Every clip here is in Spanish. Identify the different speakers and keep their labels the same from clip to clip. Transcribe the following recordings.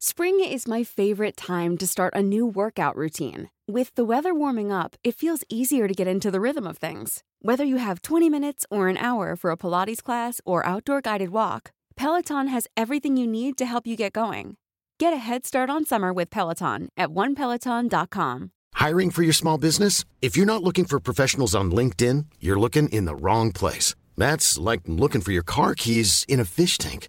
Speaker 1: Spring is my favorite time to start a new workout routine. With the weather warming up, it feels easier to get into the rhythm of things. Whether you have 20 minutes or an hour for a Pilates class or outdoor guided walk, Peloton has everything you need to help you get going. Get a head start on summer with Peloton at onepeloton.com.
Speaker 2: Hiring for your small business? If you're not looking for professionals on LinkedIn, you're looking in the wrong place. That's like looking for your car keys in a fish tank.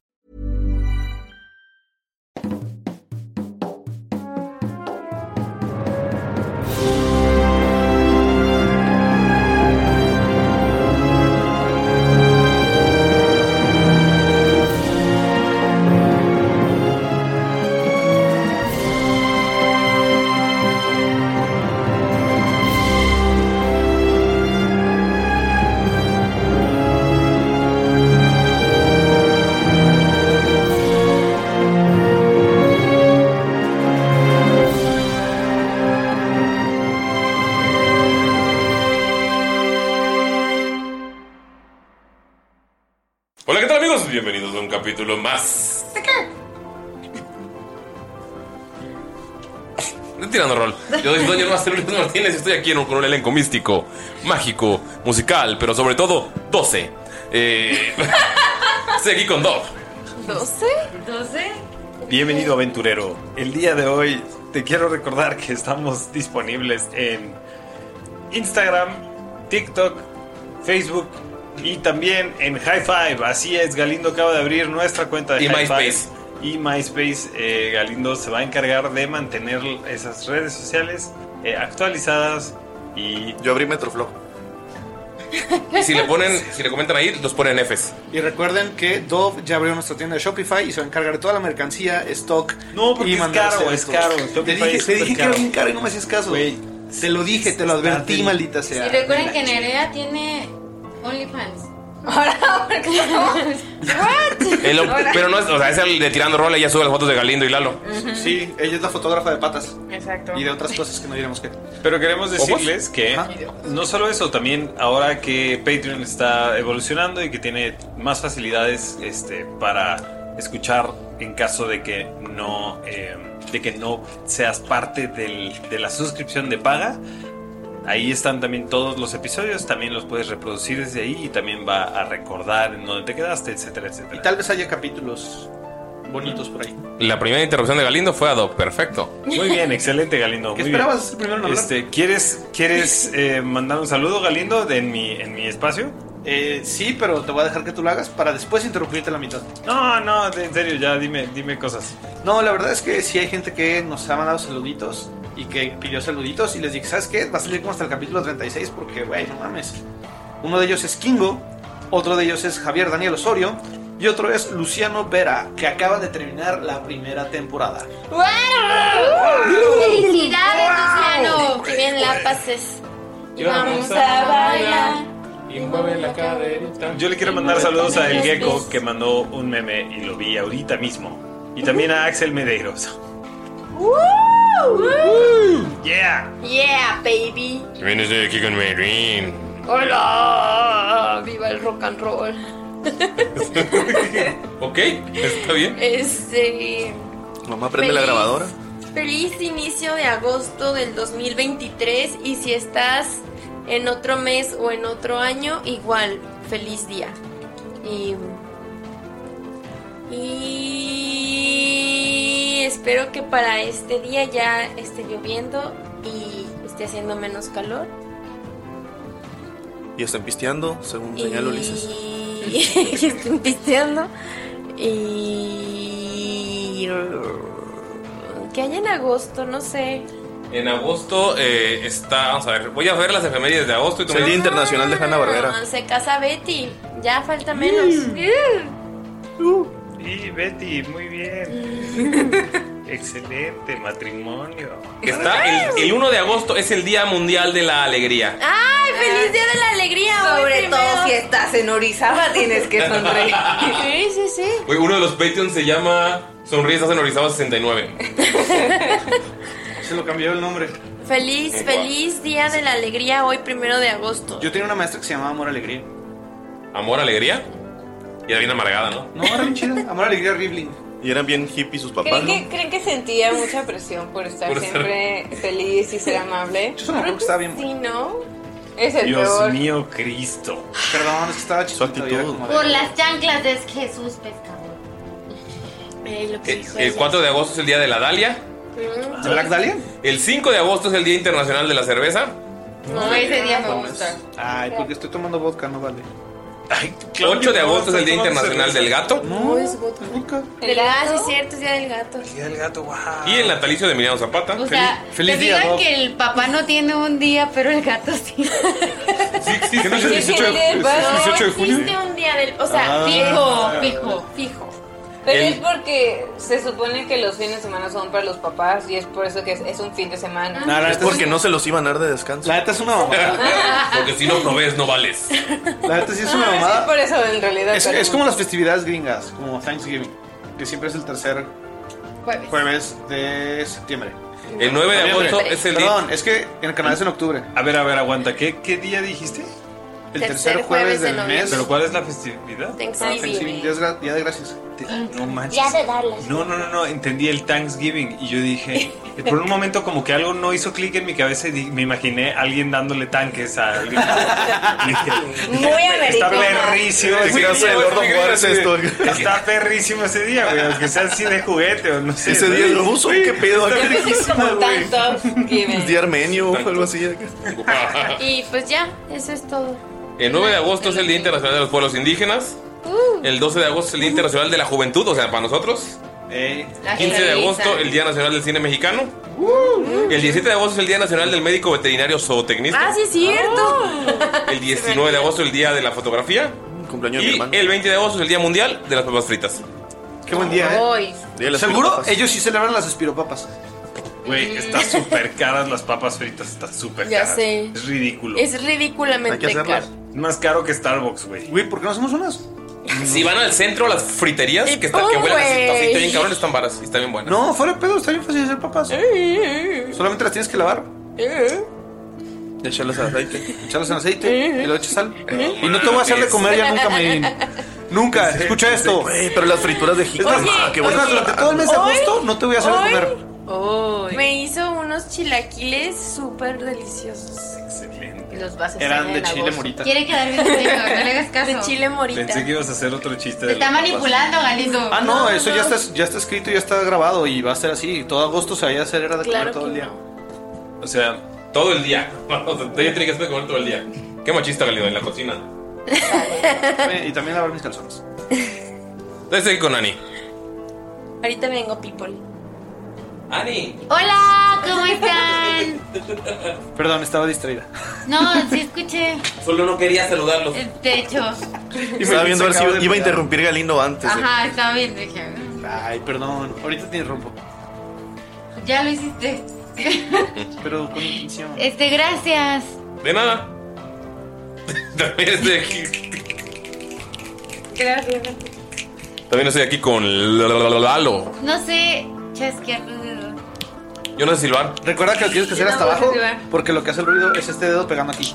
Speaker 3: Hola, ¿qué tal amigos? Bienvenidos a un capítulo más. ¿De qué? Tirando rol. Yo soy Doña Master Luis Martínez y estoy aquí en un, con un elenco místico, mágico, musical, pero sobre todo 12. Eh, estoy aquí con Doc.
Speaker 4: ¿12? ¿12?
Speaker 5: Bienvenido aventurero. El día de hoy te quiero recordar que estamos disponibles en Instagram, TikTok, Facebook y también en High Five. Así es, Galindo acaba de abrir nuestra cuenta de
Speaker 3: Y
Speaker 5: High Five.
Speaker 3: MySpace.
Speaker 5: Y MySpace, eh, Galindo se va a encargar de mantener esas redes sociales eh, actualizadas y...
Speaker 6: Yo abrí Metroflow.
Speaker 3: Y si le ponen, si le comentan ahí, los ponen Fs.
Speaker 6: Y recuerden que Dove ya abrió nuestra tienda de Shopify y se va a encargar de toda la mercancía, stock.
Speaker 5: No, porque
Speaker 6: y
Speaker 5: es
Speaker 6: mandarse
Speaker 5: caro,
Speaker 6: a
Speaker 5: es
Speaker 6: todos.
Speaker 5: caro.
Speaker 6: Te
Speaker 5: Shopify
Speaker 6: dije,
Speaker 5: es
Speaker 6: te
Speaker 5: súper
Speaker 6: dije que era
Speaker 5: caro.
Speaker 6: bien caro y no me hacías caso.
Speaker 5: Güey,
Speaker 6: te lo dije, te lo
Speaker 5: está
Speaker 6: advertí,
Speaker 5: bien.
Speaker 6: maldita sea.
Speaker 4: Y recuerden
Speaker 6: Mira,
Speaker 4: que Nerea tiene OnlyFans. Ahora, ¿por qué
Speaker 3: El- pero no es, o sea, es el de Tirando Rol, ella sube las fotos de Galindo y Lalo.
Speaker 6: Sí, ella es la fotógrafa de patas
Speaker 4: Exacto.
Speaker 6: y de otras cosas que no diremos que.
Speaker 5: Pero queremos
Speaker 3: ¿Ojos?
Speaker 5: decirles que
Speaker 6: Ajá.
Speaker 5: no solo eso, también ahora que Patreon está evolucionando y que tiene más facilidades este, para escuchar en caso de que no eh, de que no seas parte del- de la suscripción de paga. Ahí están también todos los episodios, también los puedes reproducir desde ahí y también va a recordar en dónde te quedaste, etcétera,
Speaker 6: Y
Speaker 5: etcétera.
Speaker 6: tal vez haya capítulos bonitos por ahí.
Speaker 3: La primera interrupción de Galindo fue a Doc. Perfecto.
Speaker 5: Muy bien, excelente Galindo.
Speaker 6: ¿Qué
Speaker 5: muy bien.
Speaker 6: esperabas? Es el primero en hablar.
Speaker 5: Este, ¿Quieres, quieres eh, mandar un saludo, Galindo, de- en mi, en mi espacio?
Speaker 6: Eh, sí, pero te voy a dejar que tú lo hagas para después interrumpirte a la mitad.
Speaker 5: No, no, de- en serio, ya dime, dime cosas.
Speaker 6: No, la verdad es que sí hay gente que nos ha mandado saluditos y que pidió saluditos y les dije, ¿sabes qué? Va a salir como hasta el capítulo 36 porque, güey, no mames. Uno de ellos es Kingo, otro de ellos es Javier Daniel Osorio y otro es Luciano Vera, que acaba de terminar la primera temporada.
Speaker 4: ¡Felicidades, Luciano! ¡Que bien la pases! Y vamos a bailar.
Speaker 7: Y mueve la caderita.
Speaker 5: Yo le quiero mandar saludos a El Gecko que mandó un meme y lo vi ahorita mismo. Y también a Axel Medeiros. Yeah.
Speaker 4: ¡Yeah, baby!
Speaker 3: También estoy aquí con Merin.
Speaker 4: ¡Hola! ¡Viva el rock and roll!
Speaker 3: Ok, está bien.
Speaker 4: Este.
Speaker 6: Mamá,
Speaker 4: prende la Feliz. grabadora. Feliz inicio de agosto del 2023 y si estás en otro mes o en otro año, igual, feliz día. Y, y espero que para este día ya esté lloviendo y esté haciendo menos calor.
Speaker 8: Y están pisteando, según señala Ulises.
Speaker 9: Y estoy pisteando. Y. ¿Qué hay en agosto? No sé.
Speaker 3: En agosto eh, está. Vamos a ver, voy a ver las efemérides de agosto y tú
Speaker 8: Es el Día Internacional de Hanna Barbera.
Speaker 9: Ah, Se casa Betty. Ya falta menos.
Speaker 6: Mm.
Speaker 9: Eh.
Speaker 6: Uh.
Speaker 5: Y Betty, muy bien. Excelente matrimonio.
Speaker 3: Está el, el 1 de agosto, es el Día Mundial de la Alegría.
Speaker 9: ¡Ay, feliz día de la alegría!
Speaker 10: Eh, Sobre todo si estás en Orizaba, tienes que sonreír.
Speaker 9: Sí, sí, sí.
Speaker 3: Güey, Uno de los Patreons se llama Sonrisas en Orizaba 69.
Speaker 6: Se lo cambió el nombre.
Speaker 9: Feliz, feliz día de la alegría hoy, primero de agosto.
Speaker 6: Yo tenía una maestra que se llamaba Amor Alegría.
Speaker 3: Amor, alegría. Y era bien amargada, ¿no?
Speaker 6: No, era bien chida. Amor Alegría Ribling.
Speaker 8: Y eran bien hippies sus papás,
Speaker 10: ¿Creen
Speaker 8: ¿no?
Speaker 10: que, creen que sentía mucha presión por estar
Speaker 3: Por estar-
Speaker 10: siempre feliz y ser amable?
Speaker 6: Yo solo me acuerdo que estaba bien.
Speaker 9: Sí, ¿no?
Speaker 10: Es el
Speaker 5: Dios
Speaker 10: peor.
Speaker 5: mío, Cristo.
Speaker 6: Perdón, es que estaba chispito.
Speaker 8: actitud.
Speaker 6: y era como de-
Speaker 11: Por las chanclas de Jesús Pescador.
Speaker 9: Eh, lo que
Speaker 3: Eh,
Speaker 9: dijo
Speaker 3: El
Speaker 9: ella.
Speaker 3: 4 de agosto es el Día de la Dalia.
Speaker 9: Mm,
Speaker 6: ¿Black Dahlia?
Speaker 3: El 5 de agosto es el Día Internacional de la Cerveza.
Speaker 10: No, ese día me gusta.
Speaker 6: Ay, porque estoy tomando vodka, no vale.
Speaker 5: Ay,
Speaker 3: 8 de agosto es el Día Internacional del Gato.
Speaker 6: No, es vodka.
Speaker 9: Del gato, Mm, sí, es cierto, es día del gato.
Speaker 5: Día del gato, wow.
Speaker 3: Y el natalicio de Emiliano Zapata.
Speaker 11: O sea,
Speaker 6: feliz
Speaker 11: que
Speaker 6: día,
Speaker 11: digan
Speaker 6: Bob.
Speaker 11: que el papá no tiene un día, pero el gato sí.
Speaker 3: Sí, sí, sí, sí, sí,
Speaker 10: ¿Qué
Speaker 3: sí.
Speaker 10: tiene el vaso?
Speaker 9: No existe un día del. O sea,
Speaker 11: Fijo, fijo.
Speaker 9: fijo.
Speaker 10: Pero
Speaker 3: El-
Speaker 10: es porque se supone que los fines de semana son para los papás y es por eso que es, es un fin de semana.
Speaker 6: Nada,
Speaker 8: Ah, Es porque no se los iban a dar de descanso.
Speaker 6: La neta es una mamada.
Speaker 10: Ah.
Speaker 3: Porque si no probes, no vales.
Speaker 6: La neta sí es una
Speaker 10: Es
Speaker 6: mamada.
Speaker 10: por eso en realidad.
Speaker 6: Es, es como las festividades gringas, como Thanksgiving, que siempre es el tercer
Speaker 11: Jueves.
Speaker 6: jueves de septiembre.
Speaker 3: El 9 de agosto es el Día.
Speaker 6: Perdón, es que en Canadá es en octubre.
Speaker 5: A ver, a ver, aguanta. ¿Qué, qué día dijiste?
Speaker 6: El
Speaker 9: Tercer
Speaker 6: tercer jueves,
Speaker 9: jueves de
Speaker 6: del
Speaker 9: noviembre.
Speaker 6: mes.
Speaker 5: ¿Pero cuál es la festividad?
Speaker 6: Thanksgiving,
Speaker 9: Thanksgiving.
Speaker 6: Día de gra- Día de gracias.
Speaker 5: Te- No manches.
Speaker 11: Ya de darles.
Speaker 5: No, no, no, no, entendí el Thanksgiving y yo dije, por un momento como que algo no hizo clic en mi cabeza y di- me imaginé a alguien dándole tanques a alguien.
Speaker 9: Ah,
Speaker 10: Muy
Speaker 5: Está
Speaker 10: americano.
Speaker 5: perrísimo.
Speaker 8: Es que hace el Lord of War es esto.
Speaker 5: Está perrísimo ese día, güey, aunque sea así de juguete o no sé.
Speaker 8: Ese
Speaker 5: ¿no?
Speaker 8: día lo uso, qué pedo.
Speaker 10: como tanto.
Speaker 8: Es día armenio o algo así.
Speaker 9: Y pues ya, eso es todo.
Speaker 3: El 9 de agosto es el Día Internacional de los Pueblos Indígenas. El 12 de agosto es el Día Internacional de la Juventud, o sea, para nosotros.
Speaker 6: Eh,
Speaker 10: La
Speaker 3: 15 de
Speaker 10: generaliza.
Speaker 3: agosto, el Día Nacional del Cine Mexicano. El 17 de agosto es el Día Nacional del Médico Veterinario
Speaker 9: Ah,
Speaker 3: Zootecnista.
Speaker 9: sí, es cierto.
Speaker 11: Ah,
Speaker 3: El 19 de agosto, el Día de la Fotografía.
Speaker 8: Cumpleaños de mi
Speaker 3: Y
Speaker 8: hermano.
Speaker 3: el 20 de agosto es el Día Mundial de las Papas Fritas.
Speaker 6: qué buen día, ¿eh?
Speaker 10: Hoy.
Speaker 8: Día de las
Speaker 6: Seguro
Speaker 8: papas.
Speaker 6: ellos sí celebran las espiropapas.
Speaker 5: Güey, están súper caras las papas fritas, están súper
Speaker 9: Ya
Speaker 5: caras.
Speaker 9: sé.
Speaker 5: Es ridículo. Es
Speaker 9: Es
Speaker 8: Hay que
Speaker 9: ridículamente
Speaker 8: hacerlas.
Speaker 9: caro.
Speaker 5: más caro que Starbucks, güey.
Speaker 6: Güey, ¿por qué no hacemos unas?
Speaker 3: Pues, Si van al centro, las friterías, que, están, que
Speaker 9: Oh,
Speaker 3: huelen así,
Speaker 9: güey.
Speaker 3: así, está bien cabrón, están varas y están bien buenas.
Speaker 6: No, fuera de pedo, está bien fácil hacer papas.
Speaker 12: Eh,
Speaker 6: Solamente las tienes que lavar,
Speaker 8: De echarlas al aceite.
Speaker 6: echarlas en aceite y le echas sal. Y no te voy a hacer de comer ya nunca, me. Nunca, escucha esto.
Speaker 8: Güey, pero las frituras de jitomate.
Speaker 6: Es más,
Speaker 8: ah, qué
Speaker 6: es
Speaker 8: bueno.
Speaker 6: más, durante todo el mes de
Speaker 9: Hoy-
Speaker 6: agosto no te voy a hacer de
Speaker 9: hoy-
Speaker 6: comer.
Speaker 10: Hoy.
Speaker 9: Me hizo unos chilaquiles súper deliciosos.
Speaker 5: Excelente.
Speaker 10: Los vas a hacer
Speaker 6: Eran de
Speaker 10: en
Speaker 6: chile
Speaker 10: agosto.
Speaker 6: morita.
Speaker 11: Quiere quedar bien contigo, no le hagas
Speaker 9: De
Speaker 11: caso.
Speaker 9: chile morita.
Speaker 5: Pensé que ibas a hacer otro chiste.
Speaker 11: Te
Speaker 5: de
Speaker 11: está
Speaker 5: las papas.
Speaker 11: manipulando, Galindo.
Speaker 6: Ah, no,
Speaker 9: No,
Speaker 6: eso
Speaker 9: no.
Speaker 6: Ya, está, ya está escrito, ya está grabado y va a ser así. Todo agosto se vaya a hacer era de
Speaker 9: Claro
Speaker 6: comer todo
Speaker 9: que
Speaker 6: el día.
Speaker 9: no.
Speaker 5: O sea,
Speaker 3: Todo el día. O sea, ella tiene que hacer de comer todo el día. Qué machista, Galindo, en la cocina.
Speaker 6: Eh, Y también lavar mis calzones.
Speaker 3: Entonces, seguí con Ani.
Speaker 9: Ahorita vengo, people.
Speaker 3: Ani.
Speaker 11: Hola, ¿cómo están?
Speaker 6: Perdón, estaba distraída.
Speaker 11: No, sí escuché.
Speaker 3: Solo no quería saludarlos.
Speaker 11: Eh, De hecho,
Speaker 8: Estaba viendo a ver si
Speaker 6: Acabo de
Speaker 8: iba a
Speaker 6: olvidar.
Speaker 8: interrumpir Galindo antes. eh.
Speaker 11: ajá, está bien, dije. mm,
Speaker 6: Ay, perdón. Ahorita te interrumpo.
Speaker 11: Ya lo hiciste.
Speaker 6: Pero con intención.
Speaker 11: Este, gracias.
Speaker 3: De nada. También estoy aquí.
Speaker 9: Gracias.
Speaker 3: También estoy aquí con Lalo.
Speaker 11: No sé, chasquear.
Speaker 3: Yo no sé silbar.
Speaker 6: Recuerda que lo tienes que hacer
Speaker 9: Yo no
Speaker 6: hasta
Speaker 9: voy a
Speaker 6: abajo
Speaker 9: silbar.
Speaker 6: porque lo que hace el ruido es este dedo pegando aquí.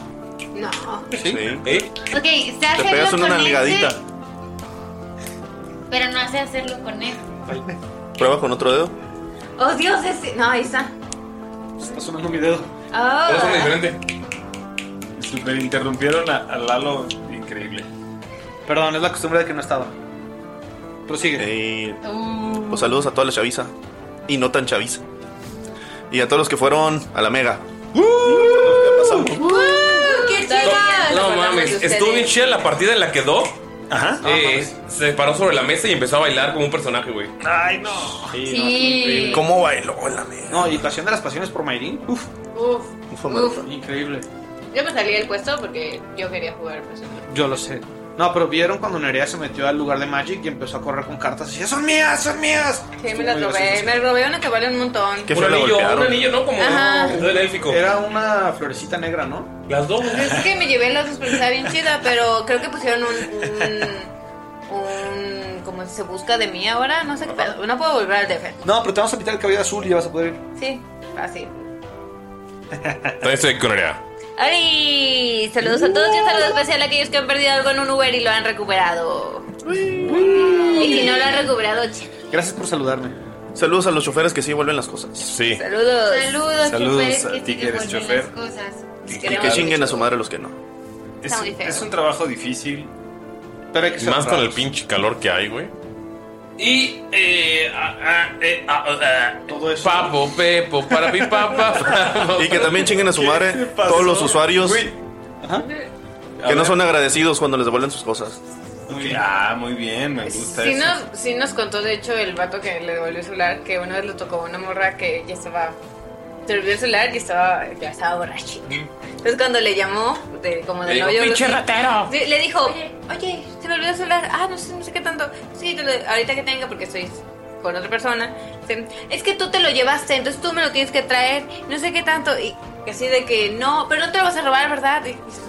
Speaker 11: No.
Speaker 8: Sí.
Speaker 3: ¿Eh?
Speaker 11: Ok, sé
Speaker 8: Te
Speaker 11: hacerlo
Speaker 8: pegas
Speaker 11: con
Speaker 8: una
Speaker 11: este,
Speaker 8: nalgadita.
Speaker 11: pero no sé hacerlo con él.
Speaker 8: Prueba con otro dedo.
Speaker 11: Oh, Dios, ese. No, ahí está.
Speaker 6: Está sonando mi dedo.
Speaker 10: Ah.
Speaker 11: Oh.
Speaker 3: Todos son diferentes.
Speaker 5: super interrumpieron a, a Lalo. Increíble.
Speaker 6: Perdón, es la costumbre de que no estaba. Prosigue.
Speaker 8: Eh,
Speaker 11: Uh,
Speaker 8: pues saludos a toda la chaviza. Y no tan chaviza. Y a todos los que fueron a la mega. Ya pasamos.
Speaker 9: ¡Qué chidas!
Speaker 3: No
Speaker 10: acordamos de
Speaker 3: mames,
Speaker 10: ustedes.
Speaker 3: estuvo bien chida la partida en la quedó.
Speaker 5: Ajá.
Speaker 3: se paró sobre la mesa y empezó a bailar como un personaje, güey.
Speaker 5: Ay, no.
Speaker 12: Sí.
Speaker 8: ¿Cómo bailó la mesa?
Speaker 6: No, y Pasión de las Pasiones por Mayrin. Uf,
Speaker 10: Uf, uf.
Speaker 6: increíble.
Speaker 10: Yo me salí del puesto porque yo quería jugar personaje.
Speaker 6: Yo lo sé. No, pero vieron cuando Nerea se metió al lugar de Magic y empezó a correr con cartas y decía, son mías, son mías.
Speaker 10: Sí, me
Speaker 6: Muy
Speaker 10: las robé.
Speaker 6: gracioso.
Speaker 10: Me robé una que vale un montón.
Speaker 6: ¿Qué fue? La golpearon.
Speaker 10: Ajá.
Speaker 6: Era una florecita negra, ¿no?
Speaker 3: Las dos,
Speaker 10: Es que me llevé las dos porque estaba bien chida, pero creo que pusieron un.
Speaker 9: Mm,
Speaker 10: un, un- como se busca de mí ahora, no sé qué pedo. No puedo volver al DF.
Speaker 6: No, pero te vamos a pintar el cabello azul y ya vas a poder ir.
Speaker 10: Sí, así.
Speaker 3: Todavía estoy aquí con Nerea.
Speaker 12: ¡Ay! Saludos a todos y un saludo especial a aquellos que han perdido algo en un Uber y lo han recuperado. Y si no lo han recuperado, ch-
Speaker 6: Gracias por saludarme.
Speaker 8: Saludos a los choferes que sí vuelven las cosas.
Speaker 3: Sí.
Speaker 12: saludos. Saludos,
Speaker 8: Saludos a ti que eres chofer. Y que chinguen a su madre los que no.
Speaker 5: Es,
Speaker 12: Está muy feo.
Speaker 5: es un trabajo difícil. Pero hay que ser
Speaker 3: Más con el
Speaker 5: bravos.
Speaker 3: pinche calor que hay, güey.
Speaker 5: Y eh, ah, ah, eh, ah, ah, ah.
Speaker 6: Todo eso.
Speaker 3: Papo, pepo, para mi papá.
Speaker 8: Y que también chinguen a su madre todos los usuarios que no son agradecidos cuando les devuelven sus cosas.
Speaker 5: Muy bien. Ah, muy bien, me gusta
Speaker 10: Sí,
Speaker 8: eso.
Speaker 10: nos- sí nos contó, de hecho, el vato que le devolvió el celular, que una vez le tocó una morra que ya estaba. Se olvidó el celular y estaba, ya estaba borracha. Entonces, cuando le llamó, de, como
Speaker 12: Le
Speaker 10: de
Speaker 12: dijo,
Speaker 10: novio.
Speaker 12: "Pinche
Speaker 10: lo-
Speaker 12: ratero".
Speaker 10: Sí, Le dijo, oye, oye, se me olvidó el celular. Ah, no sé, no sé qué tanto. Sí, te lo- ahorita que tenga, porque estoy con otra persona. Dice, Es que tú te lo llevaste, entonces tú me lo tienes que traer. No sé qué tanto. Y así de que no, pero no te lo vas a robar, ¿verdad? Y dices,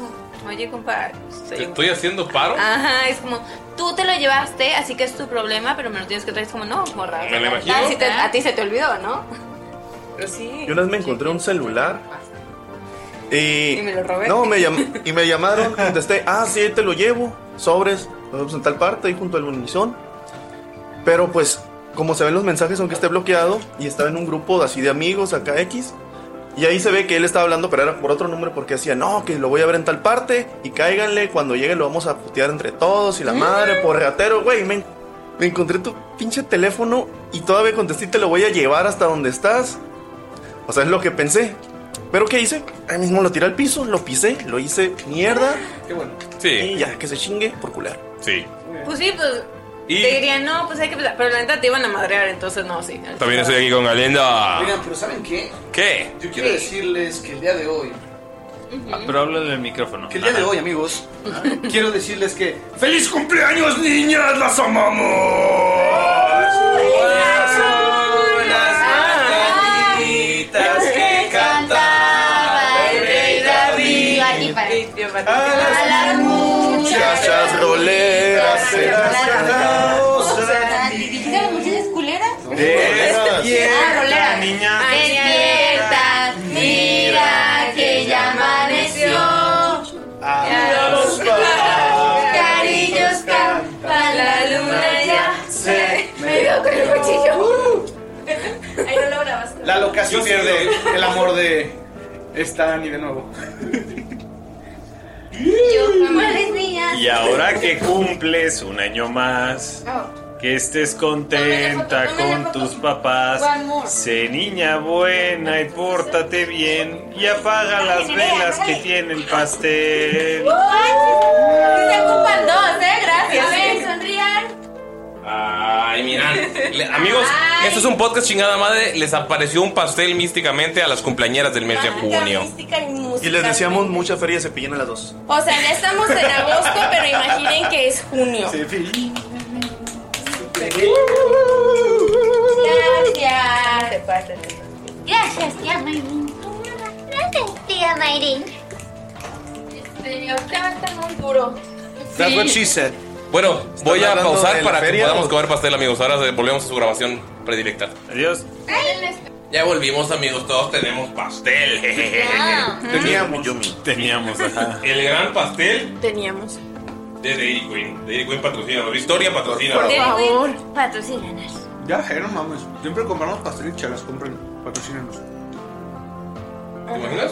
Speaker 10: oye, compa,
Speaker 3: ¿Te
Speaker 10: soy un
Speaker 3: estoy haciendo paro?
Speaker 10: Ajá, es como, tú te lo llevaste, así que es tu problema, pero me lo tienes que traer. Es como, no, morra.
Speaker 8: Me lo imagino.
Speaker 10: Ah, sí te- a ti se te olvidó, ¿no?
Speaker 13: Pues
Speaker 10: Pero sí.
Speaker 8: Yo una vez me encontré un celular. Y,
Speaker 10: Y me lo robé.
Speaker 8: No, me llam- y me llamaron, contesté, ah, sí, ahí te lo llevo, sobres, nos vemos en tal parte, ahí junto al unison. Pero pues, como se ven los mensajes, aunque esté bloqueado, y estaba en un grupo así de amigos, acá X, y ahí se ve que él estaba hablando, pero era por otro número, porque decía, no, que lo voy a ver en tal parte, y cáiganle, cuando llegue lo vamos a putear entre todos, y
Speaker 6: Mm.
Speaker 8: la madre, por ratero, güey, me, en- me encontré tu pinche teléfono, y todavía contesté, te lo voy a llevar hasta donde estás. O sea, es lo que pensé. Pero ¿qué hice? Ahí mismo lo tiré al piso, lo pisé, lo hice mierda.
Speaker 6: Qué bueno.
Speaker 3: Sí.
Speaker 8: Y ya, que se chingue por cular.
Speaker 3: Sí.
Speaker 10: Pues sí, pues.
Speaker 3: Y-
Speaker 10: Te dirían, no, pues hay que pensar. Pero la neta te iban a madrear, entonces no, sí.
Speaker 3: También estoy aquí con Galindo.
Speaker 13: Oigan, pero ¿saben qué?
Speaker 3: ¿Qué?
Speaker 13: Yo quiero
Speaker 10: Sí.
Speaker 13: decirles que el día de hoy,
Speaker 5: Pero háblale al micrófono.
Speaker 13: que el día de hoy, amigos, quiero decirles que ¡Feliz cumpleaños, niñas! ¡Las amamos!
Speaker 5: mañanitas que cantaba el rey David.
Speaker 10: A
Speaker 13: las
Speaker 8: muchachas roleras eh. se las
Speaker 12: ¿Dijiste a las muchachas culeras?
Speaker 8: Roleras.
Speaker 12: Ah, roleras. Despierta, mira que ya amaneció.
Speaker 13: Ya
Speaker 12: los
Speaker 13: Carillos,
Speaker 12: canta la luna ya.
Speaker 6: Se
Speaker 12: Me dio con el
Speaker 4: Uh.
Speaker 12: cuchillo.
Speaker 10: Ahí no lo grabaste.
Speaker 6: La locación pierde el amor de esta Annie de nuevo.
Speaker 12: Yo jamás niña.
Speaker 5: Y ahora que cumples un año más,
Speaker 12: Oh,
Speaker 5: que estés contenta con tus papás.
Speaker 12: One more.
Speaker 5: Sé niña buena y pórtate bien y apaga las velas que tiene el pastel.
Speaker 12: Se ocupan dos, eh, gracias.
Speaker 10: A ver,
Speaker 12: sonrían.
Speaker 3: Ay, mira. Le- Amigos, esto es un podcast chingada madre. Les apareció un pastel místicamente a las cumpleañeras del mes de junio.
Speaker 8: Y les deseamos mucha feria de cepillín a las dos.
Speaker 4: O sea, ya estamos en agosto, pero imaginen que es junio. Uh.
Speaker 12: Gracias. Gracias, tía Mayrin. Gracias, tía Mayrin.
Speaker 4: Este va a estar muy duro.
Speaker 3: That's what she said. Bueno, voy a
Speaker 8: hablando de
Speaker 3: pausar
Speaker 8: la
Speaker 3: para que
Speaker 8: feria
Speaker 3: podamos
Speaker 8: o-
Speaker 3: comer pastel, amigos. Ahora eh, volvemos a su grabación predilecta.
Speaker 5: Adiós.
Speaker 3: Ya volvimos, amigos. Todos tenemos pastel.
Speaker 8: Teníamos.
Speaker 5: Teníamos, ajá.
Speaker 3: El gran pastel
Speaker 4: Teníamos.
Speaker 3: de Dairy Queen. Dairy Queen patrocina. Victoria patrocina.
Speaker 4: Por favor.
Speaker 12: Patrocínanos.
Speaker 6: Ya, eh, no mames. Siempre compramos pastel y chelas, compren, patrocínenos.
Speaker 3: ¿Te imaginas?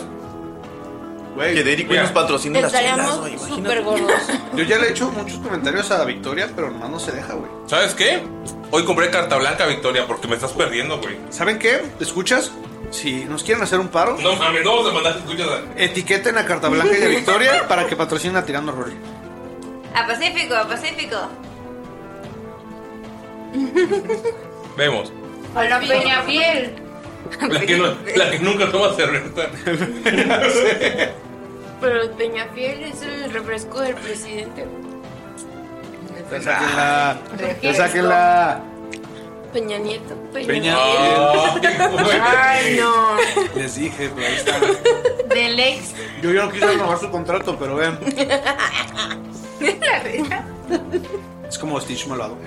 Speaker 8: Que Dairy Queen nos patrocine las chelas, güey.
Speaker 4: súper gordos.
Speaker 6: Yo ya le he hecho muchos comentarios a Victoria, pero nomás no se deja, güey.
Speaker 3: ¿Sabes qué? Hoy compré carta blanca, Victoria, porque me estás perdiendo, güey.
Speaker 6: ¿Saben qué? ¿Escuchas? si nos quieren hacer un paro,
Speaker 3: No mames, no vamos a mandar escuchas a.
Speaker 6: etiqueten a Carta Blanca y a Victoria para que patrocinen a Tirando Rol.
Speaker 10: A Pacífico, a Pacífico.
Speaker 3: Vemos.
Speaker 10: A la Peña Fiel.
Speaker 3: La que, no- la que nunca toma cerveza.
Speaker 4: Pero Peñafiel es el refresco del presidente.
Speaker 6: Sáquenla.
Speaker 4: Refresco.
Speaker 6: Sáquenla.
Speaker 4: Peña Nieto. Peña,
Speaker 6: Peña.
Speaker 4: Ah, Ay, no.
Speaker 6: Les dije, pero ahí está.
Speaker 10: Del ex.
Speaker 6: Yo ya no quise renovar su contrato, pero vean. Es como Stitch malvado.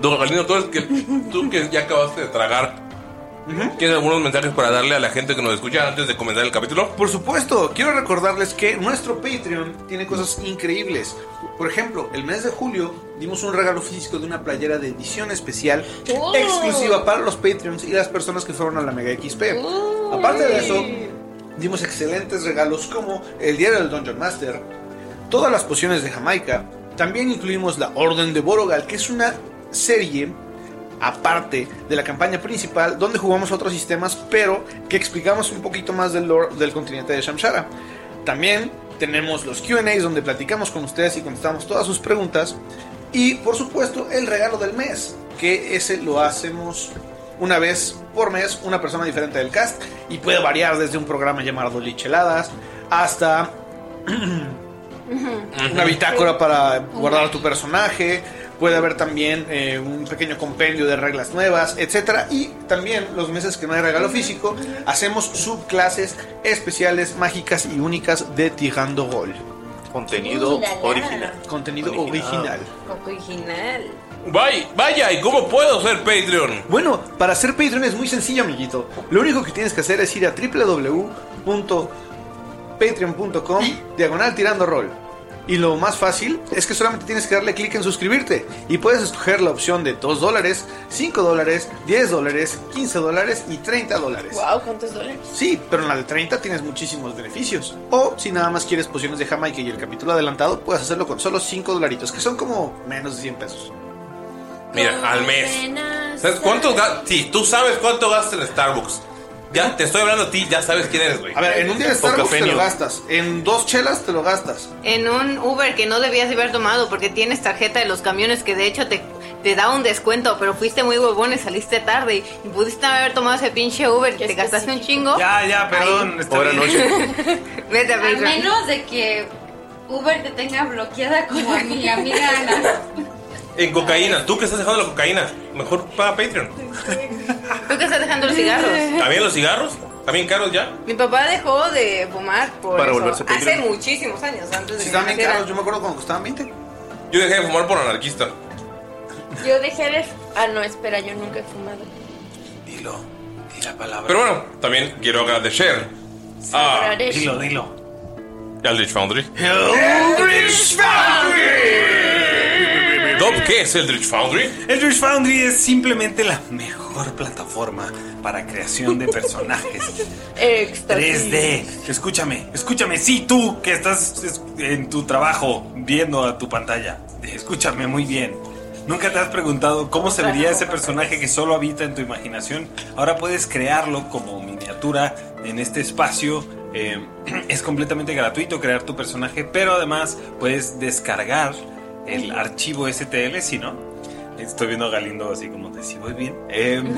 Speaker 3: Don Galindo, tú, eres que, tú que ya acabaste de tragar. ¿Tienes algunos mensajes para darle a la gente que nos escucha antes de comenzar el capítulo?
Speaker 6: Por supuesto, quiero recordarles que nuestro Patreon tiene cosas increíbles. Por ejemplo, el mes de julio dimos un regalo físico de una playera de edición especial
Speaker 13: Oh.
Speaker 6: exclusiva para los Patreons y las personas que fueron a la Mega XP.
Speaker 12: Oh.
Speaker 6: Aparte de eso, dimos excelentes regalos como el diario del Dungeon Master, todas las pociones de Jamaica. También incluimos la Orden de Borogal, que es una serie aparte de la campaña principal donde jugamos otros sistemas, pero que explicamos un poquito más del lore del continente de Shamshara. También tenemos los QAs donde platicamos con ustedes y contestamos todas sus preguntas. Y por supuesto el regalo del mes, que ese lo hacemos una vez por mes, una persona diferente del cast, y puede variar desde un programa llamado Licheladas hasta una bitácora para guardar tu personaje. Puede haber también eh, un pequeño compendio de reglas nuevas, etcétera. Y también los meses que no hay regalo físico, hacemos subclases especiales, mágicas y únicas de Tirando Gol.
Speaker 8: Contenido
Speaker 10: Ulala. original.
Speaker 6: Contenido original.
Speaker 10: Original.
Speaker 3: Vaya, vaya, ¿y cómo puedo ser Patreon?
Speaker 6: Bueno, para ser Patreon es muy sencillo, amiguito. Lo único que tienes que hacer es ir a www.patreon.com diagonal tirando rol. Y lo más fácil es que solamente tienes que darle clic en suscribirte y puedes escoger la opción de 2 dólares, 5 dólares, 10 dólares, 15 dólares y 30 dólares.
Speaker 4: Wow, ¿cuántos dólares?
Speaker 6: Sí, pero en la de 30 tienes muchísimos beneficios. O si nada más quieres pociones de Jamaica y el capítulo adelantado, puedes hacerlo con solo 5 dolaritos, que son como menos de 100 pesos.
Speaker 3: Mira, al mes. ¿Sabes cuánto gastas? Sí, tú sabes cuánto gastas en Starbucks. Ya te estoy hablando a ti, ya sabes quién eres, güey.
Speaker 6: A ver, en un día de Starbucks te lo gastas, en dos chelas te lo gastas.
Speaker 10: En un Uber que no debías haber tomado porque tienes tarjeta de los camiones que de hecho te, te da un descuento, pero fuiste muy huevón y saliste tarde y, y pudiste haber tomado ese pinche Uber que te gastaste un chingo.
Speaker 5: Ya, ya, perdón. Ahora
Speaker 10: Vete a
Speaker 12: A
Speaker 10: Patreon.
Speaker 12: menos de que Uber te tenga bloqueada como a mi amiga Ana.
Speaker 3: En cocaína, tú que estás dejando la cocaína, mejor paga Patreon.
Speaker 10: Tú que estás dejando los cigarros.
Speaker 3: También los cigarros, también caros ya.
Speaker 10: Mi papá dejó de fumar por
Speaker 3: Para
Speaker 10: eso.
Speaker 3: volverse
Speaker 10: hace
Speaker 3: Patreon.
Speaker 10: muchísimos años antes de
Speaker 6: Si
Speaker 10: que
Speaker 6: estaban bien
Speaker 10: naciera.
Speaker 6: caros, yo me acuerdo cuando costaban 20.
Speaker 3: Yo dejé de fumar por anarquista.
Speaker 4: Yo dejé de. Ah, no, espera, yo nunca he fumado.
Speaker 3: Dilo, di la palabra. Pero bueno, también quiero agradecer a.
Speaker 4: agradecer. Dilo,
Speaker 3: dilo. Eldritch Foundry.
Speaker 5: Eldritch Foundry.
Speaker 3: Dob, ¿qué es Eldritch Foundry?
Speaker 5: Eldritch Foundry es simplemente la mejor plataforma para creación de personajes 3D. Escúchame, escúchame, sí, tú que estás es- en tu trabajo viendo a tu pantalla. Escúchame muy bien. ¿Nunca te has preguntado cómo se vería ese personaje que solo habita en tu imaginación? Ahora puedes crearlo como miniatura en este espacio. Eh, es completamente gratuito crear tu personaje, pero además puedes descargar el archivo STL, si no. Estoy viendo a Galindo así como de si voy bien. Em,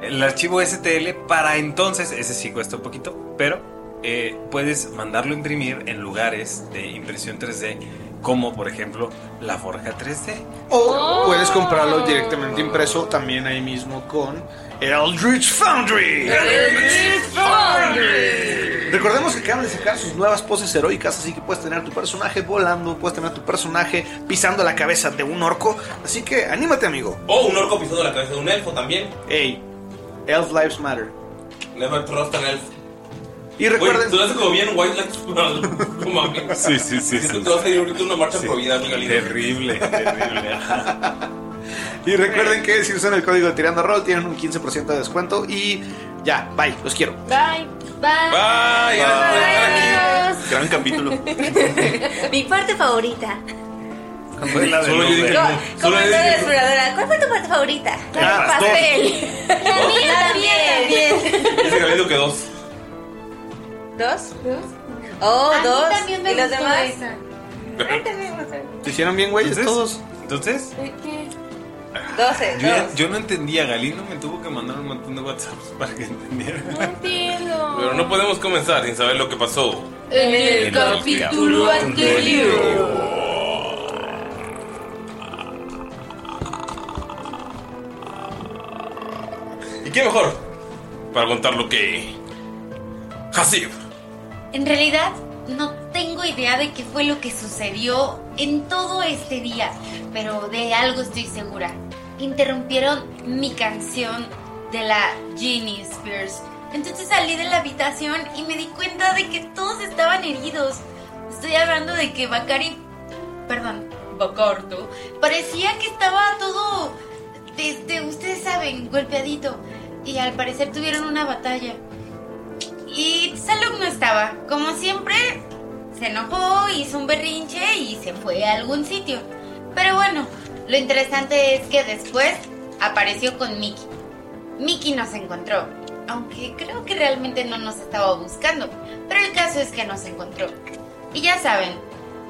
Speaker 5: el archivo STL para entonces, ese sí cuesta un poquito, pero eh, puedes mandarlo a imprimir en lugares de impresión 3D, como por ejemplo la Forja 3D.
Speaker 6: O puedes
Speaker 10: Oh.
Speaker 6: comprarlo directamente impreso también ahí mismo con Eldritch Foundry. Recordemos que acaban de sacar sus nuevas poses heroicas, así que puedes tener tu personaje volando, puedes tener tu personaje pisando la cabeza de un orco. Así que anímate, amigo.
Speaker 3: O un orco pisando la cabeza de un elfo también.
Speaker 6: Ey, Elf Lives Matter.
Speaker 3: Never trust an elf.
Speaker 6: Y recuerden-
Speaker 3: Güey, tú lo haces como bien White Lives Matter. No mames.
Speaker 5: Sí, sí, sí,
Speaker 3: Te
Speaker 5: sí.
Speaker 3: vas a ir ahorita a una marcha por vida, mi Galindo.
Speaker 5: Terrible, terrible.
Speaker 6: Y recuerden que si usan el código Tirando Roll tienen un 15% de descuento y ya, bye, los quiero.
Speaker 12: Bye. Bye.
Speaker 3: Bye.
Speaker 12: Adiós.
Speaker 6: Gran capítulo.
Speaker 12: Mi parte favorita.
Speaker 5: Solo yo dije
Speaker 12: Co-
Speaker 5: no.
Speaker 12: Como
Speaker 5: Solo yo
Speaker 12: en la
Speaker 5: dije no.
Speaker 12: exploradora, ¿cuál fue tu parte favorita?
Speaker 5: Ah,
Speaker 12: La de pastel. La mía también.
Speaker 5: Dice Galindo que dos.
Speaker 12: ¿Dos? Oh,
Speaker 10: A mí
Speaker 12: dos.
Speaker 10: también me
Speaker 12: ¿Y los
Speaker 10: gustó
Speaker 12: demás?
Speaker 10: esa.
Speaker 6: ¿Te hicieron bien, güeyes, todos?
Speaker 5: Entonces,
Speaker 12: Doce,
Speaker 5: yo, ya-
Speaker 12: dos.
Speaker 5: yo no entendía. Galindo me tuvo que mandar un montón de WhatsApps para que entendiera.
Speaker 3: Pero no podemos comenzar sin saber lo que pasó.
Speaker 10: En el capítulo anterior.
Speaker 3: ¿Y qué mejor? Para contar lo que. Hasib.
Speaker 11: En realidad, no tengo idea de qué fue lo que sucedió en todo este día, pero de algo estoy segura. Interrumpieron mi canción de la Genie Spears. Entonces salí de la habitación y me di cuenta de que todos estaban heridos. Estoy hablando de que Bakari, perdón, Bacardo, parecía que estaba todo, desde, ustedes saben, golpeadito. Y al parecer tuvieron una batalla. Y Saluk no estaba. Como siempre, se enojó, hizo un berrinche y se fue a algún sitio. Pero bueno, lo interesante es que después apareció con Mickey. Mickey nos encontró. Aunque creo que realmente no nos estaba buscando. Pero el caso es que nos encontró. Y ya saben,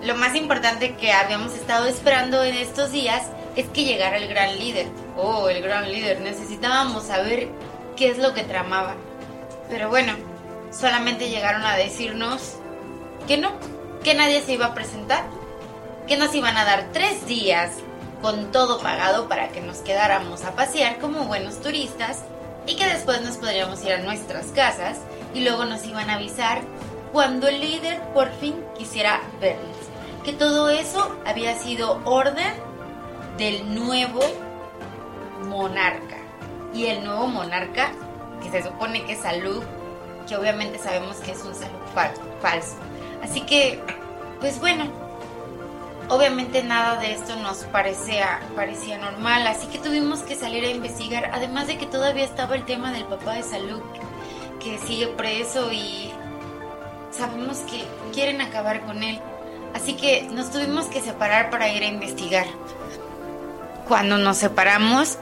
Speaker 11: lo más importante que habíamos estado esperando en estos días es que llegara el gran líder. Oh, el gran líder. Necesitábamos saber qué es lo que tramaba. Pero bueno, solamente llegaron a decirnos que no, que nadie se iba a presentar, que nos iban a dar tres días con todo pagado para que nos quedáramos a pasear como buenos turistas y que después nos podríamos ir a nuestras casas y luego nos iban a avisar cuando el líder por fin quisiera vernos. Que todo eso había sido orden del nuevo monarca. Y el nuevo monarca que se supone que es salud, que obviamente sabemos que es un salud fal- falso. Así que, pues bueno, obviamente nada de esto nos parecía, parecía normal, así que tuvimos que salir a investigar, además de que todavía estaba el tema del papá de salud, que sigue preso y sabemos que quieren acabar con él. Así que nos tuvimos que separar para ir a investigar. Cuando nos separamos,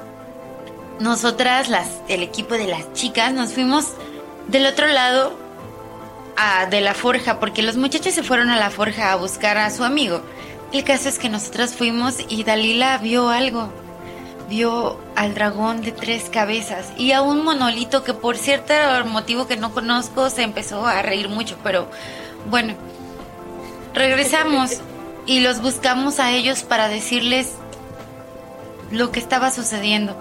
Speaker 11: nosotras, las, el equipo de las chicas, nos fuimos del otro lado a- de la forja, porque los muchachos se fueron a la forja a buscar a su amigo. El caso es que nosotras fuimos y Dalila vio algo. Vio al dragón de tres cabezas y a un monolito que por cierto motivo que no conozco se empezó a reír mucho, pero bueno, regresamos y los buscamos a ellos para decirles lo que estaba sucediendo.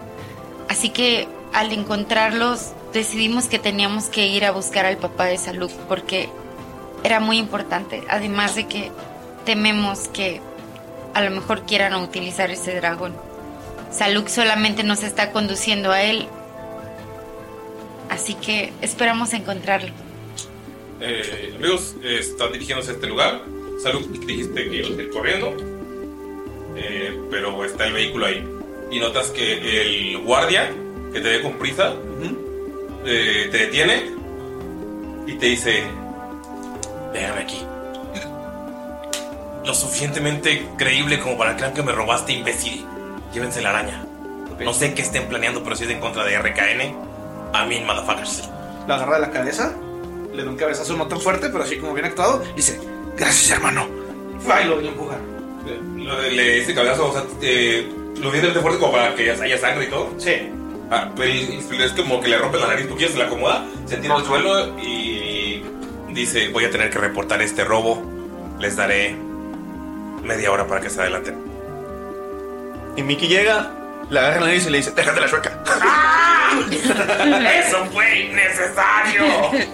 Speaker 11: Así que al encontrarlos decidimos que teníamos que ir a buscar al papá de Salud porque era muy importante. Además de que tememos que a lo mejor quieran utilizar ese dragón. Salud solamente nos está conduciendo a él. Así que esperamos encontrarlo.
Speaker 3: Eh, amigos, eh, están dirigiéndose a este lugar. Salud, dijiste que ibas a ir corriendo. Eh, pero está el vehículo ahí. Y notas que el guardia que te ve con prisa eh, te detiene y te dice: Déjame aquí. Lo suficientemente creíble como para que crean que me robaste, imbécil. Llévense la araña. No sé qué estén planeando, pero si es en contra de RKN, a mí, motherfuckers.
Speaker 6: La agarra de la cabeza, le da un cabezazo no tan fuerte, pero así como bien actuado, y dice, gracias hermano. Va y lo, lo empuja.
Speaker 3: Lo de- Le dice cabezazo, o sea, eh, lo viene de fuerte como para que haya sangre y todo.
Speaker 6: Sí.
Speaker 3: Ah, pero el- el- es como que le rompe la nariz porque se la acomoda, se tira al suelo y dice, voy a tener que reportar este robo, les daré media hora para que se adelanten.
Speaker 8: Y Mickey llega, le agarra la nariz y le dice, déjate la chueca.
Speaker 3: ¡Eso fue innecesario!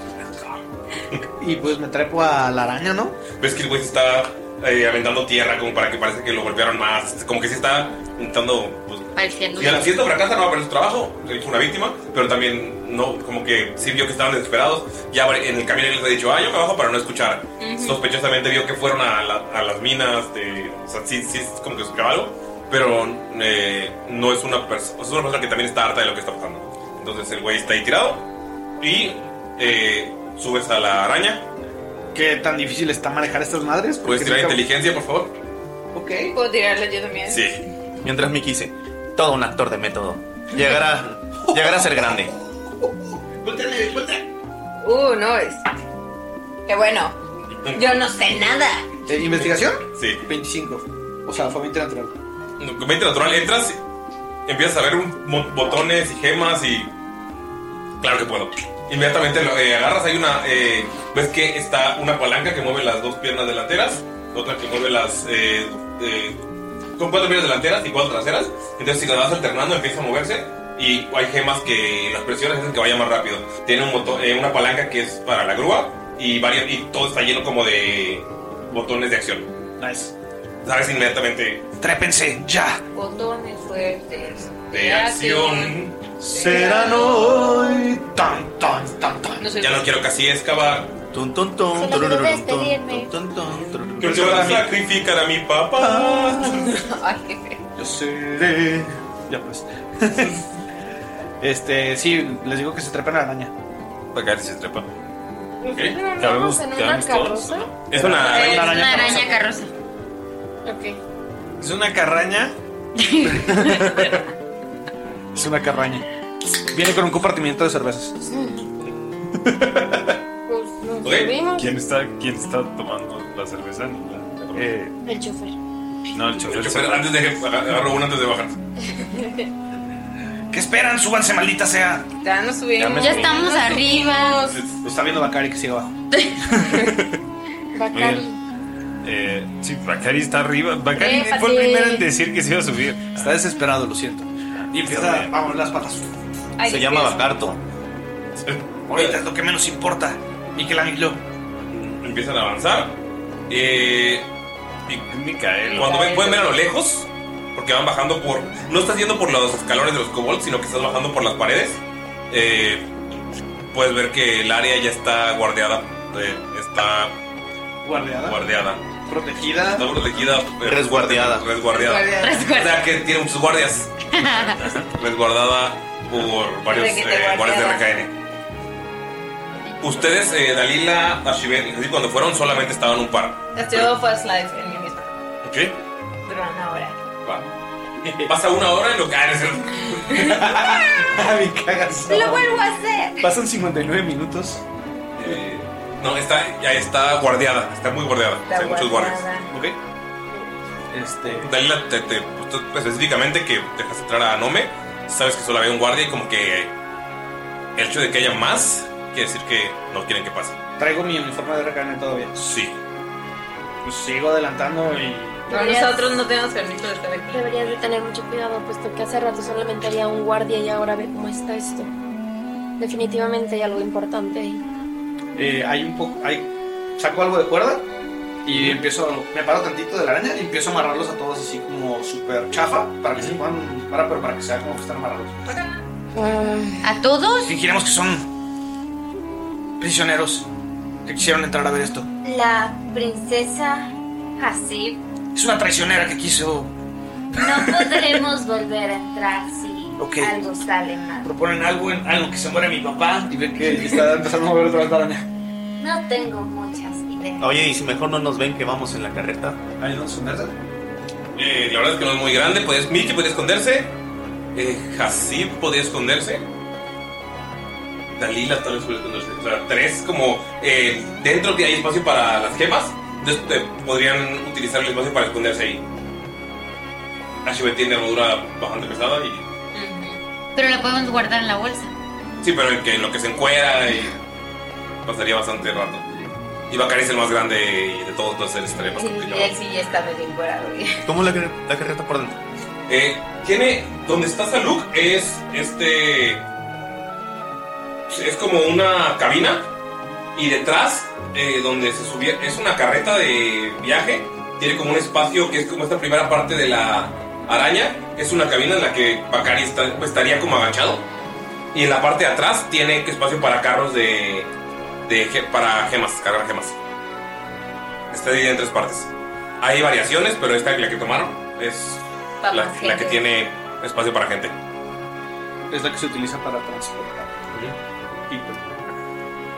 Speaker 6: Y pues me trepo a la araña, ¿no?
Speaker 3: Ves que el güey se está eh, aventando tierra como para que parece que lo golpearon más, como que se está intentando... pues,
Speaker 11: Pareciendo.
Speaker 3: y a la fiesta fracasa, no va a perder su trabajo, él fue una víctima, pero también no, como que sí vio que estaban desesperados, ya en el camino él les ha dicho, ah, yo me bajo para no escuchar.
Speaker 5: Ujú.
Speaker 3: Sospechosamente vio que fueron a, la- a las minas, de, o sea, sí, sí es como que escuchaba algo, pero eh, no es una persona, es una persona que también está harta de lo que está pasando. Entonces el güey está ahí tirado y eh, subes a la araña.
Speaker 6: ¿Qué tan difícil está manejar estas madres?
Speaker 3: ¿Puedes
Speaker 6: Porque
Speaker 3: tirar
Speaker 6: nunca-
Speaker 3: Pues, inteligencia, por favor?
Speaker 6: Ok.
Speaker 10: ¿Puedo tirarla yo también?
Speaker 8: Sí. Mientras Mickey dice, todo un actor de método. Llegará, llegará a ser grande.
Speaker 10: Cuéntale, Uh, no, es. Qué bueno. Yo no sé nada.
Speaker 6: Eh, ¿Investigación?
Speaker 3: Sí.
Speaker 6: 25. O sea, fue 20 natural.
Speaker 3: Con 20 natural entras, empiezas a ver un mo- botones y gemas y. Claro que puedo. Inmediatamente lo eh, agarras, hay una. eh, ves que está una palanca que mueve las dos piernas delanteras, otra que mueve las. eh, eh, con cuatro piernas delanteras y cuatro traseras. Entonces, si las vas alternando, empieza a moverse. Y hay gemas que las presiones hacen que vaya más rápido. Tiene un botón- eh, una palanca que es para la grúa y, varios, y todo está lleno como de botones de acción.
Speaker 6: Nice.
Speaker 3: Sabes inmediatamente.
Speaker 6: Trépense, ya.
Speaker 10: Botones fuertes.
Speaker 3: De acción.
Speaker 8: Serán hoy. Tan, tan, tan,
Speaker 10: tan. No soy
Speaker 3: Ya no quiero casi excavar.
Speaker 8: Tun, tun, tun,
Speaker 10: Solo quiero
Speaker 8: turururun, tun,
Speaker 10: despedirme.
Speaker 8: tun, tun, turururun.
Speaker 3: Que te van a sacrificar a mi
Speaker 10: Pues,
Speaker 3: papá.
Speaker 10: Ay, qué feo.
Speaker 6: Yo seré. Ya pues. este, sí, les digo que se trepan a la araña.
Speaker 3: Para caer si se trepa.
Speaker 10: Pero no vamos Pues en una carroza.
Speaker 3: Es una
Speaker 11: Es
Speaker 3: araña.
Speaker 11: una araña carroza.
Speaker 10: Ok.
Speaker 5: ¿Es una carraña?
Speaker 6: Es una carraña. Viene con un compartimiento de cervezas.
Speaker 10: Pues nos subimos.
Speaker 5: ¿Quién está, ¿Quién está tomando la cerveza? Eh,
Speaker 10: El chofer.
Speaker 5: no, el chofer.
Speaker 3: chofer, antes de agarro uno antes de bajar.
Speaker 6: ¿Qué esperan? Súbanse, maldita sea.
Speaker 10: Ya nos subimos.
Speaker 6: Ya me Ya subí. estamos
Speaker 10: arriba.
Speaker 6: Lo está viendo Bacari que sigue abajo.
Speaker 10: Bacari.
Speaker 5: Eh, sí, Bacari está arriba. Bacari
Speaker 10: Trépate.
Speaker 5: fue el primero en decir que se iba a subir.
Speaker 6: Está desesperado, lo siento. Y empieza, vamos, las patas.
Speaker 10: Ay,
Speaker 8: Se llama
Speaker 10: Dios.
Speaker 8: Bacarto.
Speaker 6: Ahorita es lo que menos importa. Y que la vigiló.
Speaker 3: Empiezan a avanzar. Eh, y
Speaker 5: Micael.
Speaker 3: Cuando ven- pueden ver a lo lejos, porque van bajando por. No estás yendo por los escalones de los kobolds, sino que estás bajando por las paredes. Eh, puedes ver que el área ya está guardeada. eh, está
Speaker 6: Guardeada.
Speaker 3: guardeada.
Speaker 6: Protegida.
Speaker 3: Está protegida. eh,
Speaker 8: Resguardeada.
Speaker 3: Resguardeada. O sea que tiene sus guardias. resguardada por varios eh,
Speaker 13: Requete guardiada.
Speaker 3: guardias de RKN. Ustedes, eh, Dalila, Ashibet, así cuando fueron solamente estaban un par.
Speaker 12: Este
Speaker 10: Estuvo First Life en mi misma.
Speaker 3: ¿Ok?
Speaker 10: Durante una hora.
Speaker 3: Va. Pasa una hora en lo que... Ah, no es cierto.
Speaker 6: Me cagas.
Speaker 10: Lo vuelvo a hacer.
Speaker 6: Pasan 59 minutos.
Speaker 3: Eh, no, está, ya está guardeada, está muy guardeada. o sea, hay muchos guardias.
Speaker 6: Ok. Este.
Speaker 3: Dalila, te, te- pues, tú específicamente que dejas entrar a Nome, sabes que solo había un guardia y como que el hecho de que haya más quiere decir que no quieren que pase.
Speaker 6: Traigo mi uniforme de RKN todavía.
Speaker 3: Sí.
Speaker 6: Pues sigo adelantando y.
Speaker 10: Pero nosotros no tenemos permiso de estar aquí.
Speaker 14: Deberías de tener mucho cuidado, puesto que hace rato solamente había un guardia y ahora ve cómo está esto. Definitivamente hay algo importante ahí.
Speaker 6: Eh, hay un poco. Hay, saco algo de cuerda y empiezo. Me paro tantito de la araña y empiezo a amarrarlos a todos así como súper chafa para que se puedan parar, pero para que sea como que están amarrados.
Speaker 11: ¿A todos?
Speaker 6: Fingiremos que son prisioneros que quisieron entrar a ver esto.
Speaker 12: La princesa Hasib.
Speaker 6: Es una traicionera que quiso.
Speaker 12: No podremos volver a entrar si
Speaker 6: Ok.
Speaker 12: algo sale mal.
Speaker 6: Proponen algo en algo que se muere mi papá. Y ven que está empezando a mover otra vez la araña.
Speaker 12: No tengo muchas ideas.
Speaker 8: Oye, y si mejor no nos ven que vamos en la carreta.
Speaker 6: Ahí no se
Speaker 3: Eh, la verdad es que no es muy grande, podías, Miki podía esconderse, eh, Hasib podía esconderse, Dalila tal vez podía esconderse. O sea, tres como eh, dentro que hay espacio para las gemas, entonces eh, podrían utilizar el espacio para esconderse ahí. Ashibet tiene armadura bastante pesada y
Speaker 11: Pero la podemos guardar en la bolsa.
Speaker 3: Sí, pero el que, lo que se encuera y pasaría bastante rato. Y Bacari es el más grande de todos, entonces él estaría más
Speaker 10: Sí,
Speaker 3: complicado.
Speaker 10: él sí ya está medio encuadrado.
Speaker 3: ¿Cómo la, carreta por dentro? Eh, tiene. Donde está Saluk es este. Es como una cabina. Y detrás, eh, donde se subía. Es una carreta de viaje. Tiene como un espacio que es como esta primera parte de la araña. Es una cabina en la que Bacari está- estaría como agachado. Y en la parte de atrás tiene espacio para carros de. de ge- para gemas, cargar gemas. Está dividida en tres partes. Hay variaciones, pero esta la que tomaron es
Speaker 10: Para
Speaker 3: la,
Speaker 10: más
Speaker 3: la
Speaker 10: gente.
Speaker 3: que tiene espacio para gente.
Speaker 6: Es la que se utiliza para transportar. Y pues,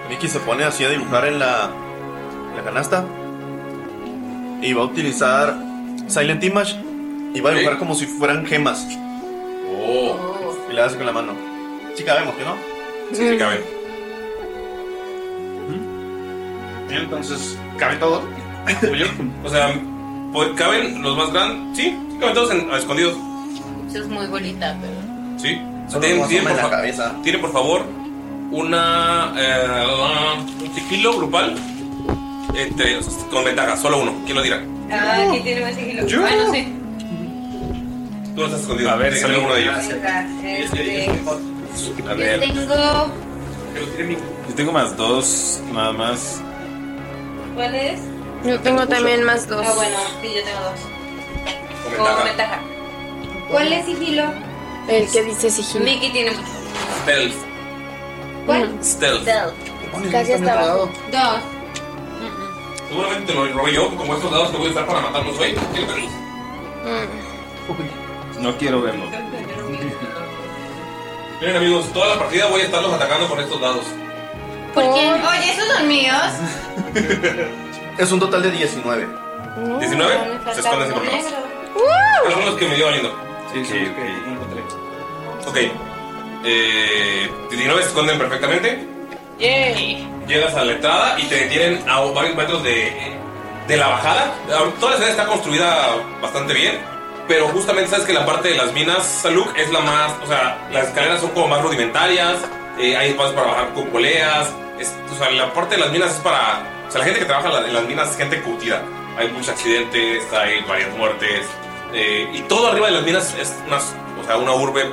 Speaker 8: Mickey se pone así a dibujar en la, en la canasta y va a utilizar Silent Image y va a
Speaker 3: Ok. Oh.
Speaker 8: dibujar como si fueran gemas. Y le hace con la mano. Sí cabemos, ¿que no?
Speaker 3: Sí, sí caben.
Speaker 6: Entonces, ¿cabe todo?
Speaker 3: O sea, pues, caben los más grandes. Sí, sí caben todos en- a escondidos.
Speaker 12: Eso es muy bonita, pero.
Speaker 3: Sí.
Speaker 8: Solo
Speaker 3: Tienen,
Speaker 8: nos
Speaker 3: tienen
Speaker 8: asoman
Speaker 3: por
Speaker 8: la
Speaker 3: fa- tienen, por favor una eh, un sigilo grupal entre, con ventaja, solo uno. ¿Quién lo dirá?
Speaker 12: Ah, ¿quién tiene más sigilo?
Speaker 3: Yo.
Speaker 12: Ah, no sé.
Speaker 3: Tú no estás escondido. A ver, solo uno de ellos.
Speaker 12: Este,
Speaker 5: A
Speaker 12: Yo
Speaker 5: ver,
Speaker 12: tengo.
Speaker 5: yo tengo más dos, nada más.
Speaker 12: ¿Cuál es?
Speaker 4: Yo tengo también más dos.
Speaker 12: Ah, bueno, sí, yo tengo dos.
Speaker 10: Oh.
Speaker 12: Con
Speaker 3: ventaja.
Speaker 12: ventaja. ¿Cuál es sigilo?
Speaker 14: El que dice sigilo.
Speaker 12: Mickey tiene.
Speaker 3: Stealth.
Speaker 12: ¿Cuál?
Speaker 3: Stealth.
Speaker 14: Casi hasta abajo.
Speaker 12: Dos.
Speaker 3: Seguramente te lo robé yo, como estos dados que voy a usar para matarlos hoy. ¿Quién lo perdió?
Speaker 14: Mm.
Speaker 5: No quiero verlo.
Speaker 3: Miren amigos, toda la partida voy a estarlos atacando con estos dados.
Speaker 12: ¿Por quién? Oye, esos son míos.
Speaker 8: Es un total de 19.
Speaker 3: 19, se esconden sin problemas. Pero son los que me dio valiendo.
Speaker 6: Sí, sí, ok.
Speaker 3: Ok. Eh, 19 se esconden perfectamente. Llegas a la entrada y te detienen a varios metros de, de la bajada. Ahora, Toda la ciudad está construida bastante bien. Pero justamente sabes que la parte de las minas, Saluk, es la más. O sea, las escaleras son como más rudimentarias. eh, hay espacios para bajar con poleas. es- o sea, la parte de las minas es para. O sea, la gente que trabaja en la- en las minas es gente curtida. Hay muchos accidentes, hay varias muertes. eh, y todo arriba de las minas es una, o sea, una urbe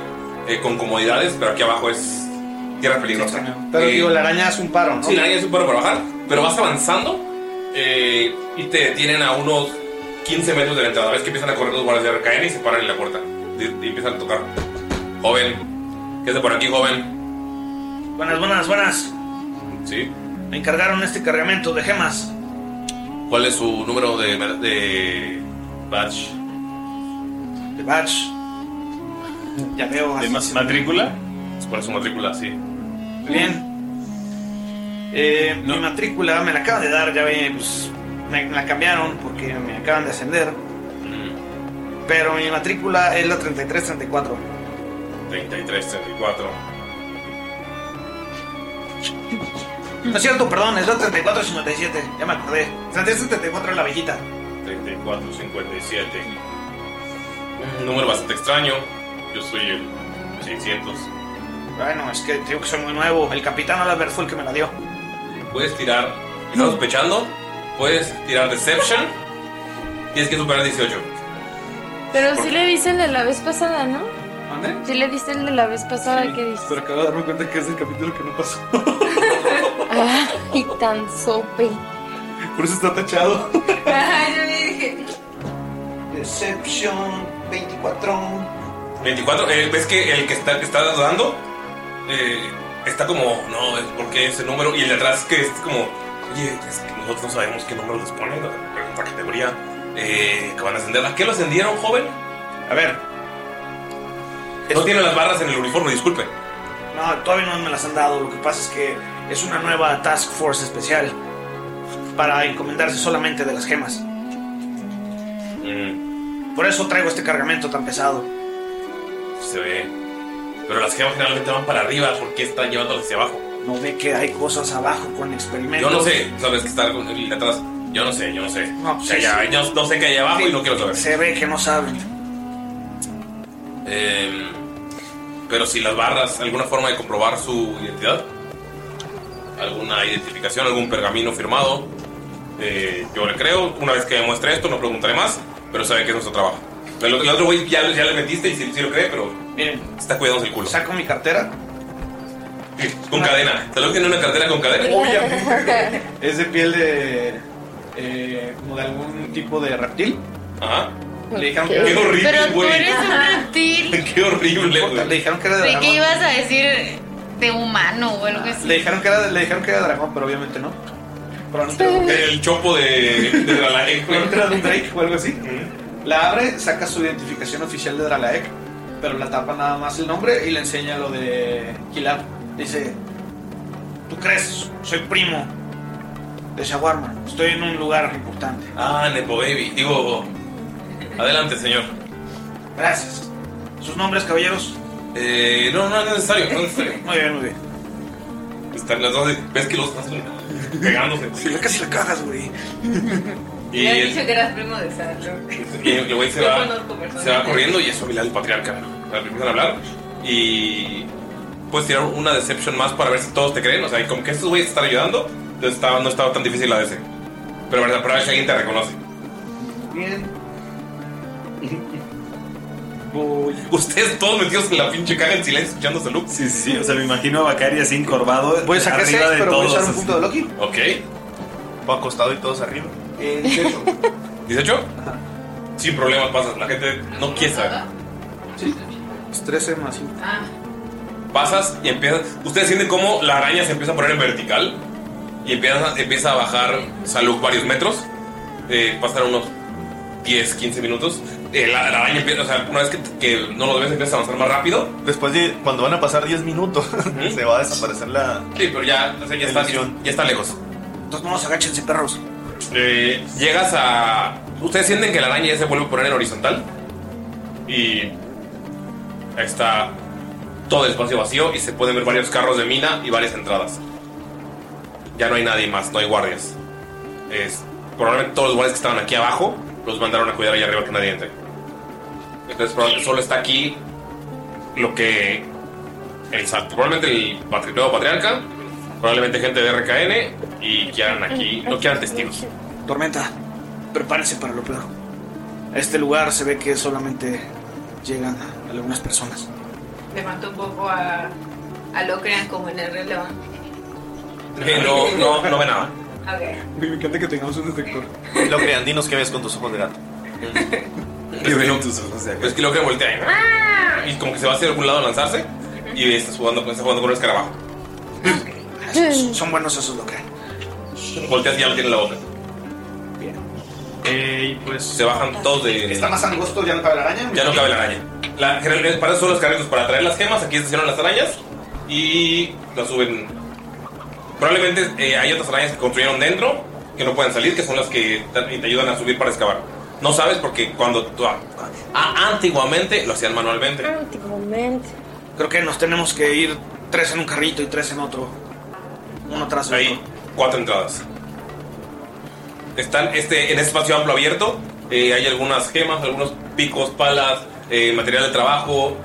Speaker 3: eh, con comodidades, pero aquí abajo es tierra peligrosa.
Speaker 6: Pero
Speaker 3: Eh,
Speaker 6: digo, la araña es un paro, ¿no?
Speaker 3: Sí, la línea es un paro para bajar, pero vas avanzando eh, y te detienen a unos 15 metros de la entrada. Ves que empiezan a correr los guardias de RKN y se paran en la puerta. Y, y empiezan a tocar. Joven, ¿qué hace por aquí, joven?
Speaker 13: Buenas, buenas, buenas.
Speaker 3: Sí.
Speaker 13: Me encargaron este cargamento de gemas.
Speaker 3: ¿Cuál es su número de, de badge?
Speaker 6: De badge. Ya veo.
Speaker 5: ¿De ma- matrícula?
Speaker 3: Es por su matrícula, sí.
Speaker 6: Bien. Eh, Mi matrícula me la acaban de dar, ya ve, pues me, me la cambiaron porque me acaban de ascender. Pero mi matrícula es la 3334.
Speaker 3: 33, 34.
Speaker 6: No es cierto, perdón, es la 3457. Ya me acordé. 3374 es la viejita.
Speaker 3: 34, 57. Un número bastante extraño. Yo soy el 600.
Speaker 6: Bueno, es que te digo que soy muy nuevo. El capitán Albert fue el que me la dio.
Speaker 3: Puedes tirar. ¿Estás sospechando? Puedes tirar Deception. Tienes que superar 18.
Speaker 14: Pero sí le dicen de la vez pasada, ¿no?
Speaker 6: ¿Mande?
Speaker 14: Sí le dicen de la vez pasada que dice.
Speaker 6: Pero acabo de darme cuenta que es el capítulo que no pasó.
Speaker 14: Ay, tan sope.
Speaker 6: Por eso está tachado.
Speaker 10: Ay, yo le dije.
Speaker 6: Deception 24.
Speaker 3: 24. eh, ¿Ves que el que está, que está dudando eh, está como, no, es porque ese número. Y el de atrás que es como, oye, es que nosotros no sabemos qué número les ponen, pero esta categoría eh, que van a ascender. ¿A qué lo ascendieron, joven?
Speaker 6: A ver.
Speaker 3: No tiene las barras en el uniforme, disculpe.
Speaker 6: No, todavía no me las han dado. Lo que pasa es que es una nueva Task Force especial para encomendarse solamente de las gemas.
Speaker 3: Mm.
Speaker 6: Por eso traigo este cargamento tan pesado.
Speaker 3: Se ve. Pero las gemas generalmente van para arriba, ¿por qué están llevándolas hacia abajo?
Speaker 6: No ve que hay cosas abajo con experimentos.
Speaker 3: Yo no sé, sabes que está con el de atrás. Yo no sé, yo no sé.
Speaker 6: No, pues
Speaker 3: O sea,
Speaker 6: sí,
Speaker 3: ya-
Speaker 6: sí.
Speaker 3: Yo no sé qué hay abajo y no quiero saber.
Speaker 6: Se ve que no saben.
Speaker 3: Em, pero si las barras, alguna forma de comprobar su identidad, alguna identificación, algún pergamino firmado, eh, yo le creo. Una vez que demuestre esto, no preguntaré más, pero sabe que es nuestro trabajo. El otro, el otro güey ya, ya le metiste y sí, sí lo cree, pero
Speaker 6: miren,
Speaker 3: está cuidándose el culo.
Speaker 6: Saco mi cartera.
Speaker 3: Con cadena. Salud tiene una cartera con cadena.
Speaker 6: Es de piel de. eh, como de algún tipo de reptil.
Speaker 3: Ajá.
Speaker 6: Le dijeron
Speaker 3: Ok. Qué horrible, Pero tú güey. eres
Speaker 11: un reptil.
Speaker 3: Qué horrible, güey.
Speaker 6: Le dijeron que era de
Speaker 11: ¿De qué
Speaker 6: dragón.
Speaker 11: ibas a decir de humano o algo así?
Speaker 6: Le dijeron que era, le dijeron que era dragón, pero obviamente no.
Speaker 3: El chopo de, de Dralaek, güey.
Speaker 6: Entra de un Drake o algo así. La abre, saca su identificación oficial de Dralaek, pero la tapa nada más el nombre y le enseña lo de Kilab. Dice: ¿Tú crees? Soy primo de Shawarma. Estoy en un lugar importante.
Speaker 3: Ah, Nepo Baby. Digo, Adelante, señor.
Speaker 6: Gracias. ¿Sus nombres, caballeros?
Speaker 3: Eh, no, no es necesario, no es necesario.
Speaker 6: Muy bien, muy bien.
Speaker 3: Están las dos, de- ves que los están pegándose.
Speaker 6: Sí, casi la cagas, güey.
Speaker 3: Y
Speaker 10: Le han
Speaker 3: el,
Speaker 10: dicho que eras primo de Sandro.
Speaker 3: y el güey se
Speaker 10: Yo
Speaker 3: va,
Speaker 10: conozco personas.
Speaker 3: se va corriendo y es su habilidad del patriarca. O sea, le empiezan a hablar y puedes tirar una deception más para ver si todos te creen. O sea, y como que estos güeyes te están ayudando, entonces estaba, no estaba tan difícil la DC. Pero para ver si alguien te reconoce.
Speaker 6: Bien.
Speaker 3: Ustedes todos metidos en la pinche caja en silencio escuchando salud.
Speaker 5: Sí, sí, sí. O sea, me imagino a Bacari así encorvado.
Speaker 3: Voy a sacar
Speaker 5: arriba
Speaker 3: seis,
Speaker 5: de
Speaker 3: pero voy a
Speaker 5: todos,
Speaker 3: usar un
Speaker 5: así.
Speaker 3: punto
Speaker 6: de Loki.
Speaker 3: Ok.
Speaker 8: Va acostado y todos arriba.
Speaker 6: Eh, dieciocho.
Speaker 3: ¿18? Sin problemas pasas, la gente no quiere saber.
Speaker 6: Sí. Es 13 más 5.
Speaker 10: Ah,
Speaker 3: Pasas y empiezas. Ustedes sienten cómo la araña se empieza a poner en vertical y empieza, empieza a bajar salud varios metros. Eh, pasan unos 10, 15 minutos. Eh, la, la araña empieza, o sea, una vez que, que no lo ves, empieza a avanzar más rápido.
Speaker 8: Después de cuando van a pasar 10 minutos, se va a desaparecer la.
Speaker 3: Sí, pero ya, o sea, ya, está, ya está lejos.
Speaker 6: Entonces no nos agáchense, perros.
Speaker 3: Eh, llegas a. Ustedes sienten que la araña ya se vuelve a poner en horizontal. Y. ahí Está todo el espacio vacío y se pueden ver varios carros de mina y varias entradas. Ya no hay nadie más, no hay guardias. Es, probablemente todos los guardias que estaban aquí abajo los mandaron a cuidar allá arriba que nadie entre. Entonces probablemente solo está aquí lo que. El, sa- probablemente el patri- nuevo patriarca, probablemente gente de RKN y quedan aquí, no quedan testigos.
Speaker 6: Tormenta, prepárense para lo peor. A este lugar se ve que solamente llegan algunas personas.
Speaker 10: le mató un poco a, a Locrean como en el Rey León.
Speaker 3: Eh, no, no, no ve nada.
Speaker 10: Ok.
Speaker 6: Me encanta que tengamos un detector.
Speaker 8: Lo crean, dinos qué ves con tus ojos de gato.
Speaker 3: Es que, es que lo que
Speaker 10: Ah.
Speaker 3: voltea y, y como que se va hacia algún lado a lanzarse y está jugando, está jugando con un escarabajo.
Speaker 6: Son buenos esos lo que
Speaker 3: Volteas y ya lo tiene en la boca.
Speaker 6: Bien.
Speaker 3: y pues se bajan todos de.
Speaker 6: Está más angosto, ya no cabe la araña.
Speaker 3: Ya no cabe la araña. La, generalmente para eso son los carritos para traer las gemas. Aquí estacionan las arañas y las suben. Probablemente eh, hay otras arañas que construyeron dentro que no pueden salir, que son las que te, te ayudan a subir para excavar. No sabes porque cuando tú- a- a- antiguamente lo hacían manualmente.
Speaker 14: Antiguamente.
Speaker 6: Creo que nos tenemos que ir tres en un carrito y tres en otro. Uno tras
Speaker 3: Hay cuatro entradas. Están este, en este espacio amplio abierto. eh, hay algunas gemas, algunos picos, palas, eh, material de trabajo.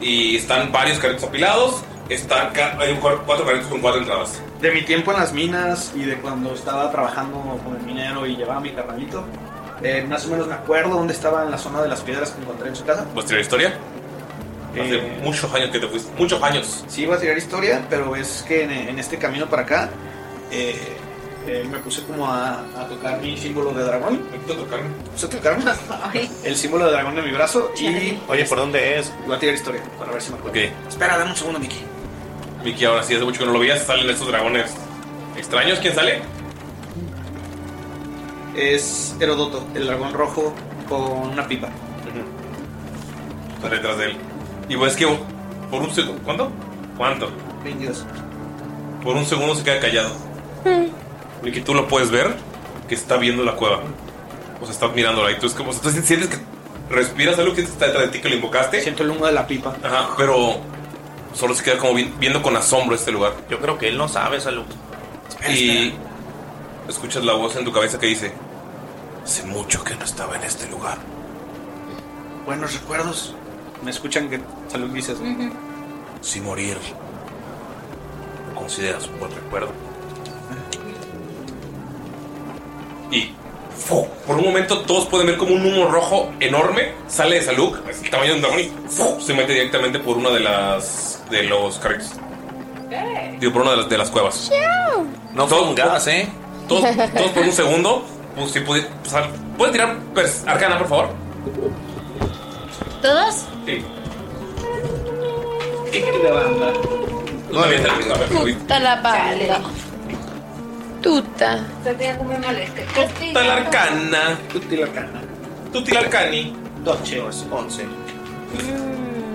Speaker 3: Y están varios carritos apilados. Están ca- hay un cuar- cuatro carritos con cuatro entradas.
Speaker 6: De mi tiempo en las minas y de cuando estaba trabajando con el minero y llevaba mi carnalito, eh, más o menos me acuerdo dónde estaba en la zona de las piedras que encontré en su casa.
Speaker 3: ¿Vas a tirar historia? Hace muchos años que te fuiste. Muchos años.
Speaker 6: Sí, iba a tirar historia, pero es que en, en este camino para acá eh, eh, me puse como a, a tocar mi símbolo de dragón. Puse a tocarme el símbolo de dragón de mi brazo y...
Speaker 8: Oye, ¿por dónde es?
Speaker 6: Voy Este. a tirar historia para ver si me acuerdo.
Speaker 3: Ok.
Speaker 6: Espera, dame un segundo, Miki.
Speaker 3: Vicky, ahora sí, hace mucho que no lo veías. Salen estos dragones extraños. ¿Quién sale?
Speaker 6: Es Herodoto, el dragón rojo con una pipa.
Speaker 3: Está detrás de él. Y pues es que por un segundo. ¿Cuánto? ¿Cuánto?
Speaker 6: 22.
Speaker 3: Por un segundo se queda callado. Vicky, tú lo puedes ver que está viendo la cueva. O sea, está mirándola. Y tú es como, tú sientes que respiras algo que está detrás de ti que lo invocaste.
Speaker 6: Siento el humo de la pipa.
Speaker 3: Ajá, pero solo se queda como vi- viendo con asombro este lugar.
Speaker 8: Yo creo que él no sabe, Salud.
Speaker 3: Y escuchas la voz en tu cabeza que dice: Hace mucho que no estaba en este lugar.
Speaker 6: Buenos recuerdos. Me escuchan que salud dices.
Speaker 3: Si morir lo consideras un buen recuerdo. Y ¡fu! por un momento todos pueden ver como un humo rojo enorme sale de Saluk, es el tamaño de un dragón y ¡fu! se mete directamente por una de las de los carritos. Digo, por una de las, de las cuevas. No son gas, ¿eh? Todos, todos por un segundo. Pues, si puede, pasar. ¿Puedes tirar pers- arcana, por favor?
Speaker 11: ¿Todos?
Speaker 3: Sí.
Speaker 6: No,
Speaker 3: también te la misma, pero-
Speaker 14: Tuta la banda. Tuta.
Speaker 10: Está teniendo muy mal este.
Speaker 3: Tuta la arcana.
Speaker 6: Tuti la arcana.
Speaker 3: Tuti la arcani.
Speaker 6: 12. 11.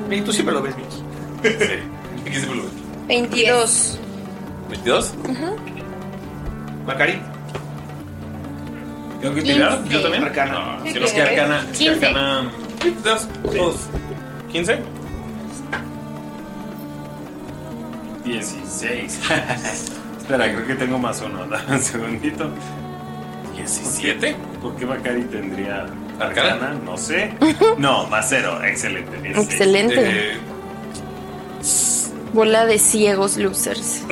Speaker 14: Mm,
Speaker 6: Y tú siempre lo ves, Miki.
Speaker 3: Aquí siempre lo ves.
Speaker 10: 22.
Speaker 3: ¿22?
Speaker 6: Macari.
Speaker 5: ¿Tengo que tirar? ¿Yo también?
Speaker 6: Arcana.
Speaker 5: Si no es que arcana. es que
Speaker 3: 15.
Speaker 5: arcana-
Speaker 3: Dos. ¿15?
Speaker 5: 16. Espera, creo que tengo más uno. Dame un segundito. 17. ¿Por qué Bacari tendría arcana? No sé. No, más cero. Excelente. 16.
Speaker 14: Excelente.
Speaker 5: Eh,
Speaker 14: Bola de ciegos losers.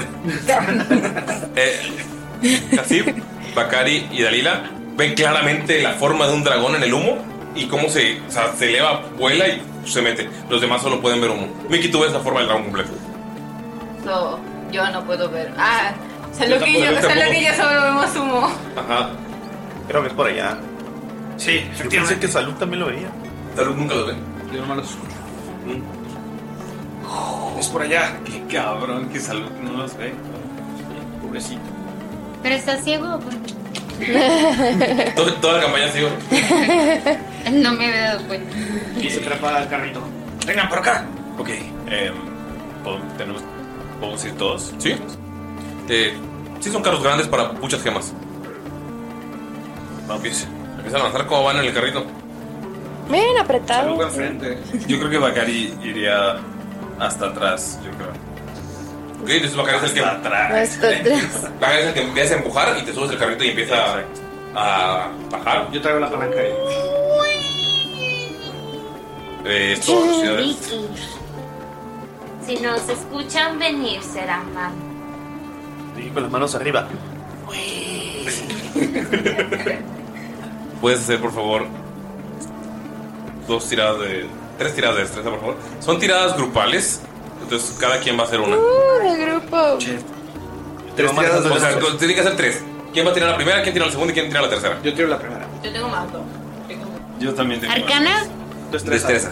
Speaker 3: Así, Bakari y Dalila ven claramente la forma de un dragón en el humo y cómo se, o sea, se eleva, vuela y se mete. Los demás solo pueden ver humo. Miki, tú ves la forma del dragón completo.
Speaker 10: So, yo no puedo ver. Ah, solo
Speaker 3: Yo
Speaker 10: que yo,
Speaker 3: tampoco, yo
Speaker 10: solo
Speaker 3: tampoco.
Speaker 10: que yo solo vemos humo.
Speaker 3: Ajá.
Speaker 8: Creo que es por allá.
Speaker 6: Sí,
Speaker 8: yo pensé que Salud también lo veía.
Speaker 3: Salud nunca lo ve.
Speaker 6: Yo nomás los escucho.
Speaker 5: mm. Es por allá. Qué cabrón, que salud no los ve. Pobrecito.
Speaker 11: ¿Pero estás ciego o por qué?
Speaker 3: Toda, toda la campaña sigo.
Speaker 11: No me había dado cuenta.
Speaker 6: Y se atrapa al carrito.
Speaker 5: Vengan por acá. Ok. em, ¿pod- tenemos- ¿Podemos ir todos?
Speaker 3: Sí. Eh, sí son carros grandes para muchas gemas.
Speaker 5: Vamos.
Speaker 3: Empiezan a lanzar como van en el carrito.
Speaker 14: Me han apretado.
Speaker 5: enfrente. Yo creo que Bakari iría hasta atrás, yo creo.
Speaker 3: Ok, entonces Bacari es el que...
Speaker 12: Pues
Speaker 14: Hasta atrás.
Speaker 3: Bacari es el que empieza a empujar y te subes el carrito y empieza a bajar.
Speaker 6: Yo traigo la palanca ahí.
Speaker 3: Eh, esto, velocidades.
Speaker 12: Ricky. Si nos escuchan venir, será mal.
Speaker 8: Y con las manos arriba.
Speaker 3: Puedes hacer, por favor, dos tiradas de. Tres tiradas de destreza, por favor. Son tiradas grupales, entonces cada quien va a hacer una.
Speaker 14: Uh, de grupo.
Speaker 3: Tres
Speaker 6: tiradas de
Speaker 3: O sea,
Speaker 6: destreza.
Speaker 3: tiene que hacer tres. ¿Quién va a tirar la primera? ¿Quién tira la segunda? ¿Y quién tira la tercera?
Speaker 6: Yo tiro la primera.
Speaker 10: Yo tengo más dos.
Speaker 5: Yo también
Speaker 11: ¿Arcana?
Speaker 3: Destreza.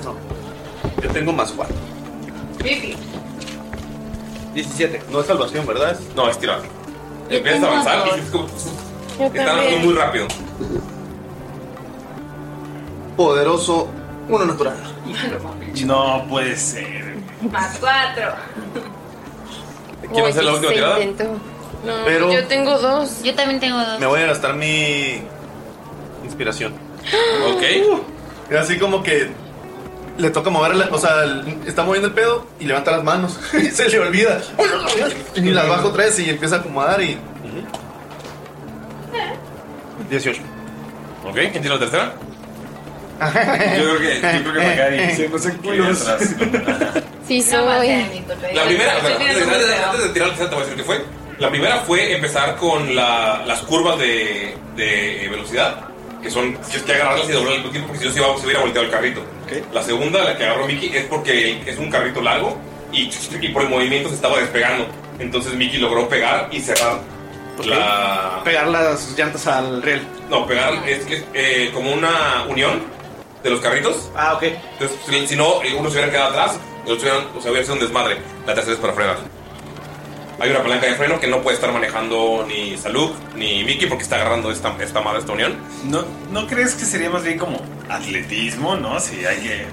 Speaker 8: Yo tengo más cuatro.
Speaker 6: 17.
Speaker 8: No es salvación, ¿verdad?
Speaker 3: No, es tirar. Empiezas a
Speaker 8: tengo
Speaker 3: avanzar
Speaker 8: dos.
Speaker 3: y es como-
Speaker 14: Yo
Speaker 3: están avanzando
Speaker 14: también.
Speaker 3: muy rápido.
Speaker 8: Poderoso, uno natural.
Speaker 5: No puede ser.
Speaker 10: Más cuatro.
Speaker 8: ¿Quién va a hacer la última tirada?
Speaker 14: No,
Speaker 8: Pero-
Speaker 14: yo tengo dos.
Speaker 11: Yo también tengo dos.
Speaker 8: Me voy a gastar mi inspiración.
Speaker 3: Ok.
Speaker 8: Y así como que le toca mover, la- o sea, el- está moviendo el pedo y levanta las manos. Y se le olvida. Y las bajo tres y empieza a acomodar y. 18.
Speaker 3: Ok, ¿quién tira la tercera? Yo creo que, yo creo que Macari
Speaker 6: pues,
Speaker 3: se puso atrás.
Speaker 14: Sí, soy.
Speaker 3: La primera, o sea, antes, antes- antes de tirar la tercera te voy a decir qué fue. La primera fue empezar con la- las curvas de, de eh, velocidad, que son, tienes que agarrarlas y doblar el tiempo porque si no se, iba- se hubiera volteado el carrito. La segunda, la que agarró Mickey, es porque es un carrito largo y, y por el movimiento se estaba despegando. Entonces Mickey logró pegar y cerrar la...
Speaker 6: Pegar las llantas al riel.
Speaker 3: No, pegar es, es, eh, como una unión de los carritos.
Speaker 6: Ah, ok.
Speaker 3: Entonces, si- si no, eh, unos se hubieran quedado atrás, los hubieran, o sea, hubiera sido un desmadre. La tercera es para frenar. Hay una palanca de freno que no puede estar manejando ni Saluk ni Mickey porque está agarrando esta, esta madre, esta unión.
Speaker 5: ¿No, ¿No crees que sería más bien como atletismo, no? Si hay que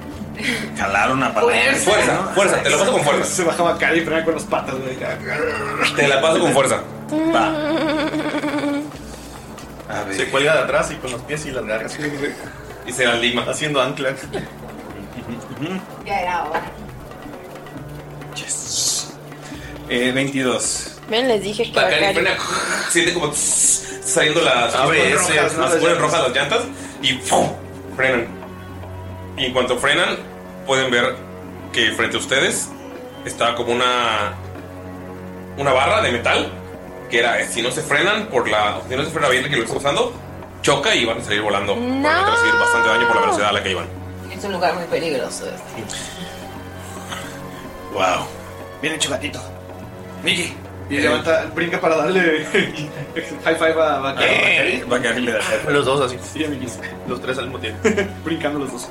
Speaker 5: calar una palanca.
Speaker 3: Fuerza, fuerza, fuerza, te la paso con fuerza.
Speaker 6: Se baja Bacari y frena con las patas, güey.
Speaker 3: Te la paso con fuerza.
Speaker 8: Se cuelga de atrás y con los pies y las garras.
Speaker 3: Y se la lima.
Speaker 8: Haciendo ancla.
Speaker 10: Ya era hora.
Speaker 5: Yes. Eh, 22.
Speaker 14: Ven, les dije que
Speaker 3: Bacari
Speaker 14: Bacari.
Speaker 3: frena, siente como tss, saliendo las
Speaker 5: ABS,
Speaker 3: las
Speaker 5: ¿no?
Speaker 3: ponen rojas las llantas y ¡fum! frenan. Y en cuanto frenan, pueden ver que frente a ustedes está como una una barra de metal que era eh, si no se frenan por la si no se frena bien el que lo está usando choca y van a salir volando. Van a recibir bastante daño por la velocidad a la que iban.
Speaker 10: Es un lugar muy peligroso. este.
Speaker 5: Wow.
Speaker 6: Bien hecho, gatito. Miki. Y
Speaker 3: Eh.
Speaker 6: levanta, brinca para darle high five a Bacari.
Speaker 3: Eh.
Speaker 5: Bacari le da.
Speaker 8: Los dos así.
Speaker 6: Sí, amiguis.
Speaker 8: Los tres al mismo tiempo.
Speaker 6: Brincando los dos.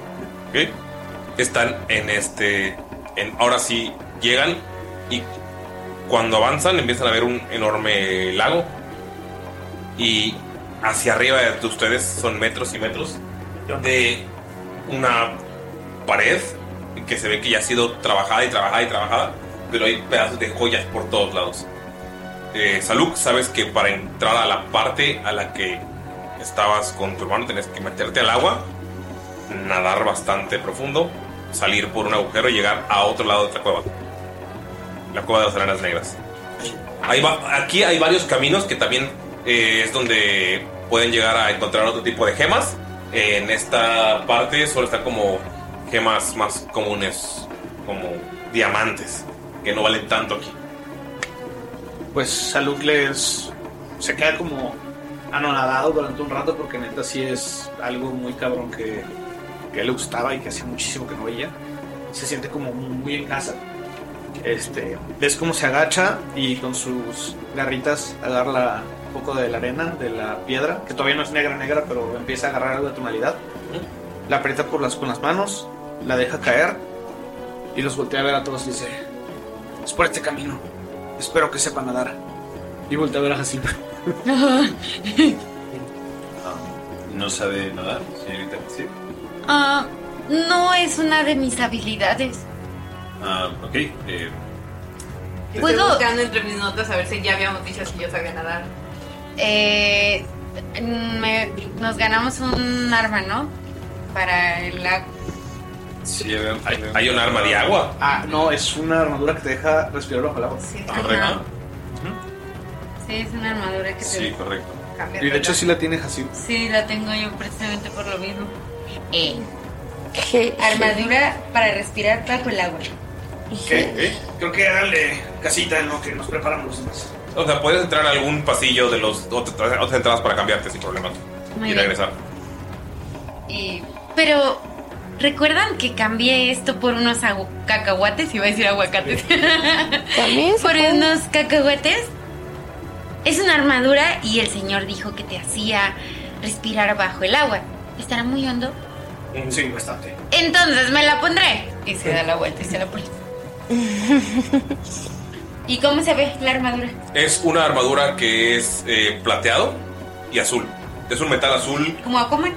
Speaker 3: Ok. Están en este. En, ahora sí llegan y cuando avanzan empiezan a ver un enorme lago. Y hacia arriba de ustedes son metros y metros de una pared que se ve que ya ha sido trabajada y trabajada y trabajada, pero hay pedazos de joyas por todos lados. Eh, Saluk, sabes que para entrar a la parte a la que estabas con tu hermano, tenías que meterte al agua, nadar bastante profundo, salir por un agujero y llegar a otro lado de otra cueva. La cueva de las aranas negras. Ahí va- aquí hay varios caminos que también eh, es donde pueden llegar a encontrar otro tipo de gemas. En esta parte solo están como gemas más comunes, como diamantes, que no valen tanto aquí.
Speaker 6: Pues Salud les se queda como anonadado durante un rato porque neta sí es algo muy cabrón que, que le gustaba y que hacía muchísimo que no veía. Se siente como muy en casa. Este, ves cómo se agacha y con sus garritas agarra la- un poco de la arena, de la piedra, que todavía no es negra negra, pero empieza a agarrar algo de tonalidad. La aprieta por las, con las manos, la deja caer y los voltea a ver a todos y dice, es por este camino. Espero que sepa nadar. Y voltea a ver a Jacinta.
Speaker 5: Um, No sabe nadar, señorita. Sí.
Speaker 11: Ah, no es una de mis habilidades.
Speaker 5: Ah, ok. eh,
Speaker 10: Estoy buscando entre mis notas a ver si ya habíamos dicho si yo sabía nadar.
Speaker 11: Eh, me- nos ganamos un arma, ¿no? Para el lago.
Speaker 3: hay, hay un arma de agua. Ah,
Speaker 6: Ah, no, es una armadura que te deja respirar bajo el agua.
Speaker 11: Correcto. Sí, es una armadura que te
Speaker 5: correcto.
Speaker 11: cambia.
Speaker 6: Y de hecho sí la tiene Jacinta.
Speaker 11: Sí, la tengo yo precisamente por lo mismo. Eh, armadura para respirar bajo el agua.
Speaker 6: ¿Qué? Creo que dale casita en lo que nos preparamos los demás.
Speaker 3: O sea, puedes entrar a algún pasillo de los otras, otras entradas para cambiarte sin problema.
Speaker 11: Muy
Speaker 3: y
Speaker 11: bien.
Speaker 3: regresar.
Speaker 11: Eh, pero, ¿recuerdan que cambié esto por unos agu- cacahuates? Iba a decir aguacates. por unos cacahuates. Es una armadura y el señor dijo que te hacía respirar bajo el agua. ¿Estará muy hondo?
Speaker 6: Sí, bastante.
Speaker 11: Entonces me la pondré. Y se da la vuelta y se la pone. ¿Y cómo se ve la armadura?
Speaker 3: Es una armadura que es eh, plateado y azul. Es un metal azul
Speaker 11: ¿Como Aquaman?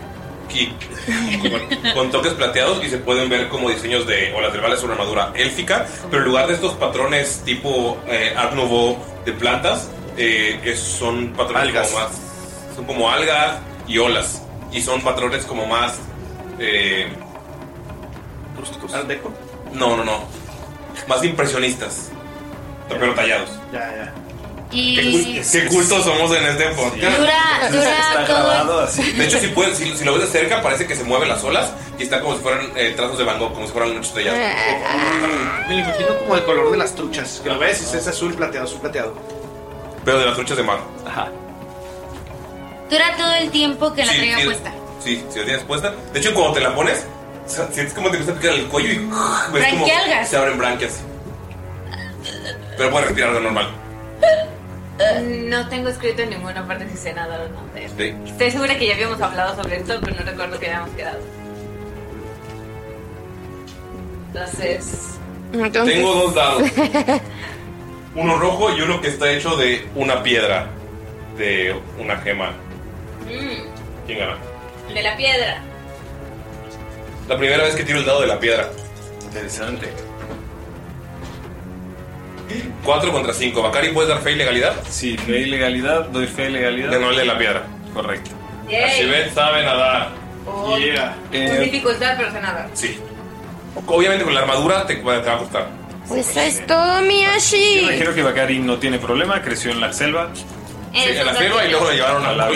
Speaker 3: y- con, con toques plateados y se pueden ver como diseños de olas del Valle. Es una armadura élfica, pero en lugar de estos patrones tipo eh, Art Nouveau de plantas, eh, es- son patrones como más. Son como algas y olas. Y son patrones como más. Eh, No, no, no. Más impresionistas. Pero tallados.
Speaker 6: Ya,
Speaker 3: Qué,
Speaker 11: Y
Speaker 3: cul- qué cultos somos en este podcast.
Speaker 11: dura, dura todo.
Speaker 3: De hecho, si, puedes, si, si lo ves de cerca, parece que se mueven las olas y están como si fueran eh, trazos de Van Gogh, como si fueran muchos tallados.
Speaker 11: Eh.
Speaker 6: Mm, Me lo imagino como el color de las truchas. Que lo ves, es- es azul plateado, azul plateado.
Speaker 3: Pero de las truchas de mar.
Speaker 6: Ajá.
Speaker 11: Dura todo el tiempo que la
Speaker 3: Sí,
Speaker 11: traiga
Speaker 3: sí.
Speaker 11: puesta.
Speaker 3: Sí, si la tienes puesta. De hecho, cuando te la pones, o sea, sientes como te empieza a picar el cuello y ves como
Speaker 11: Branquialgas.
Speaker 3: se abren branquias. Pero puedes respirar de normal. Eh.
Speaker 10: No tengo escrito en ninguna parte si sé nadar o no. de esto.
Speaker 3: Sí.
Speaker 10: Estoy segura que ya habíamos hablado sobre esto, pero no recuerdo que habíamos quedado. Entonces.
Speaker 3: Tengo dos dados. Uno rojo y uno que está hecho de una piedra. De una gema.
Speaker 10: mm,
Speaker 3: ¿Quién gana?
Speaker 10: el de la piedra.
Speaker 3: La primera vez que tiro el dado de la piedra. Interesante. 4 contra 5. Bacari, ¿puedes dar fe y legalidad?
Speaker 5: Sí, fe y legalidad, doy fe y legalidad.
Speaker 3: De de la piedra. Correcto. Si ven, sabe nadar.
Speaker 10: Oh, Es
Speaker 5: Eh,
Speaker 10: dificultad, pero sé nadar.
Speaker 3: Sí. Obviamente con la armadura te, te va a costar.
Speaker 9: Pues es todo, Miyashi.
Speaker 5: Imagino que Bakari no tiene problema, creció en la selva.
Speaker 3: Sí, en la selva y luego lo llevaron a la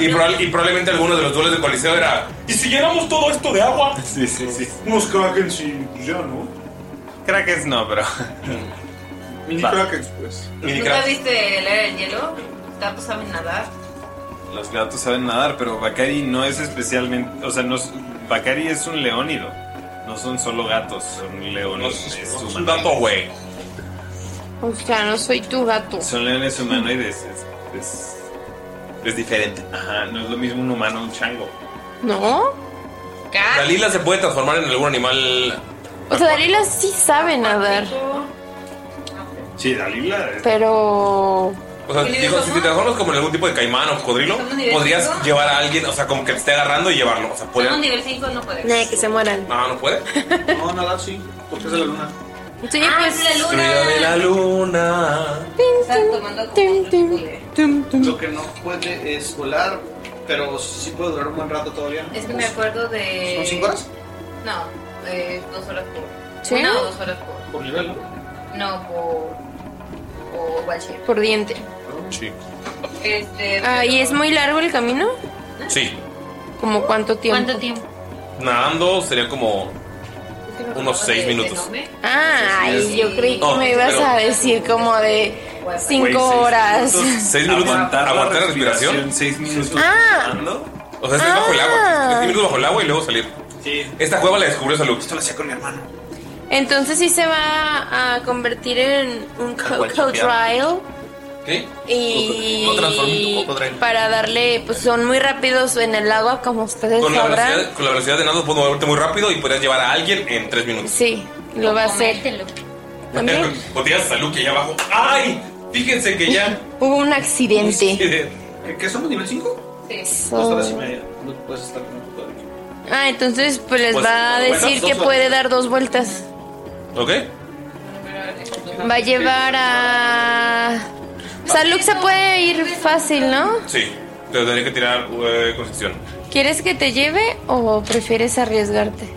Speaker 3: y, probable- y probablemente alguno de los duelos de Coliseo era. ¿Y si llenamos todo esto de agua?
Speaker 5: Sí, sí, sí.
Speaker 13: Unos crackers y pues ya, ¿no?
Speaker 5: Crackers no, pero.
Speaker 13: Mini
Speaker 5: Va.
Speaker 13: crackers, pues.
Speaker 10: ¿Nunca viste el era del hielo? Gatos saben nadar.
Speaker 5: Los gatos saben nadar, pero Bakari no es especialmente. O sea, no es- Bakari es un leónido. No son solo gatos, son leones. es un
Speaker 3: gato, güey.
Speaker 9: O sea, no soy tu gato.
Speaker 5: Son leones humanoides. Es, es, es diferente. Ajá, no es lo mismo un humano, un chango.
Speaker 9: ¿No?
Speaker 3: Dalila se puede transformar en algún animal.
Speaker 9: O sea, Dalila sí sabe nadar,
Speaker 3: Sí, Dalila.
Speaker 9: pero...
Speaker 3: O sea, digo, si te transformas como en algún tipo de caimán o cocodrilo,
Speaker 10: ¿Somos nivel cinco?
Speaker 3: podrías llevar a alguien, o sea, como que te esté agarrando y llevarlo. O sea,
Speaker 6: Pues
Speaker 3: puede.
Speaker 10: Somos nivel 5, no podemos.
Speaker 9: Nada, que se mueran.
Speaker 3: No, no puede.
Speaker 6: No, nadar sí, porque es de la luna.
Speaker 9: Sí, pues...
Speaker 3: Ruido de la luna.
Speaker 10: Están tomando como
Speaker 6: Lo que no puede es volar, Pero sí puedo durar un buen rato todavía. ¿no?
Speaker 10: Es que me acuerdo de.
Speaker 6: ¿Son cinco horas?
Speaker 10: No, eh, dos horas por.
Speaker 14: ¿Sí?
Speaker 10: Una o dos horas por.
Speaker 6: Por nivel, ¿no?
Speaker 10: No, por. por Watcher.
Speaker 14: Por diente.
Speaker 3: Sí.
Speaker 10: Este.
Speaker 9: Ah, ¿y es muy largo el camino?
Speaker 3: Sí.
Speaker 9: ¿Como cuánto tiempo? ¿Cuánto
Speaker 10: tiempo?
Speaker 3: Nadando sería como unos 6 minutos.
Speaker 9: Ah, ay, yo creí que
Speaker 3: No,
Speaker 9: me ibas
Speaker 3: pero-
Speaker 9: a decir como de cinco horas.
Speaker 3: 6 minutos aguantar, la respiración.
Speaker 5: 6 minutos
Speaker 9: Ah.
Speaker 3: O sea, estar bajo el agua. 6 minutos bajo el agua y luego salir. Esta cueva la descubrió Salud. Esto
Speaker 6: lo hacía con mi hermano.
Speaker 9: Entonces sí se va a convertir en un
Speaker 3: cual
Speaker 9: cocodrilo
Speaker 3: ¿Qué?
Speaker 9: y
Speaker 3: Lo transformó en tu cocodrilo.
Speaker 9: para darle, pues son muy rápidos en el agua como ustedes
Speaker 3: Con la,
Speaker 9: sabrán.
Speaker 3: velocidad, con la velocidad de nado puedo moverte muy rápido y podrías llevar a alguien en 3 minutos.
Speaker 9: Sí, lo va a hacer.
Speaker 3: O tiras a Salud que allá abajo. ¡Ay! Fíjense que ya.
Speaker 9: Hubo un accidente.
Speaker 6: ¿Qué somos nivel 5?
Speaker 9: Eso.
Speaker 6: Dos horas y media. No puedes estar con un poco de aquí.
Speaker 9: Ah, entonces pues les
Speaker 6: Pues,
Speaker 9: va a
Speaker 6: bueno,
Speaker 9: decir
Speaker 6: dos
Speaker 9: que
Speaker 6: horas.
Speaker 9: puede dar dos vueltas.
Speaker 3: ¿Ok?
Speaker 9: Va a llevar a... O sea, Luke se puede ir fácil, ¿no?
Speaker 3: Sí. Te tendría que tirar eh, concepción.
Speaker 9: ¿Quieres que te lleve o prefieres arriesgarte?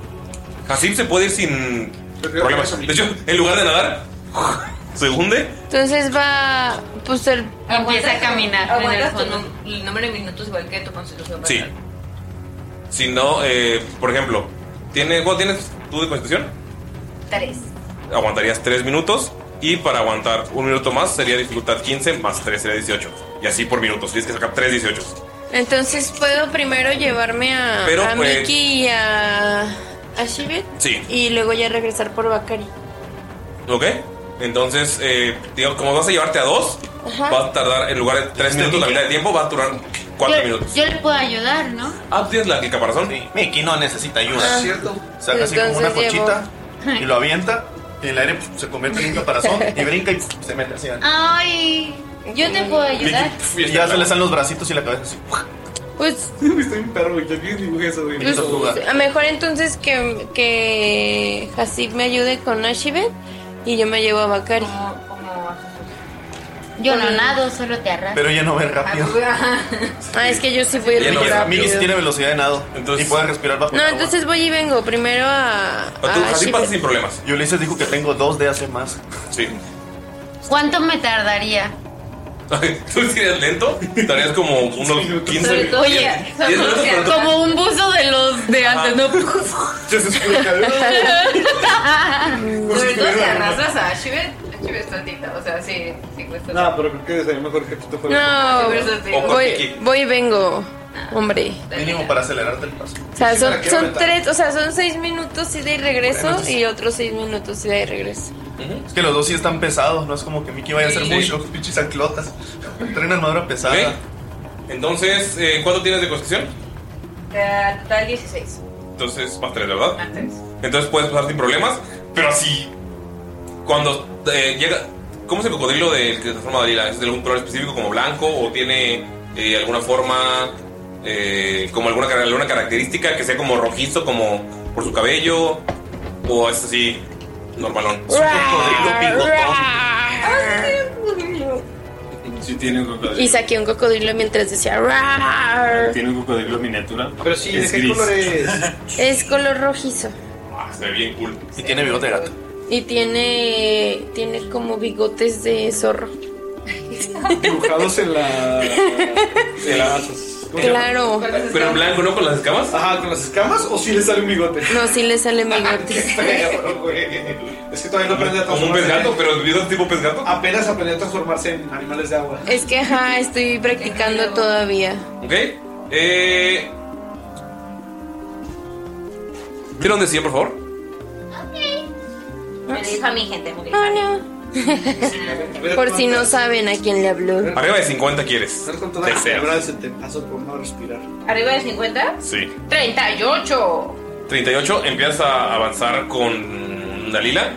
Speaker 3: Hasib se puede ir sin problemas. De hecho, en lugar de nadar, se hunde.
Speaker 9: Entonces va, pues el...
Speaker 10: Empieza a caminar.
Speaker 9: Aguantas
Speaker 10: en el, fondo. el número de minutos igual que tu constitución.
Speaker 3: Sí. Si no, eh, por ejemplo, ¿tienes, ¿cuánto tienes tú de constitución?
Speaker 10: Tres.
Speaker 3: Aguantarías 3 minutos y para aguantar un minuto más sería dificultad 15 más 3 sería 18. Y así por minutos, tienes que sacar 3 18.
Speaker 9: Entonces puedo primero llevarme a,
Speaker 3: Pero,
Speaker 9: a
Speaker 3: pues-
Speaker 9: Mickey y a, a Shibit
Speaker 3: Sí,
Speaker 9: y luego ya regresar por Bakari.
Speaker 3: ¿ok? Entonces, eh, digo, como vas a llevarte a 2,
Speaker 11: Ajá.
Speaker 3: vas a tardar en lugar de 3 minutos la mitad de tiempo, va a durar 4 minutos.
Speaker 11: Yo le puedo ayudar, ¿no?
Speaker 3: Ah, ¿tienes la el caparazón? Sí.
Speaker 8: Mickey no necesita ayuda.
Speaker 11: Ah.
Speaker 8: Es cierto. Saca así como una
Speaker 11: Entonces llevo-
Speaker 8: cochita y lo avienta. Y el aire pf, se convierte en un caparazón y brinca y pf, se mete así.
Speaker 12: Ah,
Speaker 8: al-
Speaker 11: Ay, yo te puedo ayudar.
Speaker 8: Y ya se le salen los bracitos y la cabeza así.
Speaker 9: Pues,
Speaker 8: Estoy un perro, yo quiero dibujar eso, güey.
Speaker 9: pues, a mejor entonces que, que Hasib me ayude con Ashibet y yo me llevo a Bakari.
Speaker 11: Yo no nado, solo te arrastro.
Speaker 8: Pero ella no ve rápido.
Speaker 9: Ah, es que yo sí voy a
Speaker 8: Ella
Speaker 9: ir
Speaker 8: no
Speaker 9: muy
Speaker 8: ve rápido. Mickey sí
Speaker 9: rápido.
Speaker 8: tiene velocidad de nado y puede respirar bajo
Speaker 9: No,
Speaker 8: el agua.
Speaker 9: entonces Ah, voy y vengo primero a...
Speaker 8: Pero
Speaker 9: a Shibet.
Speaker 3: sin problemas.
Speaker 8: Y Ulises dijo que tengo dos de hace más.
Speaker 3: Sí.
Speaker 11: ¿Cuánto me tardaría?
Speaker 3: Tú si eres lento, tardarías como unos 15
Speaker 11: Sobre
Speaker 3: minutos.
Speaker 11: todo-
Speaker 3: Oye,
Speaker 11: Como un buzo de los de antes, ¿no?
Speaker 10: Sobre todo si arrastras a Shivet. Shivet está altita, o sea, sí, sí cuesta.
Speaker 6: No, pero creo que sería mejor que tú fueras.
Speaker 9: Ah, No, voy, voy y vengo, hombre.
Speaker 8: Mínimo para acelerarte el paso.
Speaker 9: O sea,
Speaker 8: Sí,
Speaker 9: son,
Speaker 8: para que
Speaker 9: son
Speaker 8: aguantar.
Speaker 9: tres, o sea, son seis minutos ida y regreso
Speaker 8: Bueno, entonces-
Speaker 9: y otros seis minutos ida y regreso.
Speaker 8: Es que los dos sí están pesados, no es como que Mickey vaya a hacer
Speaker 3: Sí. ¿Eh?
Speaker 8: mucho. Pinches anclotas. Trae una armadura pesada.
Speaker 3: Entonces, eh, ¿cuánto tienes de construcción?
Speaker 10: Eh, Total 16.
Speaker 3: Entonces, más 3, ¿verdad? Entonces puedes pasar sin problemas, pero así. Cuando eh, llega. ¿Cómo es el cocodrilo del que se transforma Dalila? ¿Es de algún color específico como blanco o tiene eh, alguna forma, eh, como alguna, car- alguna característica que sea como rojizo, como por su cabello? ¿O es así, normalón?
Speaker 9: Ah,
Speaker 5: Sí, tiene un cocodrilo.
Speaker 9: Y saqué un cocodrilo mientras decía "Rar".
Speaker 5: Tiene un cocodrilo miniatura.
Speaker 6: Pero sí,
Speaker 5: es
Speaker 6: ¿de qué
Speaker 5: gris.
Speaker 6: color es?
Speaker 9: Es color rojizo
Speaker 3: Se ve bien cool.
Speaker 8: Y tiene bigote de gato.
Speaker 9: y tiene tiene como bigotes de zorro.
Speaker 6: Dibujados en la. en la.
Speaker 9: Claro.
Speaker 3: Pero en blanco, ¿no? Con las escamas.
Speaker 6: Ajá, con las escamas o si le sale un bigote.
Speaker 9: No, sí le salen bigotes.
Speaker 6: Es que todavía no aprende a transformarse.
Speaker 3: Como un pez gato, pero olvidó tipo pez gato.
Speaker 6: Apenas aprendió a transformarse en animales de agua.
Speaker 9: Es que ajá, estoy practicando todavía.
Speaker 3: ¿Ok? Eh. ¿Tira un de 100, por favor?
Speaker 12: Me dijo a mi gente, me dijo a
Speaker 9: Oh,
Speaker 12: mi-
Speaker 9: no. Por si no saben a quién le habló.
Speaker 3: Arriba de 50 quieres. Deseas.
Speaker 6: se te pasó por no respirar.
Speaker 12: ¿Arriba de 50?
Speaker 3: Sí.
Speaker 12: 38.
Speaker 3: 38, empiezas a avanzar con Dalila.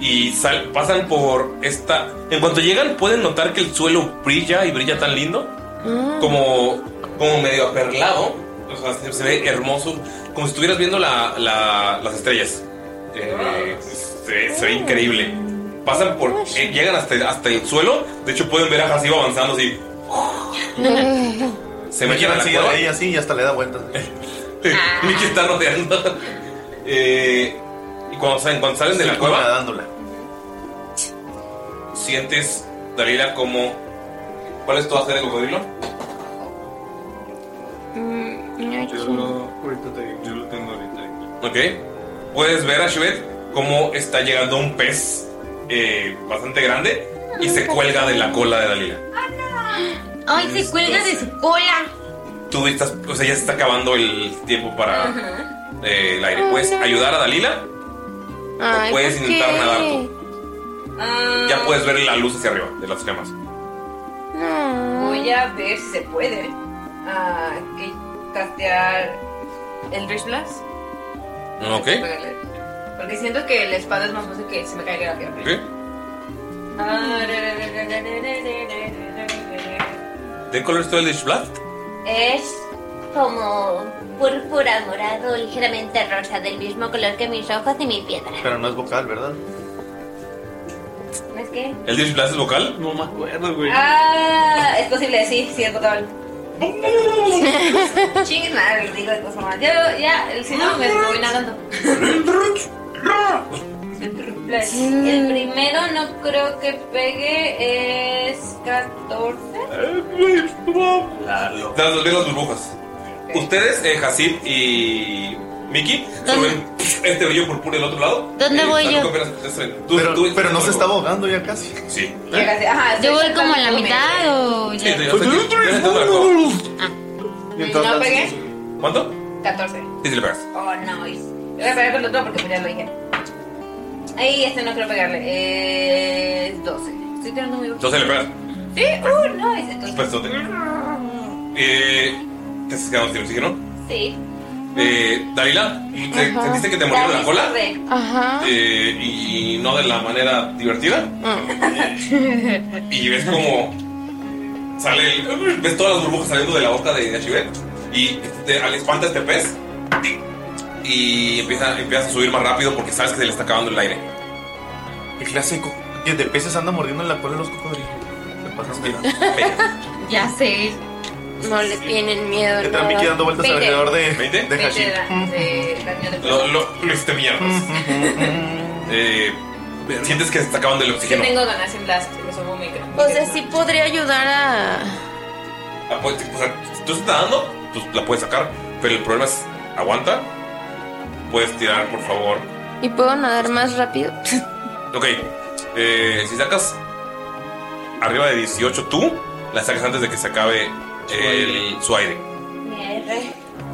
Speaker 3: Y sal- pasan por esta. En cuanto llegan, pueden notar que el suelo brilla y brilla tan lindo. Mm. Como, como medio aperlado. O sea, se, se ve hermoso. Como si estuvieras viendo la- la- las estrellas. Eh, se, se ve increíble. Pasan por. eh, llegan hasta, hasta el suelo. De hecho, pueden ver a Jaciba avanzando así. Se meten
Speaker 8: me
Speaker 3: a
Speaker 8: quedan
Speaker 3: la
Speaker 8: seguido
Speaker 3: cueva.
Speaker 8: ahí así y hasta le da vueltas.
Speaker 3: Mickey está rodeando. Eh, y cuando salen, cuando salen de la
Speaker 8: Sí,
Speaker 3: cueva.
Speaker 8: nadándola.
Speaker 3: Sientes, Dalila, como. ¿Cuál es tu hacer de cocodrilo?
Speaker 10: Mm,
Speaker 3: yo lo tengo ahorita Ok. Puedes ver a Shubet cómo está llegando un pez eh, bastante grande y se cuelga de la cola de Dalila.
Speaker 11: Ay, se cuelga de su cola.
Speaker 3: Tú estás, o sea, ya se está acabando el tiempo para
Speaker 11: Ajá.
Speaker 3: eh, el aire. Puedes ayudar a Dalila,
Speaker 9: Ay,
Speaker 3: puedes
Speaker 9: ¿por
Speaker 3: intentar
Speaker 9: qué?
Speaker 3: nadar
Speaker 10: Ah,
Speaker 3: ya puedes ver la luz hacia arriba de las llamas.
Speaker 10: Voy a ver si se puede. Ah, que castear el Rich Blast.
Speaker 3: Ok.
Speaker 10: Porque siento que la espada es más fácil que se me caiga la pierna.
Speaker 3: Ok.
Speaker 10: Ah, ra, ra, ra, ra, ra, ra, ra, ra, ra, ra.
Speaker 3: ¿De color está el Blast?
Speaker 10: Es
Speaker 11: Como púrpura, morado, ligeramente rosa, del mismo color que mis ojos y mi piedra.
Speaker 8: Pero no es vocal, ¿verdad?
Speaker 10: ¿No es qué?
Speaker 3: ¿El Dish Blast es vocal?
Speaker 12: No me acuerdo, güey.
Speaker 10: Ah, es posible, sí, sí, es total. Ching, madre, digo de cosas más. Yo, ya, el- si no, me voy nadando. El primero no creo que pegue, es 14.
Speaker 3: Das ven las burbujas. Ustedes, eh, Hasib y Mickey, suben este brillo purpúreo del otro lado.
Speaker 11: ¿Dónde
Speaker 3: Eh,
Speaker 11: voy
Speaker 3: Saruko
Speaker 11: yo?
Speaker 3: apenas está subiendo. Tú- tú-
Speaker 8: Pero no
Speaker 3: tú-
Speaker 8: se está ahogando ya casi.
Speaker 3: Sí.
Speaker 11: Yo voy como a la mitad o
Speaker 3: Sí,
Speaker 8: Pues
Speaker 11: ya.
Speaker 3: te- hasta aquí- ya está la cueva.
Speaker 10: No pegué,
Speaker 3: ¿Cuánto?
Speaker 10: 14.
Speaker 3: Sí, sí le pegas.
Speaker 10: Oh, no. es- Voy a pegar con el otro porque pues, ya lo dije. Ay, este no quiero pegarle. Eh, Es 12. Estoy tirando muy
Speaker 3: Entonces le pegas.
Speaker 10: Sí, uh, no, es entonces.
Speaker 3: Pues, ¿dónde? Eh, te has quedado sin oxígeno.
Speaker 10: Sí.
Speaker 3: Eh, Dalila, te-
Speaker 10: Ajá.
Speaker 3: sentiste que te mordieron la cola.
Speaker 9: Ajá.
Speaker 12: Ah.
Speaker 3: Eh, y no de la manera divertida. Y ves como sale el- ves todas las burbujas saliendo de la boca de, de Ashibet, y te, al espanta este pez y empieza, empiezas a subir más rápido porque sabes que se le está acabando el aire.
Speaker 8: El clásico. Y de peces anda mordiendo en la cola de los cocodrilos. Te pasas de lanza.
Speaker 9: Ya sé. No le tienen miedo.
Speaker 8: Te traen Mickey dando vueltas alrededor de, de Hashim.
Speaker 3: Lo, lo, lo hiciste mierdas.
Speaker 8: Mm.
Speaker 3: Eh, sientes que se está acabando el
Speaker 10: Yo
Speaker 3: oxígeno.
Speaker 10: tengo ganas en blast, me subo un micro.
Speaker 9: O sea, sí podría ayudar a.
Speaker 3: La puedes- Ah, pues, o sea, si tú estás dando, tú la puedes sacar, pero el problema es aguanta. Puedes tirar, por favor.
Speaker 9: ¿Y puedo nadar más rápido?
Speaker 3: Ok, eh, si sacas arriba de 18 tú, la sacas antes de que se acabe el- su aire.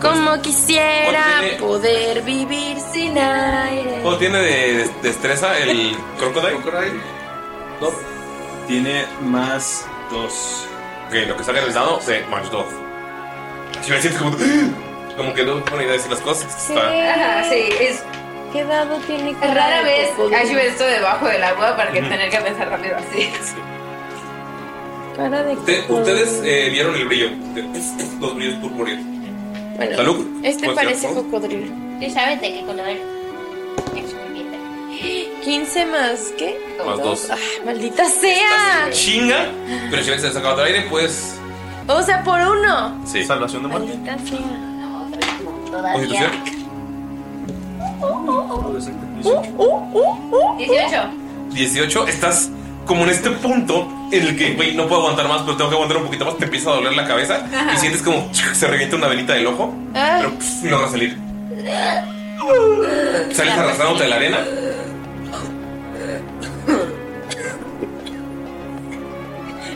Speaker 9: Como quisiera
Speaker 3: Contiene-
Speaker 9: poder vivir sin aire.
Speaker 3: ¿Cuánto tiene de, de- destreza el crocodile? Tiene más 2. Ok, lo que salga del dado, se más 2. Si me sientes como, como que no es buena idea decir las cosas. Está.
Speaker 10: Ajá, sí, es
Speaker 9: ¿Qué dado tiene que
Speaker 10: rara
Speaker 9: dar
Speaker 10: vez.
Speaker 9: el cocodrilo?
Speaker 10: Hay esto debajo del agua para que
Speaker 3: Ujú.
Speaker 10: tener que pensar rápido así.
Speaker 9: Cara de
Speaker 3: Usted-
Speaker 9: cocodrilo.
Speaker 3: ustedes eh, vieron el brillo, de- los brillos purpúreos.
Speaker 9: Bueno,
Speaker 3: Salud. Pues
Speaker 9: Este
Speaker 3: ¿Puedes
Speaker 9: parece
Speaker 3: tirar, por
Speaker 9: cocodrilo.
Speaker 11: ¿Tú sabes de qué color es mi piedra?
Speaker 9: 15 más, ¿qué?
Speaker 3: Más
Speaker 9: Dos.
Speaker 3: dos.
Speaker 9: Ah, maldita sea.
Speaker 3: Chinga, pero si ves que se saca del aire, pues.
Speaker 9: O sea, por uno.
Speaker 3: Sí. Salvación de
Speaker 9: Maldita sea.
Speaker 3: Constitución.
Speaker 9: Uh, uh, uh, uh.
Speaker 10: 18.
Speaker 3: 18, estás como en este punto en el que, güey, no puedo aguantar más, pero tengo que aguantar un poquito más, te empieza a doler la cabeza
Speaker 9: Ajá.
Speaker 3: y sientes como se revienta una venita del ojo
Speaker 9: Ah.
Speaker 3: y logras salir. Sales arrastrándote de la arena.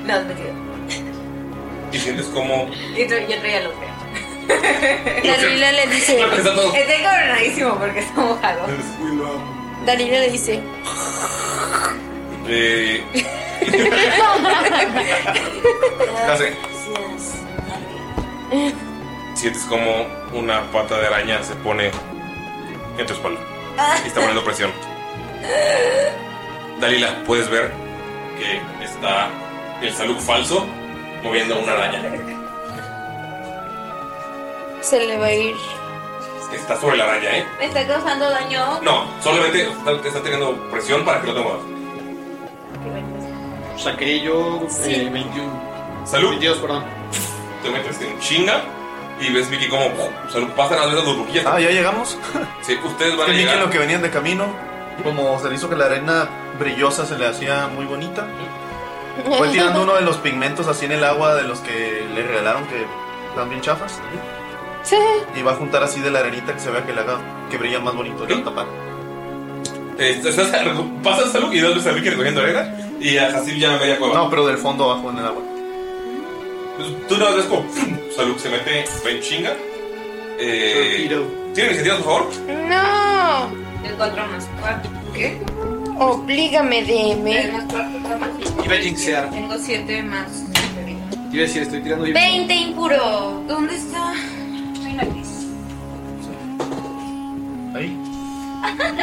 Speaker 10: No, no quiero.
Speaker 3: Y sientes como...
Speaker 10: Y tra- yo traía los feos.
Speaker 9: Dalila le dice. eh,
Speaker 3: Está todo-
Speaker 10: Estoy cabronadísimo porque está mojado.
Speaker 9: Dalila le dice.
Speaker 3: eh, hace- sientes como una pata de araña se pone en tu espalda y está poniendo presión. Dalila, puedes ver que está el salud falso moviendo una araña.
Speaker 9: Se le va a ir.
Speaker 3: Está sobre la araña, ¿eh?
Speaker 10: Me está causando daño.
Speaker 3: No, solamente está, te está teniendo presión para que no te muevas.
Speaker 12: Saqué yo eh, 21.
Speaker 3: Salud.
Speaker 12: 22, perdón.
Speaker 3: te metes en chinga y ves Vicky como o sea, pasan las veces burbujitas.
Speaker 8: Ah, ya llegamos.
Speaker 3: Sí, ustedes van
Speaker 8: Que
Speaker 3: a
Speaker 8: vi que
Speaker 3: llegar.
Speaker 8: lo que venían de camino, como se le hizo que la arena brillosa se le hacía muy bonita, fue tirando uno de los pigmentos así en el agua de los que le regalaron que están bien chafas.
Speaker 9: Sí.
Speaker 8: Y va a juntar así de la arenita que se vea que le haga que brilla más bonito y lo tapar.
Speaker 3: Eh, estás- pasas salud y dos veces a Vicky recogiendo arena y a Hasib ya media cueva. Pues,
Speaker 8: No, pero del fondo abajo en el agua.
Speaker 3: Tú no ves como Salud se mete, va en chinga. Eh, ¿Tienen iniciativas, por favor?
Speaker 9: No.
Speaker 10: Encontró unos cuatro. ¿Qué?
Speaker 9: Oblígame, DM.
Speaker 6: Iba a jinxear.
Speaker 10: Tengo siete más.
Speaker 6: Iba a decir, estoy tirando. y-
Speaker 11: 20 impuro.
Speaker 10: ¿Dónde está?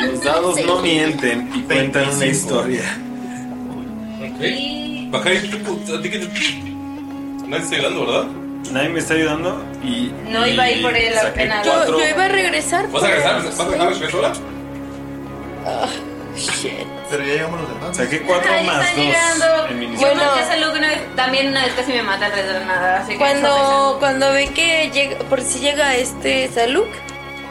Speaker 5: Los dados no mienten y cuentan una historia.
Speaker 3: Bacari, ¿a ti qué te.? Nadie está ayudando, ¿verdad?
Speaker 5: Nadie me está ayudando y.
Speaker 10: No iba a ir por él
Speaker 5: saqué
Speaker 10: apenas.
Speaker 5: cuatro.
Speaker 9: Yo, yo iba a regresar.
Speaker 5: ¿Vas a regresar?
Speaker 9: pero-
Speaker 5: ¿Vas a regresar?
Speaker 3: ¿Ves sola?
Speaker 9: Ah, shit.
Speaker 8: Pero ya llegamos los demás.
Speaker 5: Saqué
Speaker 10: Oh, Ahí está llegando. Yo
Speaker 9: Bueno.
Speaker 10: maté a Salud una vez, también una vez casi me mata alrededor de nada. Así que
Speaker 9: Cuando, cuando ve que llega, por si llega este Saluk,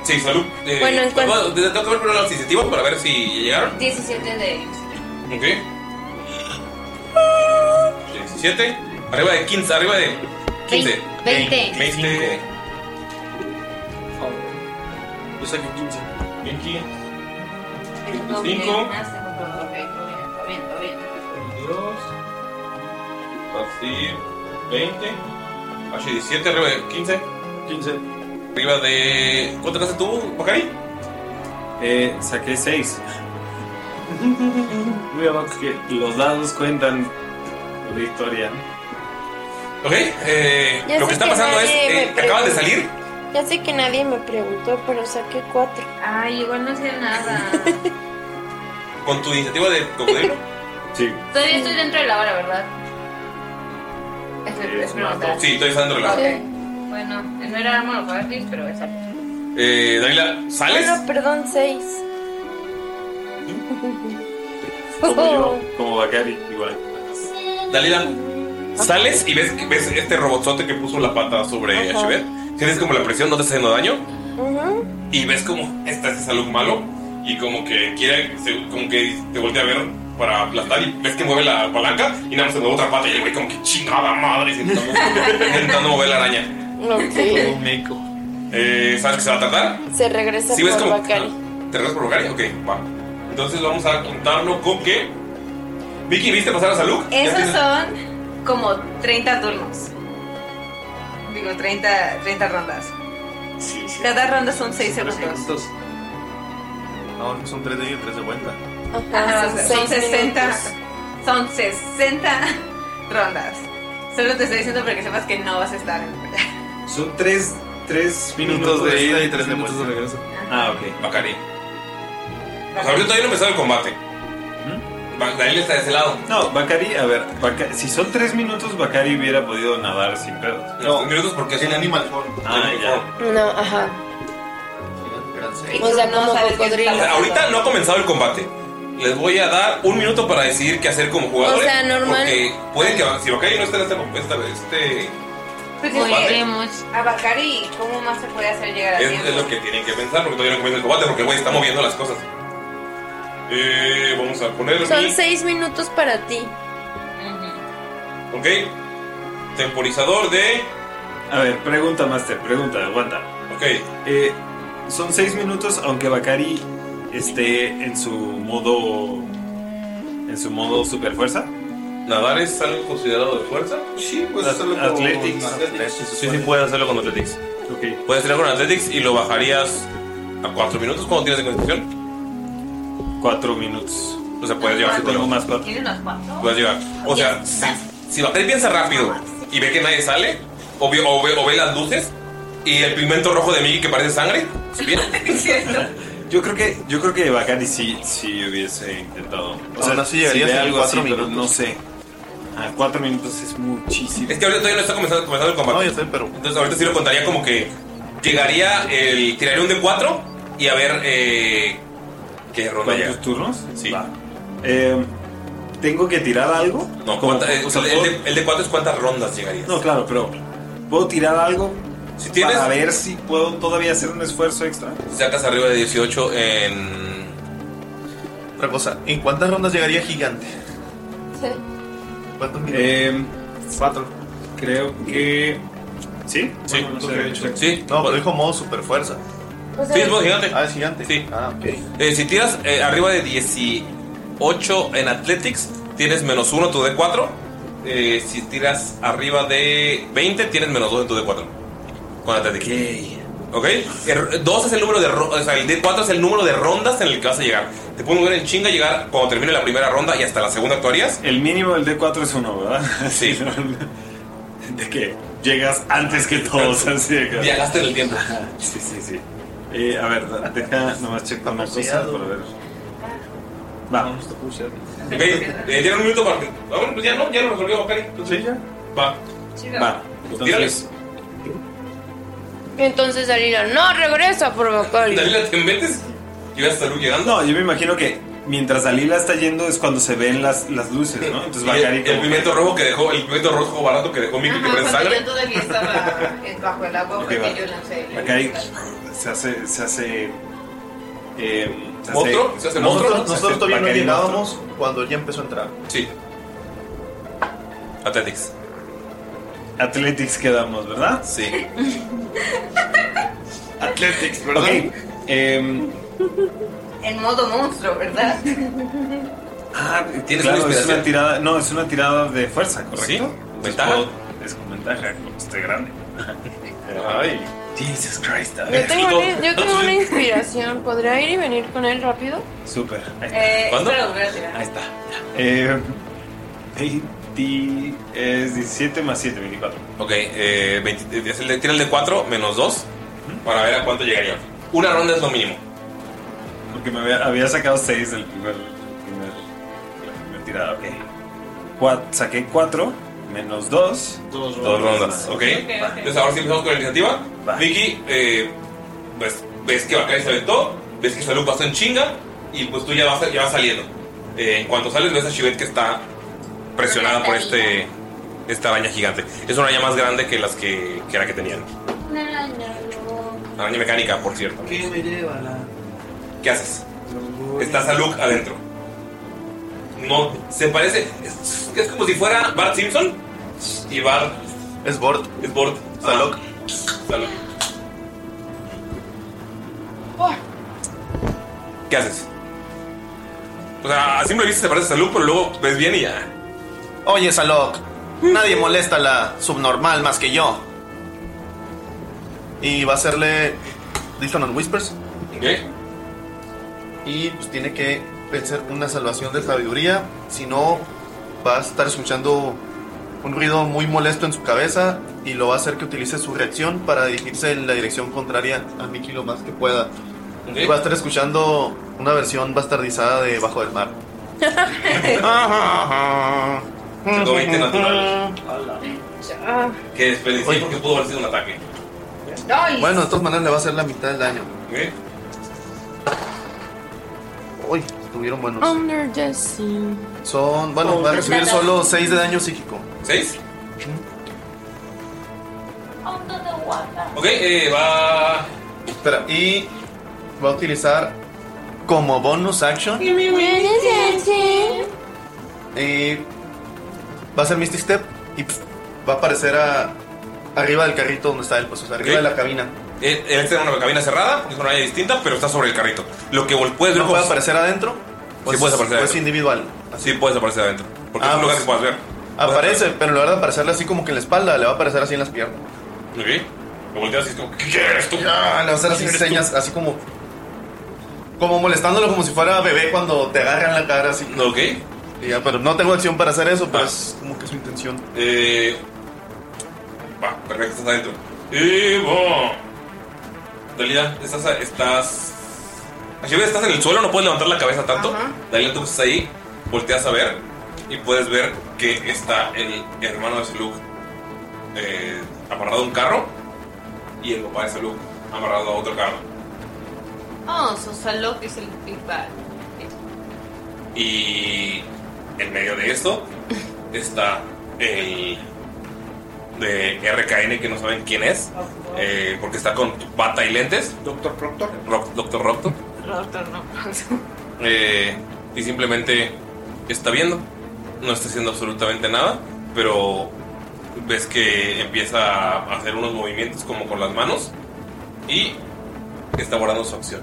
Speaker 3: Sí, salud. Eh,
Speaker 9: Bueno, en cuanto-
Speaker 3: vamos, Te tengo que ver primero las iniciativas para ver si llegaron.
Speaker 10: 17 de.
Speaker 3: Ok. 17. Arriba de 15, arriba de 15.
Speaker 11: 20.
Speaker 3: 20.
Speaker 6: Yo saqué 15.
Speaker 3: 20. Cinco.
Speaker 10: No, bien, hace, por favor, ok, está bien, está bien.
Speaker 3: 22. Así. 20. Así 17, arriba de 15.
Speaker 6: 15.
Speaker 3: Arriba de. ¿Cuánto te hace tú, Bacari?
Speaker 5: Eh, saqué 6. Muy abajo que los dados cuentan la historia.
Speaker 3: Ok, eh,
Speaker 9: Ya sé
Speaker 3: lo que está
Speaker 9: que
Speaker 3: pasando es
Speaker 9: nadie me
Speaker 3: eh, que acaban de
Speaker 9: pregunta.
Speaker 3: salir.
Speaker 9: ya sé que nadie me preguntó, pero saqué cuatro.
Speaker 10: Ay, igual no hacía nada.
Speaker 3: Con tu iniciativa de cocodrilo.
Speaker 5: sí.
Speaker 10: Todavía estoy dentro de la hora, ¿verdad? Es, es preguntar.
Speaker 3: Sí, estoy usando la.
Speaker 10: Ok. Bueno, no era arma fácil, pero es algo.
Speaker 3: Eh, Dalila, ¿sales?
Speaker 9: Bueno, perdón, seis. Oh,
Speaker 5: Como yo, como Bakari, igual.
Speaker 3: Dalila, sales y ves, ves este robotzote que puso la pata sobre
Speaker 9: Ajá.
Speaker 3: Ashibet. Sientes como la presión no te está haciendo daño.
Speaker 9: Ujú.
Speaker 3: Y ves como está este salud malo. Y como que quiere, se- como que te voltea a ver para aplastar. Y ves que mueve la palanca. Y nada más se mueve otra pata. Y el güey, como que chingada madre. Intentando, intentando mover la araña.
Speaker 5: Oh,
Speaker 9: Ok.
Speaker 3: Eh, ¿Sabes que se va a tratar?
Speaker 9: Se regresa
Speaker 3: Sí, ves
Speaker 9: por
Speaker 3: como-
Speaker 9: Bacari.
Speaker 3: ¿Te regresas por Bulgaria? Ok, va. Entonces vamos a contarlo con que. Vicky, ¿viste pasar a salud?
Speaker 10: Esos son como 30 turnos. Digo, 30, 30 rondas. Cada ronda son 6 segundos.
Speaker 8: No, son 3 de ida y 3 de vuelta.
Speaker 10: Ajá,
Speaker 8: son
Speaker 10: Ah, son
Speaker 8: seis
Speaker 10: 60. Son 60 rondas. Solo te estoy diciendo para que sepas que no vas a estar en
Speaker 5: Son 3 tres minutos de ida y 3 minutos de regreso. Ah, ok.
Speaker 3: Bacari. O sea, ahorita todavía no empezó el combate. Ba- Dalila está de ese lado.
Speaker 5: No, Bakari, a ver, Baca- si son 3 minutos, Bakari hubiera podido nadar sin pedos.
Speaker 3: No, minutos porque es
Speaker 5: un
Speaker 8: animal
Speaker 5: Ah, ya.
Speaker 9: No, ajá. O sea, como cocodrilo.
Speaker 3: O sea, ahorita no ha comenzado el combate. Les voy a dar un minuto para decidir qué hacer como jugadores.
Speaker 9: O sea, normal.
Speaker 3: Porque puede que si Bacari no esté en esta- esta este
Speaker 10: Pues
Speaker 3: Muy
Speaker 10: es que
Speaker 3: bien.
Speaker 10: a Bacari, ¿cómo más se puede hacer llegar a
Speaker 3: Es,
Speaker 10: tiempo?
Speaker 3: es lo que tienen que pensar porque todavía no comienza el combate porque güey está moviendo las cosas. Eh, vamos a ponerlo
Speaker 9: Son seis minutos para ti.
Speaker 3: Ok. Temporizador de.
Speaker 5: A ver, pregunta, Master, pregunta, aguanta.
Speaker 3: Ok.
Speaker 5: Eh, son 6 minutos, aunque Bakari esté en su modo. En su modo super fuerza.
Speaker 3: ¿Nadar es algo considerado de fuerza? Sí,
Speaker 5: puedes hacerlo con
Speaker 3: Athletics.
Speaker 5: Athletics.
Speaker 3: Sí, sí, puedes hacerlo con Athletics.
Speaker 5: Ok.
Speaker 3: Puedes hacerlo con Athletics y lo bajarías a 4 minutos. ¿Cuándo tienes de constitución?
Speaker 5: 4 minutos.
Speaker 3: O sea, puedes llevar
Speaker 5: Tengo más
Speaker 10: ¿Tiene unos cuantos?
Speaker 3: Puedes llegar. O sea, si, si Bacari piensa rápido y ve que nadie sale, o ve, o ve- o ve las luces y el pigmento rojo de Miggy que parece sangre, si bien.
Speaker 5: Yo creo que, yo creo que Bacari sí, sí hubiese intentado. O sea,
Speaker 8: Aún así llegarías
Speaker 5: si ve
Speaker 8: en
Speaker 5: algo
Speaker 8: cuatro
Speaker 5: así, pero
Speaker 8: minutos.
Speaker 5: no sé. A cuatro minutos es muchísimo.
Speaker 3: Es que ahorita todavía no está comenzando, comenzando el combate. No, yo sé,
Speaker 8: pero.
Speaker 3: Entonces ahorita sí lo contaría como que llegaría el. Tiraría un de 4 y a ver eh, qué ronda llega.
Speaker 5: ¿Cuántos turnos? Sí. Eh, ¿Tengo que tirar algo?
Speaker 3: No,
Speaker 5: Como-
Speaker 3: cuánta- eh,
Speaker 5: o sea,
Speaker 3: el, el de, 4 es cuántas rondas llegaría.
Speaker 5: No, claro, pero ¿Puedo tirar algo?
Speaker 3: Si tienes-
Speaker 5: Para ver si puedo todavía hacer un esfuerzo extra.
Speaker 3: Sacas arriba de 18 en.
Speaker 8: Otra cosa, ¿en cuántas rondas llegaría Gigante? ¿Cuántos minutos?
Speaker 5: Eh, cuatro. Creo que. ¿Sí?
Speaker 8: Sí,
Speaker 5: Bueno, no
Speaker 8: no,
Speaker 5: sé, checo.
Speaker 8: no pero dijo modo super fuerza.
Speaker 3: O sea- Sí, es modo gigante.
Speaker 8: Ah, es gigante.
Speaker 3: Sí.
Speaker 8: Ah, ok.
Speaker 3: Eh, si tiras eh, arriba de 18 en Athletics, tienes menos 1 en tu D4. Eh, si tiras arriba de 20, tienes menos 2 en tu D4. Con Athletics. Ok. 2 es el número de ro- o sea, el D4 es el número de rondas en el que vas a llegar. Te pueden mover en chinga llegar cuando termine la primera ronda y hasta la segunda actuarías.
Speaker 5: El mínimo del D4 es uno, ¿verdad? Sí. de que llegas antes que todos, así de que.
Speaker 3: Viajaste en el tiempo.
Speaker 5: Ajá, Sí, sí, sí. Eh, a ver, da- deja nomás checo una cosa para ver. Vamos.
Speaker 3: Ok, eh, tiene un minuto para que. Vamos, pues ya no, ya lo resolvió, ok. Entonces, va.
Speaker 5: Va. Entonces,
Speaker 9: Entonces Dalila, no regresa a provocar.
Speaker 3: ¿te metes? ¿Llegas hasta Luke llegando?
Speaker 5: No, yo me imagino que mientras Dalila está yendo es cuando se ven las, las luces, ¿no? Entonces va a
Speaker 3: el, el pimiento rojo que dejó, el pimiento rojo barato que dejó Miki que prende sangre.
Speaker 10: yo todavía estaba eh, bajo el agua porque yo lancé.
Speaker 5: Bacari se hace. Se hace eh,
Speaker 8: ¿Monstruo?
Speaker 5: se hace
Speaker 8: Nosotros,
Speaker 5: monstruo, se hace
Speaker 8: nosotros todavía
Speaker 5: Bacari
Speaker 8: no
Speaker 5: monstruo.
Speaker 8: llegábamos cuando él ya empezó a entrar.
Speaker 3: Sí. Athletics.
Speaker 5: Athletics quedamos, ¿verdad?
Speaker 3: Sí.
Speaker 5: Athletics, ¿verdad?
Speaker 8: em,
Speaker 10: En modo monstruo, ¿verdad?
Speaker 5: ah,
Speaker 3: ¿Tienes
Speaker 5: claro,
Speaker 3: una
Speaker 5: es
Speaker 3: inspiración?
Speaker 5: una tirada. No, es una tirada de fuerza, ¿correcto?
Speaker 3: Sí.
Speaker 5: Entonces
Speaker 3: ¿Ventaja?
Speaker 5: puedo- es con ventaja, como estoy grande. Ay, Jesus Christ. a
Speaker 9: Yo
Speaker 5: ver.
Speaker 9: tengo, una, yo tengo una inspiración. ¿Podría ir y venir con él rápido?
Speaker 5: Súper. ahí está.
Speaker 9: Eh,
Speaker 5: ¿Cuándo?
Speaker 9: espera,
Speaker 5: Ahí está. Eh, 20 es 17 más 7, 24.
Speaker 3: Ok, eh, 20 eh, es el de- tira el de 4 menos 2 para ver a cuánto llegaría. Una ronda es lo mínimo.
Speaker 5: Porque me había, había sacado 6 del primer, primer, la primera tirada, ok. Cua- saqué 4 menos 2.
Speaker 3: Dos, rondas, ok. Entonces ahora sí empezamos con la iniciativa. Vicky, eh, pues ves que Bacari se aventó, ves que Salud pasó en chinga y pues tú ya vas, ya vas saliendo. Eh, en cuanto sales ves a Shivet que está presionada por este esta araña gigante. Es una araña más grande que las que, que la que tenían. Araña mecánica, por cierto.
Speaker 13: ¿Qué me lleva la.?
Speaker 3: ¿Qué haces? Está Saluk adentro. No, se parece. Es, es como si fuera Bart Simpson. Y Bart.
Speaker 8: Es Bort.
Speaker 3: Es Bort. Saluk. Saluk. ¿Qué haces? O sea, a simple vista se parece a Saluk, pero luego ves bien y ya.
Speaker 8: Oye, Salok, nadie molesta a la subnormal más que yo. Y va a hacerle Dissonant Whispers.
Speaker 3: ¿Qué?
Speaker 8: Y pues tiene que vencer una salvación de sabiduría. Si no, va a estar escuchando un ruido muy molesto en su cabeza. Y lo va a hacer que utilice su reacción para dirigirse en la dirección contraria a Mickey lo más que pueda. Y va a estar escuchando una versión bastardizada de Bajo del Mar.
Speaker 3: Tengo 20 naturales.
Speaker 10: Ah.
Speaker 3: Que desperdicié porque pudo haber sido un ataque.
Speaker 10: Ay,
Speaker 8: Bueno, de todas maneras le va a hacer la mitad del daño.
Speaker 3: ¿Qué?
Speaker 8: Uy, estuvieron buenos.
Speaker 9: Under the sea.
Speaker 8: Son, bueno,
Speaker 9: Oh,
Speaker 8: va a recibir
Speaker 9: claro.
Speaker 8: solo 6 de daño psíquico.
Speaker 3: ¿Seis? Ok, eh, va.
Speaker 8: Espera, y va a utilizar como bonus action. Y va a hacer Mystic Step y pf, va a aparecer a, arriba del carrito donde está él, pues, o sea, arriba
Speaker 3: Ok.
Speaker 8: de la cabina.
Speaker 3: Eh, Él está en una cabina cerrada, porque es una área distinta, pero está sobre el carrito. Lo que vol- puedes ver.
Speaker 8: ¿No puede aparecer adentro?
Speaker 3: Sí, puedes aparecer
Speaker 8: o es pues
Speaker 3: adentro.
Speaker 8: individual. Ah, pues
Speaker 3: Sí, puedes aparecer adentro. Porque es un lugar que puedes ver.
Speaker 8: Aparece, pero en lugar de aparecerle así como que en la espalda, le va a aparecer así en las piernas.
Speaker 3: Ok. Lo volteas y es como, ¿qué quieres tú?
Speaker 8: Ah, le va a hacer así
Speaker 3: ¿Qué quieres
Speaker 8: señas, así como. Como molestándolo como si fuera bebé cuando te agarran la cara así.
Speaker 3: Ok. Ah.
Speaker 8: ya, pero no tengo acción para hacer eso, pero es como que su intención.
Speaker 3: Eh. Va, perfecto, estás adentro. Y va. Dalila, estás. estás... Ashibet, estás en el suelo, no puedes levantar la cabeza tanto. Dalila, tú estás ahí, volteas a ver y puedes ver que está el hermano de Saluk eh, amarrado a un carro y el papá de Saluk amarrado a otro carro.
Speaker 10: Oh, Sosalok es el Big Bad.
Speaker 3: Y en medio de esto está el de RKN que no saben quién es, eh, porque está con bata y lentes. Doctor Proctor. Doctor Proctor.
Speaker 10: Rotor, no.
Speaker 3: Eh, y simplemente está viendo. No está haciendo absolutamente nada, pero ves que empieza a hacer unos movimientos como con las manos y está guardando su acción.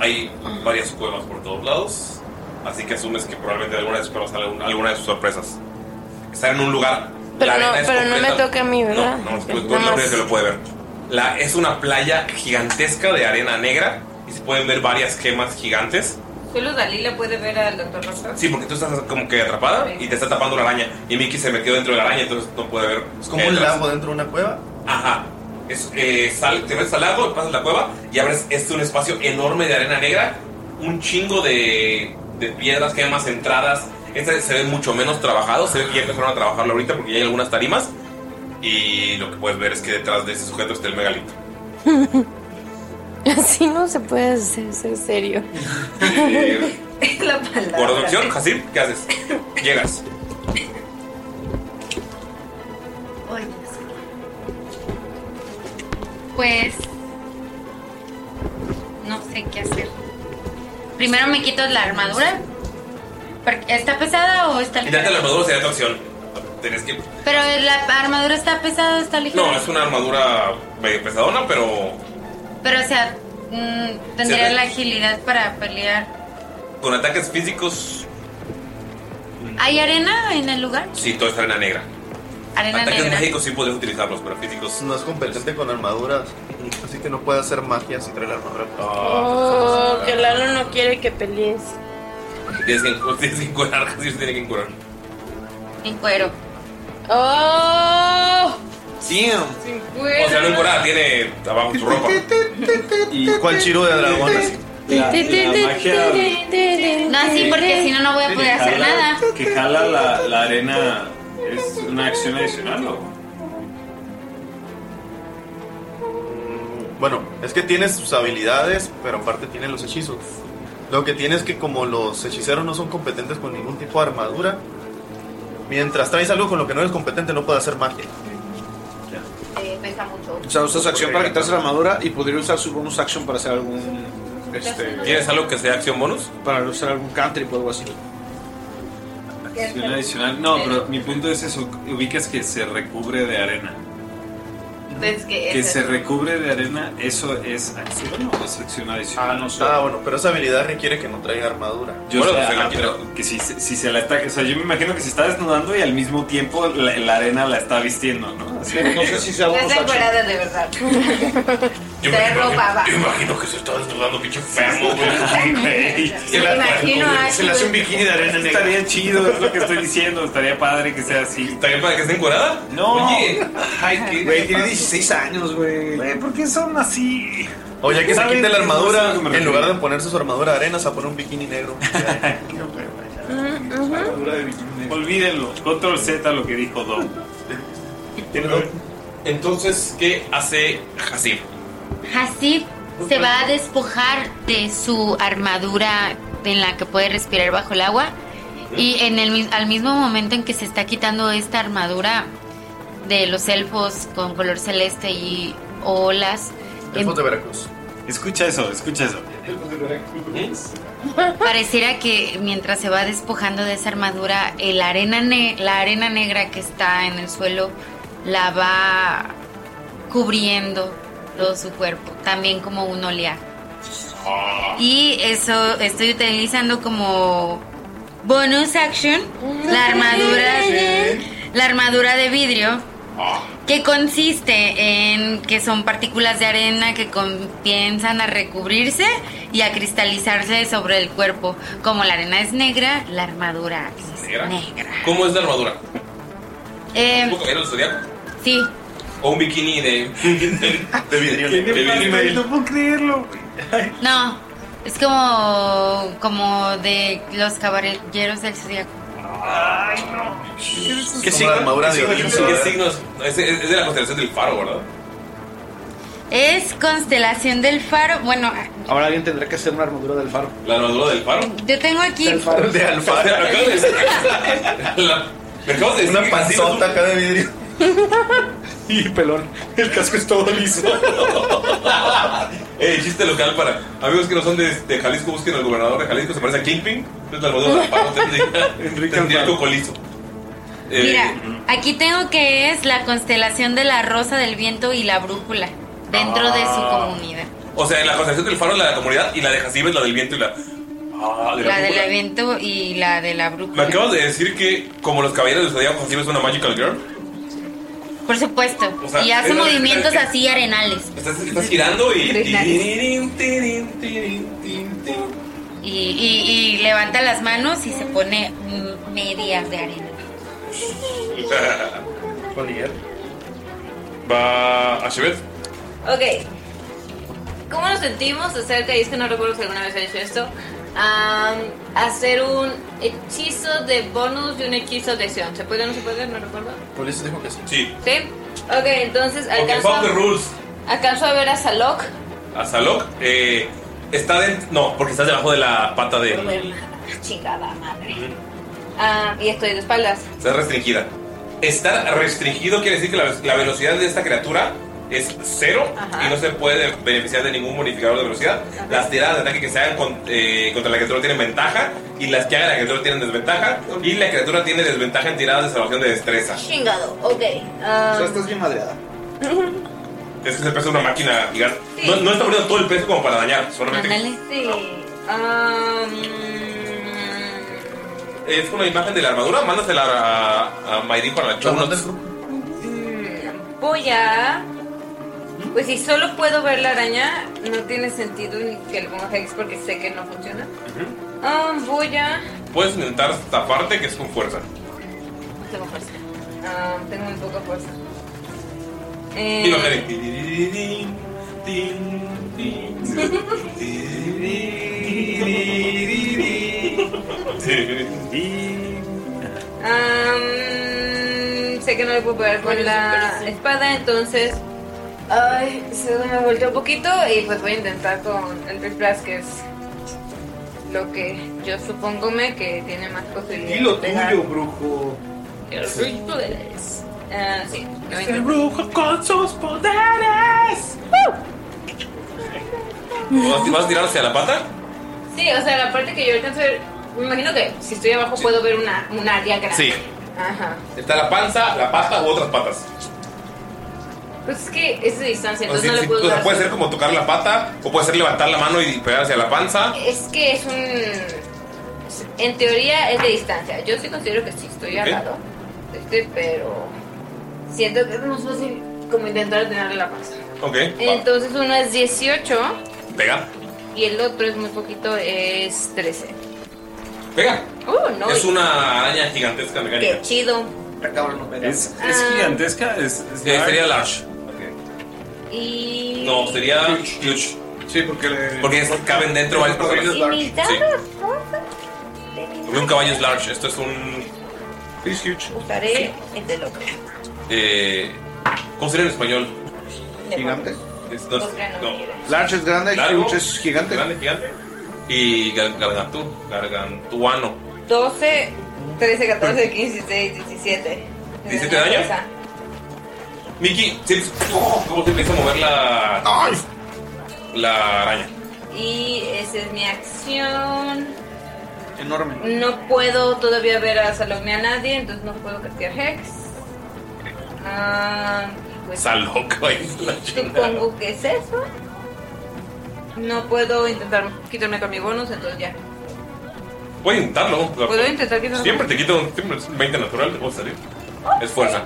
Speaker 3: Hay varias cuevas por todos lados, así que asumes que probablemente de alguna de sus cuevas sale un- alguna de sus sorpresas. Están en un lugar.
Speaker 9: Pero,
Speaker 3: la
Speaker 9: no,
Speaker 3: arena es
Speaker 9: pero no me
Speaker 3: completa-
Speaker 9: toca a mí, ¿verdad?
Speaker 3: no,
Speaker 9: Ok,
Speaker 3: tú-
Speaker 9: nada
Speaker 3: tú eres la única
Speaker 9: más.
Speaker 3: que lo puede ver. La- es una playa gigantesca de arena negra y se pueden ver varias gemas gigantes.
Speaker 12: Solo Dalila puede ver al doctor Rosa.
Speaker 3: Sí, porque tú estás como que atrapada y te está tapando la araña. Y Mickey se metió dentro de la araña, entonces no puede ver. Es
Speaker 8: como un lago dentro de una cueva.
Speaker 3: Ajá. Es, eh, sal- te metes al lago, pasas la cueva y abres este un espacio enorme de arena negra. Un chingo de, de piedras, gemas, entradas. Este se ve mucho menos trabajado. Se ve que ya empezaron a trabajarlo ahorita porque ya hay algunas tarimas. Y lo que puedes ver es que detrás de ese sujeto está el megalito.
Speaker 9: Así no se puede hacer, ser serio.
Speaker 3: Eh,
Speaker 12: La palabra.
Speaker 3: Guardas tu acción, Hasib, ¿qué haces? Llegas.
Speaker 11: Oye, Pues no sé qué hacer. Primero me quito la armadura. Porque- ¿Está pesada o está ligera?
Speaker 3: Quitarte la armadura sería tu acción. Tenés que
Speaker 11: Pero la armadura está pesada o está ligera.
Speaker 3: No, es una armadura medio pesadona, pero
Speaker 11: Pero o sea, mm, tendría
Speaker 3: Sí,
Speaker 11: la agilidad para pelear.
Speaker 3: con ataques físicos,
Speaker 11: ¿Hay arena en el lugar?
Speaker 3: sí, toda esta arena negra.
Speaker 11: Arena
Speaker 3: ataques
Speaker 11: negra.
Speaker 3: mágicos sí podrías utilizarlos, pero físicos. pues.
Speaker 8: No es competente con armaduras, así que no puede hacer magia si trae la armadura.
Speaker 3: Ah.
Speaker 9: Oh, que Lalo no quiere que pelees.
Speaker 3: Tienes que, tienes que curar, Hasib tiene que curar.
Speaker 11: En cuero.
Speaker 9: ¡Oh!
Speaker 3: Sí. O sea, no en curada, tiene abajo su ropa. ¿Y cuál chiro de dragón?
Speaker 5: La, la magia
Speaker 11: No, sí, porque si no, no voy a
Speaker 5: que
Speaker 11: poder hacer
Speaker 5: jala-
Speaker 11: nada.
Speaker 5: que jala la, la arena es una acción adicional, ¿o?
Speaker 8: Bueno, es que tienes sus habilidades, pero aparte tienes los hechizos. Lo que tienes es que como los hechiceros no son competentes con ningún tipo de armadura, mientras traes algo con lo que no eres competente no puedes hacer magia.
Speaker 12: Eh, pesa mucho.
Speaker 6: O sea, usa su acción para quitarse la armadura y podría usar su bonus action para hacer algún. Este,
Speaker 3: ¿Tienes algo que sea acción bonus?
Speaker 6: Para usar algún cantrip o algo así.
Speaker 5: Acción adicional. No, pero mi punto es eso. Ubicas que se recubre de arena.
Speaker 12: Ves que
Speaker 5: Que
Speaker 12: es-
Speaker 5: se recubre de arena, ¿eso es acción o es acción adicional? Ah, no
Speaker 8: Ah, bueno, pero esa habilidad requiere que no traiga armadura.
Speaker 5: Yo
Speaker 8: Bueno,
Speaker 5: sé,
Speaker 8: pues,
Speaker 5: ah, pero que si, se- si se la ataca, o sea, yo me imagino que se está desnudando y al mismo tiempo la, la arena la está vistiendo, ¿no? Así
Speaker 6: No sé si sea
Speaker 12: Está encuerada de verdad. Trae ropa, va.
Speaker 3: Yo imagino que se está desnudando, pinche enfermo, güey.
Speaker 5: Se la-
Speaker 12: imagino a
Speaker 5: se le hace un
Speaker 12: Ashibet.
Speaker 5: bikini de arena negra. Estaría chido, es lo que estoy diciendo. Estaría padre que sea así.
Speaker 3: ¿Estaría padre que esté encuerada?
Speaker 5: No.
Speaker 8: Oye,
Speaker 6: Güey, tiene 16 años, güey.
Speaker 5: Güey, ¿por qué son así?
Speaker 8: Oye, que se
Speaker 5: ¿Saben?
Speaker 8: quite la
Speaker 5: No sé
Speaker 8: armadura,
Speaker 5: a lo que me
Speaker 8: en lugar de
Speaker 5: refiero.
Speaker 8: ponerse su armadura de arena, se va a poner un bikini negro.
Speaker 5: Olvídenlo. Control Z lo que dijo Dom.
Speaker 3: Entonces, ¿qué hace Hasib?
Speaker 11: Hasib se va a despojar de su armadura en la que puede respirar bajo el agua y en el mi- al mismo momento en que se está quitando esta armadura de los elfos con color celeste y olas em-
Speaker 8: Veracruz.
Speaker 5: Escucha eso, escucha eso.
Speaker 11: pareciera que mientras se va despojando de esa armadura el arena ne- la arena negra que está en el suelo la va cubriendo todo su cuerpo también como un oleaje Y eso estoy utilizando como bonus action la armadura la armadura de vidrio que consiste en que son partículas de arena que comienzan a recubrirse y a cristalizarse sobre el cuerpo. Como la arena es negra, la armadura es
Speaker 3: ¿Negra?
Speaker 11: negra.
Speaker 3: ¿Cómo es la armadura?
Speaker 11: Eh,
Speaker 3: ¿Un poco era el zodiaco?
Speaker 11: sí,
Speaker 3: ¿O un bikini de, de, de vidrio? De vidrio.
Speaker 5: puedo creerlo.
Speaker 11: no, es como, como de los caballeros del zodiaco.
Speaker 3: ¿Qué
Speaker 8: signo? la armadura
Speaker 3: ¿Qué
Speaker 8: de
Speaker 3: signo?
Speaker 8: Olimpo,
Speaker 3: ¿Qué
Speaker 8: ¿verdad?
Speaker 3: signos? Es, es- es de la constelación del faro, ¿verdad?
Speaker 11: Es constelación del faro. Bueno,
Speaker 6: Ahora alguien tendrá que hacer una armadura del faro.
Speaker 3: ¿La armadura del faro?
Speaker 11: yo tengo aquí.
Speaker 6: Del faro.
Speaker 3: Alfaro. La,
Speaker 8: Una panzota acá de vidrio.
Speaker 3: Y pelón, el casco es todo liso. eh, chiste local para amigos que no son de, de Jalisco, busquen al gobernador de Jalisco, se parece a Kingpin. Entonces la almodovar para Enrique tendría el coco liso. Eh,
Speaker 11: Mira, aquí tengo que es la constelación de la rosa del viento y la brújula dentro de su
Speaker 3: Ah.
Speaker 11: comunidad.
Speaker 3: O sea, la constelación del faro es la de la comunidad y la de Jacibe es la del viento y la. Ah, de la
Speaker 11: La del
Speaker 3: brújula.
Speaker 11: viento y la de la brújula.
Speaker 3: Me acabas de decir que, como los caballeros de Zodíaco, Jacibe es una Magical Girl.
Speaker 11: Por supuesto.
Speaker 3: O sea,
Speaker 11: y hace
Speaker 3: es la-
Speaker 11: movimientos así arenales.
Speaker 3: Estás, estás girando y.
Speaker 11: Y, y- y levanta las manos y se pone mm, medias de arena.
Speaker 3: Va a Shevet.
Speaker 10: Ok. ¿Cómo nos sentimos acerca, y es que no recuerdo si alguna vez he hecho esto, am, hacer un hechizo de bonus y un hechizo de acción? ¿Se puede o no se puede? No recuerdo.
Speaker 8: Por eso dijo que sí.
Speaker 3: Sí.
Speaker 10: ¿Sí? Ok, entonces
Speaker 3: Porque
Speaker 10: alcanzo,
Speaker 3: fuck the rules.
Speaker 10: alcanzo a ver a Salok.
Speaker 3: A Salok. eh, está dentro. No, porque estás debajo de la pata de.
Speaker 10: Ah, Chingada madre. Ah, y estoy de espaldas.
Speaker 3: Está restringida. Estar restringido quiere decir que la, la velocidad de esta criatura es cero y no se puede beneficiar de ningún modificador de velocidad. Las tiradas de ataque que se hagan con- eh, contra la criatura tienen ventaja y las que hagan la criatura tienen desventaja y la criatura tiene desventaja en tiradas de salvación de destreza.
Speaker 10: Chingado, ok. ah,
Speaker 3: O sea,
Speaker 6: Estás bien madreada.
Speaker 3: Es que se pesa una máquina gigante. No, no está poniendo todo el peso como para dañar, solamente.
Speaker 10: Sí. Am,
Speaker 3: Es una imagen de la armadura, mándasela a, a Mayrin para la show notes.
Speaker 10: voy a. Pues si solo puedo ver la araña, no tiene sentido ni que le ponga Hex porque sé que no funciona. Ah, voy a.
Speaker 3: Puedes intentar taparte que es con fuerza.
Speaker 10: Eh. No tengo fuerza. Ah, tengo muy poca fuerza.
Speaker 3: Y lo
Speaker 10: Eh, am, um, sé que no le puedo pegar con la espada, entonces. Ay, se me volteó un poquito y pues voy a intentar con el Big Blast, que es lo que yo supongo me que tiene más posibilidades.
Speaker 6: Dilo
Speaker 10: de pegar.
Speaker 6: tuyo, brujo.
Speaker 10: El brujo es. Ah, sí.
Speaker 12: El brujo con sus poderes.
Speaker 3: ¿Vas, vas a tirar hacia la pata?
Speaker 10: Sí, o sea, la parte que yo alcanzo a ver. Me imagino que si estoy abajo puedo ver una, un área grande.
Speaker 3: Sí.
Speaker 10: Ajá.
Speaker 3: Está la panza, la pata u otras patas.
Speaker 10: Pues es que es de distancia,
Speaker 3: O sea,
Speaker 10: entonces no
Speaker 3: sí,
Speaker 10: le
Speaker 3: sí,
Speaker 10: puedo
Speaker 3: o sea,
Speaker 10: dar.
Speaker 3: puede ser como tocar la pata o puede ser levantar la mano y pegar hacia la panza.
Speaker 10: Es que es un. En teoría es de distancia. Yo sí considero que sí estoy al
Speaker 3: Ok.
Speaker 10: lado. Este, pero. Siento que es más fácil como intentar tenerle la panza.
Speaker 3: Ok,
Speaker 10: Entonces uno es 18
Speaker 3: pega.
Speaker 10: y el otro es muy poquito, es 13.
Speaker 3: Pega.
Speaker 10: Oh, no.
Speaker 3: Es una araña gigantesca mecánica.
Speaker 10: Qué chido.
Speaker 15: ¿Es,
Speaker 10: Ah.
Speaker 15: gigantesca? ¿Es, es
Speaker 3: Eh, sería large.
Speaker 10: Y.
Speaker 3: No, sería huge. Sí, porque Porque es- caben dentro varios
Speaker 10: ¿Y mis dados?
Speaker 3: Porque un caballo es large, esto es un. Es huge.
Speaker 10: Usaré el de loco.
Speaker 3: Eh, ¿Cómo sería en español? Gigante. Es, no, es- no.
Speaker 6: Large es grande,
Speaker 3: Largo,
Speaker 6: huge es gigante.
Speaker 3: Grande, gigante. Y gar- gargantú, gargantuano.
Speaker 10: 12, 13, 14, 15, 16, 17.
Speaker 3: ¿17 de daño? Miki, ¿sí? oh, ¿cómo se empieza a mover la. La araña?
Speaker 10: Y esa es mi acción.
Speaker 6: Enorme.
Speaker 10: No puedo todavía ver a Salom ni a nadie, entonces no puedo castear Hex. Ah, pues
Speaker 3: Está loco ahí. la chingada.
Speaker 10: supongo que es eso. No puedo intentar quitarme con mi bonus, entonces ya.
Speaker 3: Puedes intentarlo.
Speaker 10: ¿Puedo intentar quitarme?
Speaker 3: Siempre te quito un siempre es un 20 natural, te puedo salir. Es fuerza.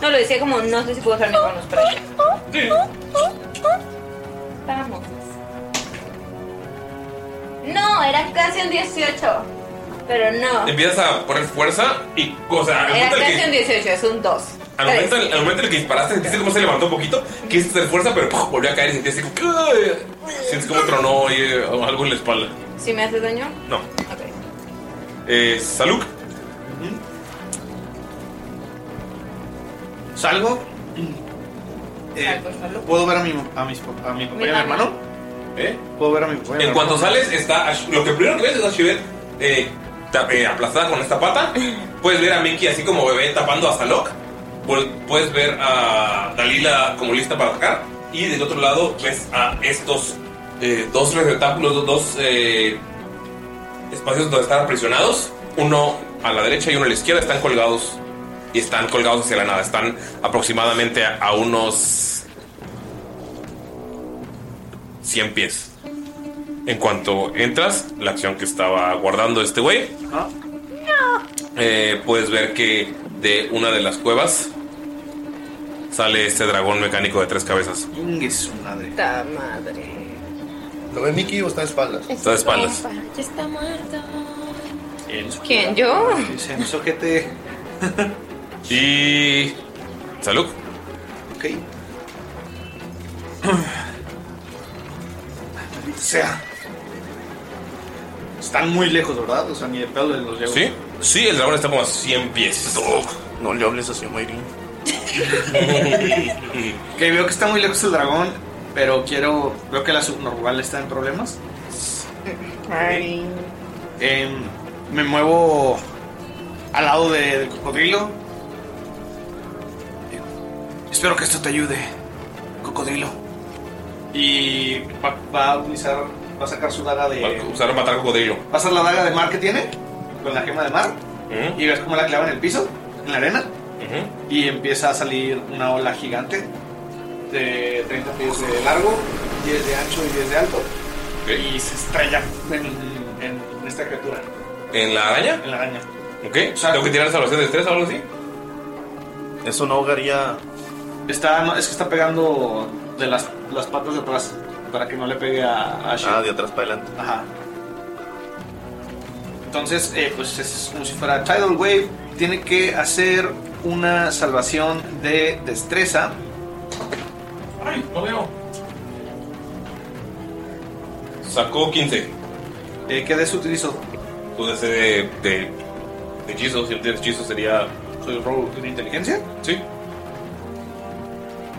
Speaker 10: No, lo decía como, no sé si puedo usar mis bonus para allá. Vamos. No, era casi un 18. Pero no.
Speaker 3: Empiezas a poner fuerza y. O sea, al
Speaker 10: Era
Speaker 3: momento en el
Speaker 10: casi un
Speaker 3: que,
Speaker 10: 18, es un 2.
Speaker 3: al momento, al momento en el que disparaste, sentiste cómo se levantó un poquito, quisiste hacer fuerza, pero ¡puf! volvió a caer y sentiste como. que- Sientes como tronó y, eh, algo en la espalda.
Speaker 10: Si me hace daño,
Speaker 3: No. Eh, Saluk.
Speaker 6: Salgo. Eh, ¿Puedo ver a mi, a mis, a mi compañero
Speaker 3: Mi
Speaker 6: hermano?
Speaker 3: ¿Eh?
Speaker 6: ¿Puedo ver a mi compañero
Speaker 3: En cuanto
Speaker 6: hermano?
Speaker 3: sales, está. Ash- Lo que primero que ves es a Shivet eh, ta- eh, aplastada con esta pata. Puedes ver a Mickey así como bebé tapando a Salok. Vol- Puedes ver a Dalila como lista para atacar. Y del otro lado ves a estos eh, dos receptáculos, do- dos eh, espacios donde están aprisionados. Uno a la derecha y uno a la izquierda. Están colgados y están colgados hacia la nada. Están aproximadamente a, a unos 100 pies. En cuanto entras, la acción que estaba guardando este güey,
Speaker 12: Ah.
Speaker 3: eh, puedes ver que de una de las cuevas sale este dragón mecánico de tres cabezas.
Speaker 8: Ingues, madre.
Speaker 9: Ta madre.
Speaker 8: ¿Lo ve Mickey o está de espaldas?
Speaker 3: Está de espaldas.
Speaker 9: Ya está muerto.
Speaker 10: ¿Quién? ¿Yo?
Speaker 6: Dice, mi sojete.
Speaker 3: Y. Salud.
Speaker 6: Ok. Maldita sea. Están muy lejos, ¿verdad? O sea, ni de pedo los llevo.
Speaker 3: ¿Sí? Sí, el dragón está como a 100 pies.
Speaker 8: no le hables así a
Speaker 6: Que veo que está muy lejos el dragón, pero quiero. Veo que la subnormal está en problemas. Em, me muevo al lado de- del cocodrilo. Espero que esto te ayude, cocodrilo. Y va, va a utilizar, va a sacar su daga de. Va
Speaker 3: Usaron matar cocodrilo.
Speaker 6: a usar la daga de mar que tiene, con la gema de mar. Y ves cómo la clava en el piso, en la arena. Y empieza a salir una ola gigante de 30 pies de largo, 10 de ancho y 10 de alto. Y se estrella en, en esta criatura.
Speaker 3: ¿En la araña?
Speaker 6: En la araña.
Speaker 3: Ok. ¿Tengo que tirar salvación de estrés o algo así?
Speaker 8: Eso no ahogaría.
Speaker 6: Está, no, es que está pegando de las, las patas de atrás para que no le pegue a, a
Speaker 8: Ah, de atrás para adelante.
Speaker 6: Ajá. Entonces, eh, pues es como si fuera Tidal Wave. Tiene que hacer una salvación de destreza.
Speaker 3: Ay, no veo. Sacó 15.
Speaker 8: Eh,
Speaker 6: ¿Qué de su utilizo?
Speaker 3: Tu DC de, de, de hechizo, si no tienes hechizo sería.
Speaker 6: ¿Soy robo de inteligencia?
Speaker 3: Sí.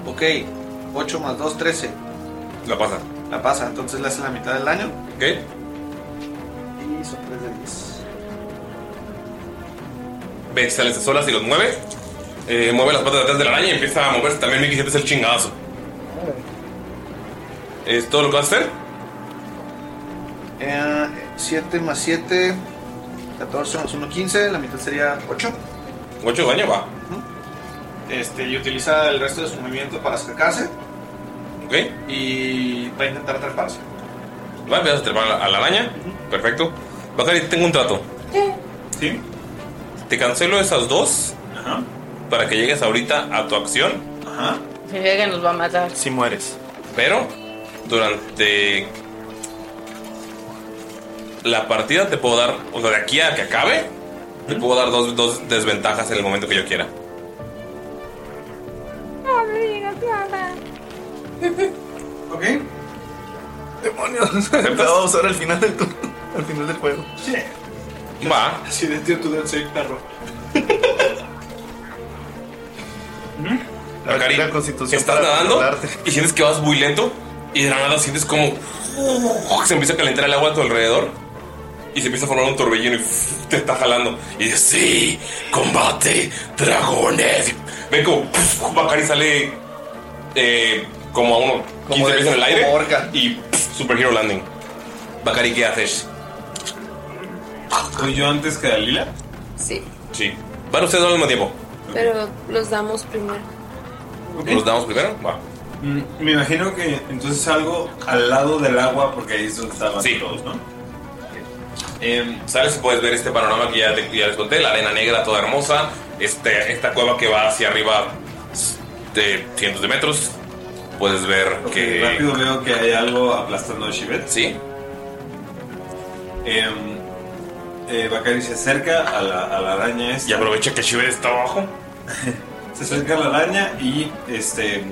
Speaker 6: Ok, 8 más 2, 13.
Speaker 3: La pasa.
Speaker 6: La pasa, entonces le hace la mitad del daño.
Speaker 3: Ok.
Speaker 6: Y son 3 de 10.
Speaker 3: Ves, sale estas olas y los mueve. Eh, mueve las patas de atrás de la araña y empieza a moverse. También Mickey sientes el chingadazo. ¿Es todo lo que vas a hacer?
Speaker 6: 7 Eh, más 7, 14 más 1, 15. La mitad sería 8.
Speaker 3: 8 de daño va.
Speaker 6: Este, y utiliza el resto de su movimiento para acercarse.
Speaker 3: Ok.
Speaker 6: Y va a intentar treparse.
Speaker 3: Va, empiezas a trepar a la- a la araña. Perfecto. Bacari, tengo un trato. Sí. Te cancelo esas dos. Para que llegues ahorita a tu acción. Ajá.
Speaker 10: Se ve que nos va a matar.
Speaker 3: Si mueres. Pero durante la partida te puedo dar, o sea, de aquí a que acabe, te puedo dar dos, dos desventajas en el momento que yo quiera.
Speaker 13: No me digas nada.
Speaker 6: ¿Ok?
Speaker 8: Demonios. La va a usar al final del turno. Al final del juego.
Speaker 3: Va.
Speaker 6: Así de tío, tú de save perro.
Speaker 3: Bacari, estás nadando y sientes que vas muy lento y de la nada sientes como Oh, se empieza a calentar el agua a tu alrededor y se empieza a formar un torbellino y te está jalando. Y dices, sí, combate, dragones. Ven como Bacari sale eh, como a uno 15 pies en el aire y superhero landing. Bacari, ¿qué haces?
Speaker 5: ¿Soy yo antes que Dalila?
Speaker 9: Sí,
Speaker 3: Sí. Van ustedes al mismo tiempo.
Speaker 9: pero los damos primero.
Speaker 3: ¿Los damos primero? Va.
Speaker 5: Mm, Me imagino que entonces salgo al lado del agua porque ahí es donde estaban todos, ¿no?
Speaker 3: Em, ¿Sabes si puedes ver este panorama que ya, te- ya les conté? La arena negra toda hermosa, este, esta cueva que va hacia arriba de cientos de metros. Puedes ver que...
Speaker 5: Rápido veo que hay algo aplastando a Shivet.
Speaker 3: Eh, Sí.
Speaker 5: Em, eh, Bakari se acerca a la, a la araña esta.
Speaker 3: Y aprovecha que Shivet está abajo.
Speaker 5: se acerca a la araña y este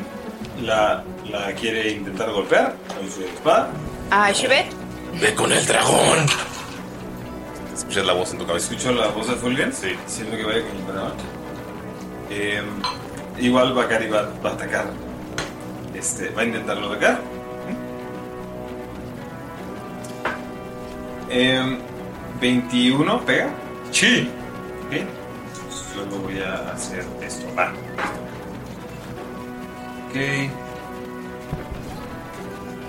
Speaker 5: la, la quiere intentar golpear con su espada.
Speaker 10: Ah, Shivet.
Speaker 3: ¡Ve con el dragón! Escuchas la voz en tu cabeza.
Speaker 5: ¿Escucho la voz de Fulgen? Sí. Siento que vaya con el dragón. Eh, igual Bakari va, va a atacar. Este, va a intentarlo ¿Mm? atacar. Eh, ¿21 pega? Sí. Bien. Luego voy a hacer esto. Va. Ok.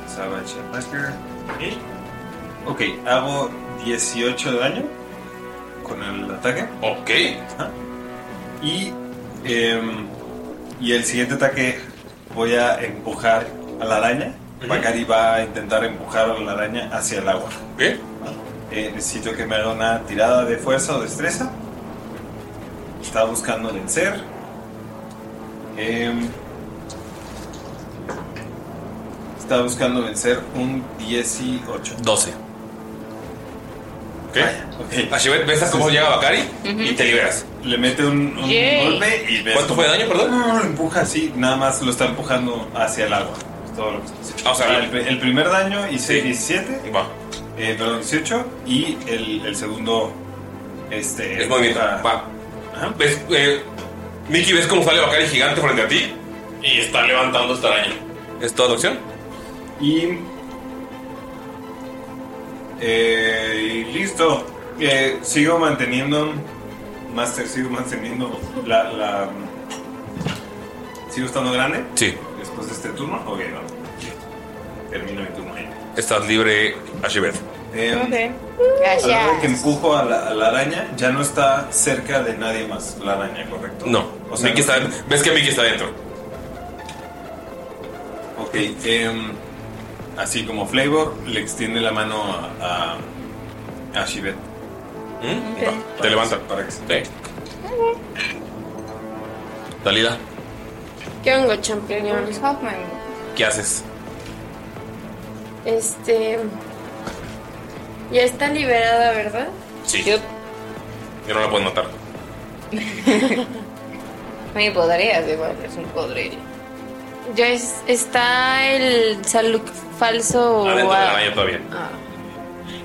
Speaker 5: Savage Attacker. Ok, hago 18 de daño con el ataque. Ok. Y, em, y el siguiente ataque voy a empujar a la araña. Bakari va a intentar empujar a la araña hacia el agua. Bien. necesito que me haga una tirada de fuerza o destreza. Está buscando vencer. Em, está buscando vencer un 18.
Speaker 3: 12. ¿Qué? Ashibet, ¿ves a cómo llega Bakari? Y te liberas.
Speaker 5: Le mete un, un
Speaker 3: Yay.
Speaker 5: golpe y ves.
Speaker 3: ¿Cuánto fue de daño, perdón?
Speaker 5: No, no, lo empuja así, nada más lo está empujando hacia el agua. Es Todo lo que está haciendo.
Speaker 3: Ah, o sea,
Speaker 5: el, el primer daño hice 17. Eh, perdón, 18. Y el, el segundo. Este.
Speaker 3: Es movimiento. Va. ¿Ves, eh, Mickey, ¿ves cómo sale Bakari gigante frente a ti? Y está levantando esta araña. ¿Es toda la opción?
Speaker 5: Y. eh, y listo. Eh, sigo manteniendo. Master, sigo manteniendo la. la- ¿Sigo estando grande?
Speaker 3: Sí.
Speaker 5: Después de este turno. Ok, no. Termino mi turno ahí.
Speaker 3: Estás libre, Ashibet.
Speaker 5: Eh, a la hora que
Speaker 10: Gracias.
Speaker 5: empujo a la, a la araña, ya no está cerca de nadie más la araña, ¿correcto?
Speaker 3: No.
Speaker 5: O sea,
Speaker 3: Mickey está, ves que Mickey está dentro.
Speaker 5: Ok, em, así como Flavor le extiende la mano a, a, a Shivet.
Speaker 3: ¿Mm? Te levanta.
Speaker 5: Para que se
Speaker 3: Dalida,
Speaker 9: ¿Qué hongo, champiñón?
Speaker 3: ¿qué haces?
Speaker 9: Este. Ya está liberada, ¿verdad?
Speaker 3: Sí. Yo no la puedo matar.
Speaker 10: Me podrías, igual, es un podrido.
Speaker 9: Ya es- está el salud falso. o
Speaker 3: Adentro de la
Speaker 9: a-
Speaker 3: araña todavía.
Speaker 9: Ah.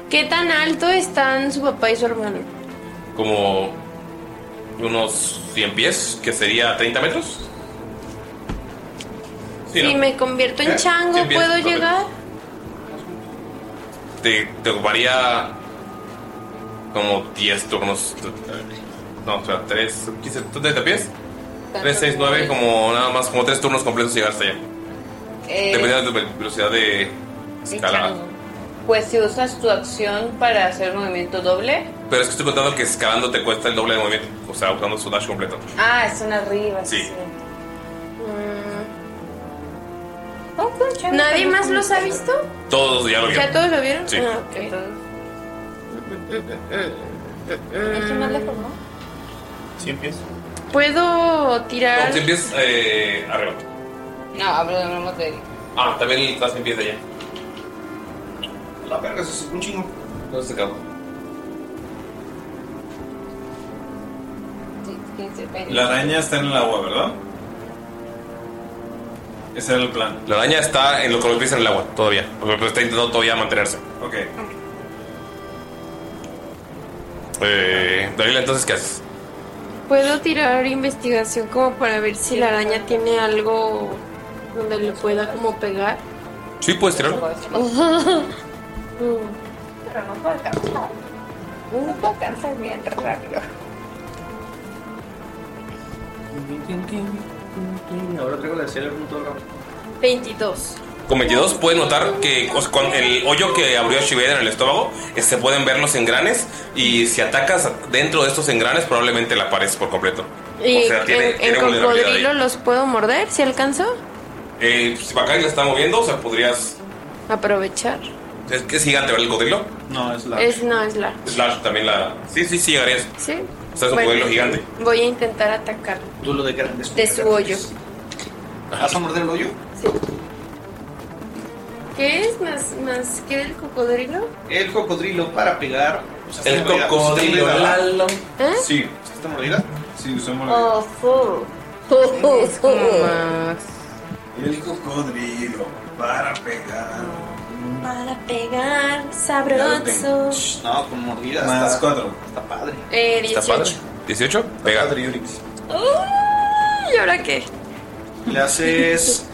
Speaker 9: ¿Qué tan alto están su papá y su hermano?
Speaker 3: Como unos 100 pies, que sería 30 metros. Sí,
Speaker 9: si
Speaker 3: ¿no?
Speaker 9: me convierto en
Speaker 3: Eh,
Speaker 9: chango,
Speaker 3: sí, bien,
Speaker 9: ¿puedo
Speaker 3: perfecto.
Speaker 9: llegar?
Speaker 3: Te, te ocuparía como 10 turnos. No, o sea, 3, 15, ¿tú 30 pies? 3, 6, 9, como nada más, como 3 turnos completos llegar hasta allá.
Speaker 9: Eh.
Speaker 10: eh,
Speaker 3: Dependiendo de tu velocidad de escalada.
Speaker 10: Pues si usas tu acción para hacer movimiento doble.
Speaker 3: Pero es que estoy contando que escalando te cuesta el doble de movimiento, o sea, usando su dash completo.
Speaker 10: Ah, están arriba.
Speaker 3: Sí.
Speaker 10: Mm.
Speaker 9: ¿Nadie más los ha visto?
Speaker 3: Todos ya lo vieron.
Speaker 9: ¿Ya todos lo vieron?
Speaker 3: Sí.
Speaker 9: Ah, ok.
Speaker 10: ¿Es más lejos, no?
Speaker 8: 100 pies.
Speaker 9: ¿Puedo
Speaker 3: No,
Speaker 9: tirar?
Speaker 3: 100 pies eh, arriba.
Speaker 10: No, hablamos de.
Speaker 3: Ah, también estás 100 pies de allá. La verga, eso es un chingo. No se acabó.
Speaker 10: 15, 20.
Speaker 5: La araña está en el agua, ¿verdad? Ese era el plan.
Speaker 3: La araña está en los colores en el agua, todavía. Porque está intentando todavía mantenerse.
Speaker 5: Ok.
Speaker 3: Eh, Dalila, entonces, ¿qué haces?
Speaker 9: ¿Puedo tirar investigación como para ver si la araña tiene algo donde le pueda como pegar? Uh,
Speaker 3: Sí, puedes tirarlo.
Speaker 9: Mm,
Speaker 10: Pero no puedo alcanzar. No puedo alcanzar bien rápido.
Speaker 6: Ahora traigo la serie junto al
Speaker 9: 22.
Speaker 3: Con 22 pueden notar que o sea, con el hoyo que abrió Shiveda en el estómago, eh, se pueden ver los engranes. Y si atacas dentro de estos engranes, probablemente la pares por completo.
Speaker 9: ¿Y
Speaker 3: o sea, tiene,
Speaker 9: en,
Speaker 3: tiene
Speaker 9: en
Speaker 3: vulnerabilidad ahí.
Speaker 9: cocodrilo los puedo morder si alcanzo?
Speaker 3: Eh, si Bakari la está moviendo, o sea, podrías.
Speaker 9: Aprovechar.
Speaker 3: Es que es gigante, ¿verdad? El cocodrilo.
Speaker 5: No, es
Speaker 9: Es, no, es la.
Speaker 3: Slash también la. Sí, sí, sí, llegarías.
Speaker 9: ¿Sí?
Speaker 3: O sea, es un
Speaker 9: Bueno,
Speaker 3: cocodrilo gigante.
Speaker 9: Voy a intentar atacar
Speaker 6: Tú lo de grandes.
Speaker 9: de su hoyo.
Speaker 6: ¿Vas a morder el hoyo?
Speaker 9: ¿Qué es más, más que del cocodrilo?
Speaker 6: El cocodrilo para pegar.
Speaker 3: El cocodrilo, Lalo.
Speaker 9: ¿Eh?
Speaker 5: Sí.
Speaker 6: ¿Está mordida?
Speaker 5: Sí, usó mordida.
Speaker 10: Oh, full. Es como más.
Speaker 5: El cocodrilo para pegar.
Speaker 9: Para pegar sabroso.
Speaker 6: No, con mordidas.
Speaker 5: Más 4.
Speaker 6: Está padre.
Speaker 9: Eh, 18.
Speaker 3: 18, pega.
Speaker 9: Uy, ¿Y ahora qué?
Speaker 6: Le haces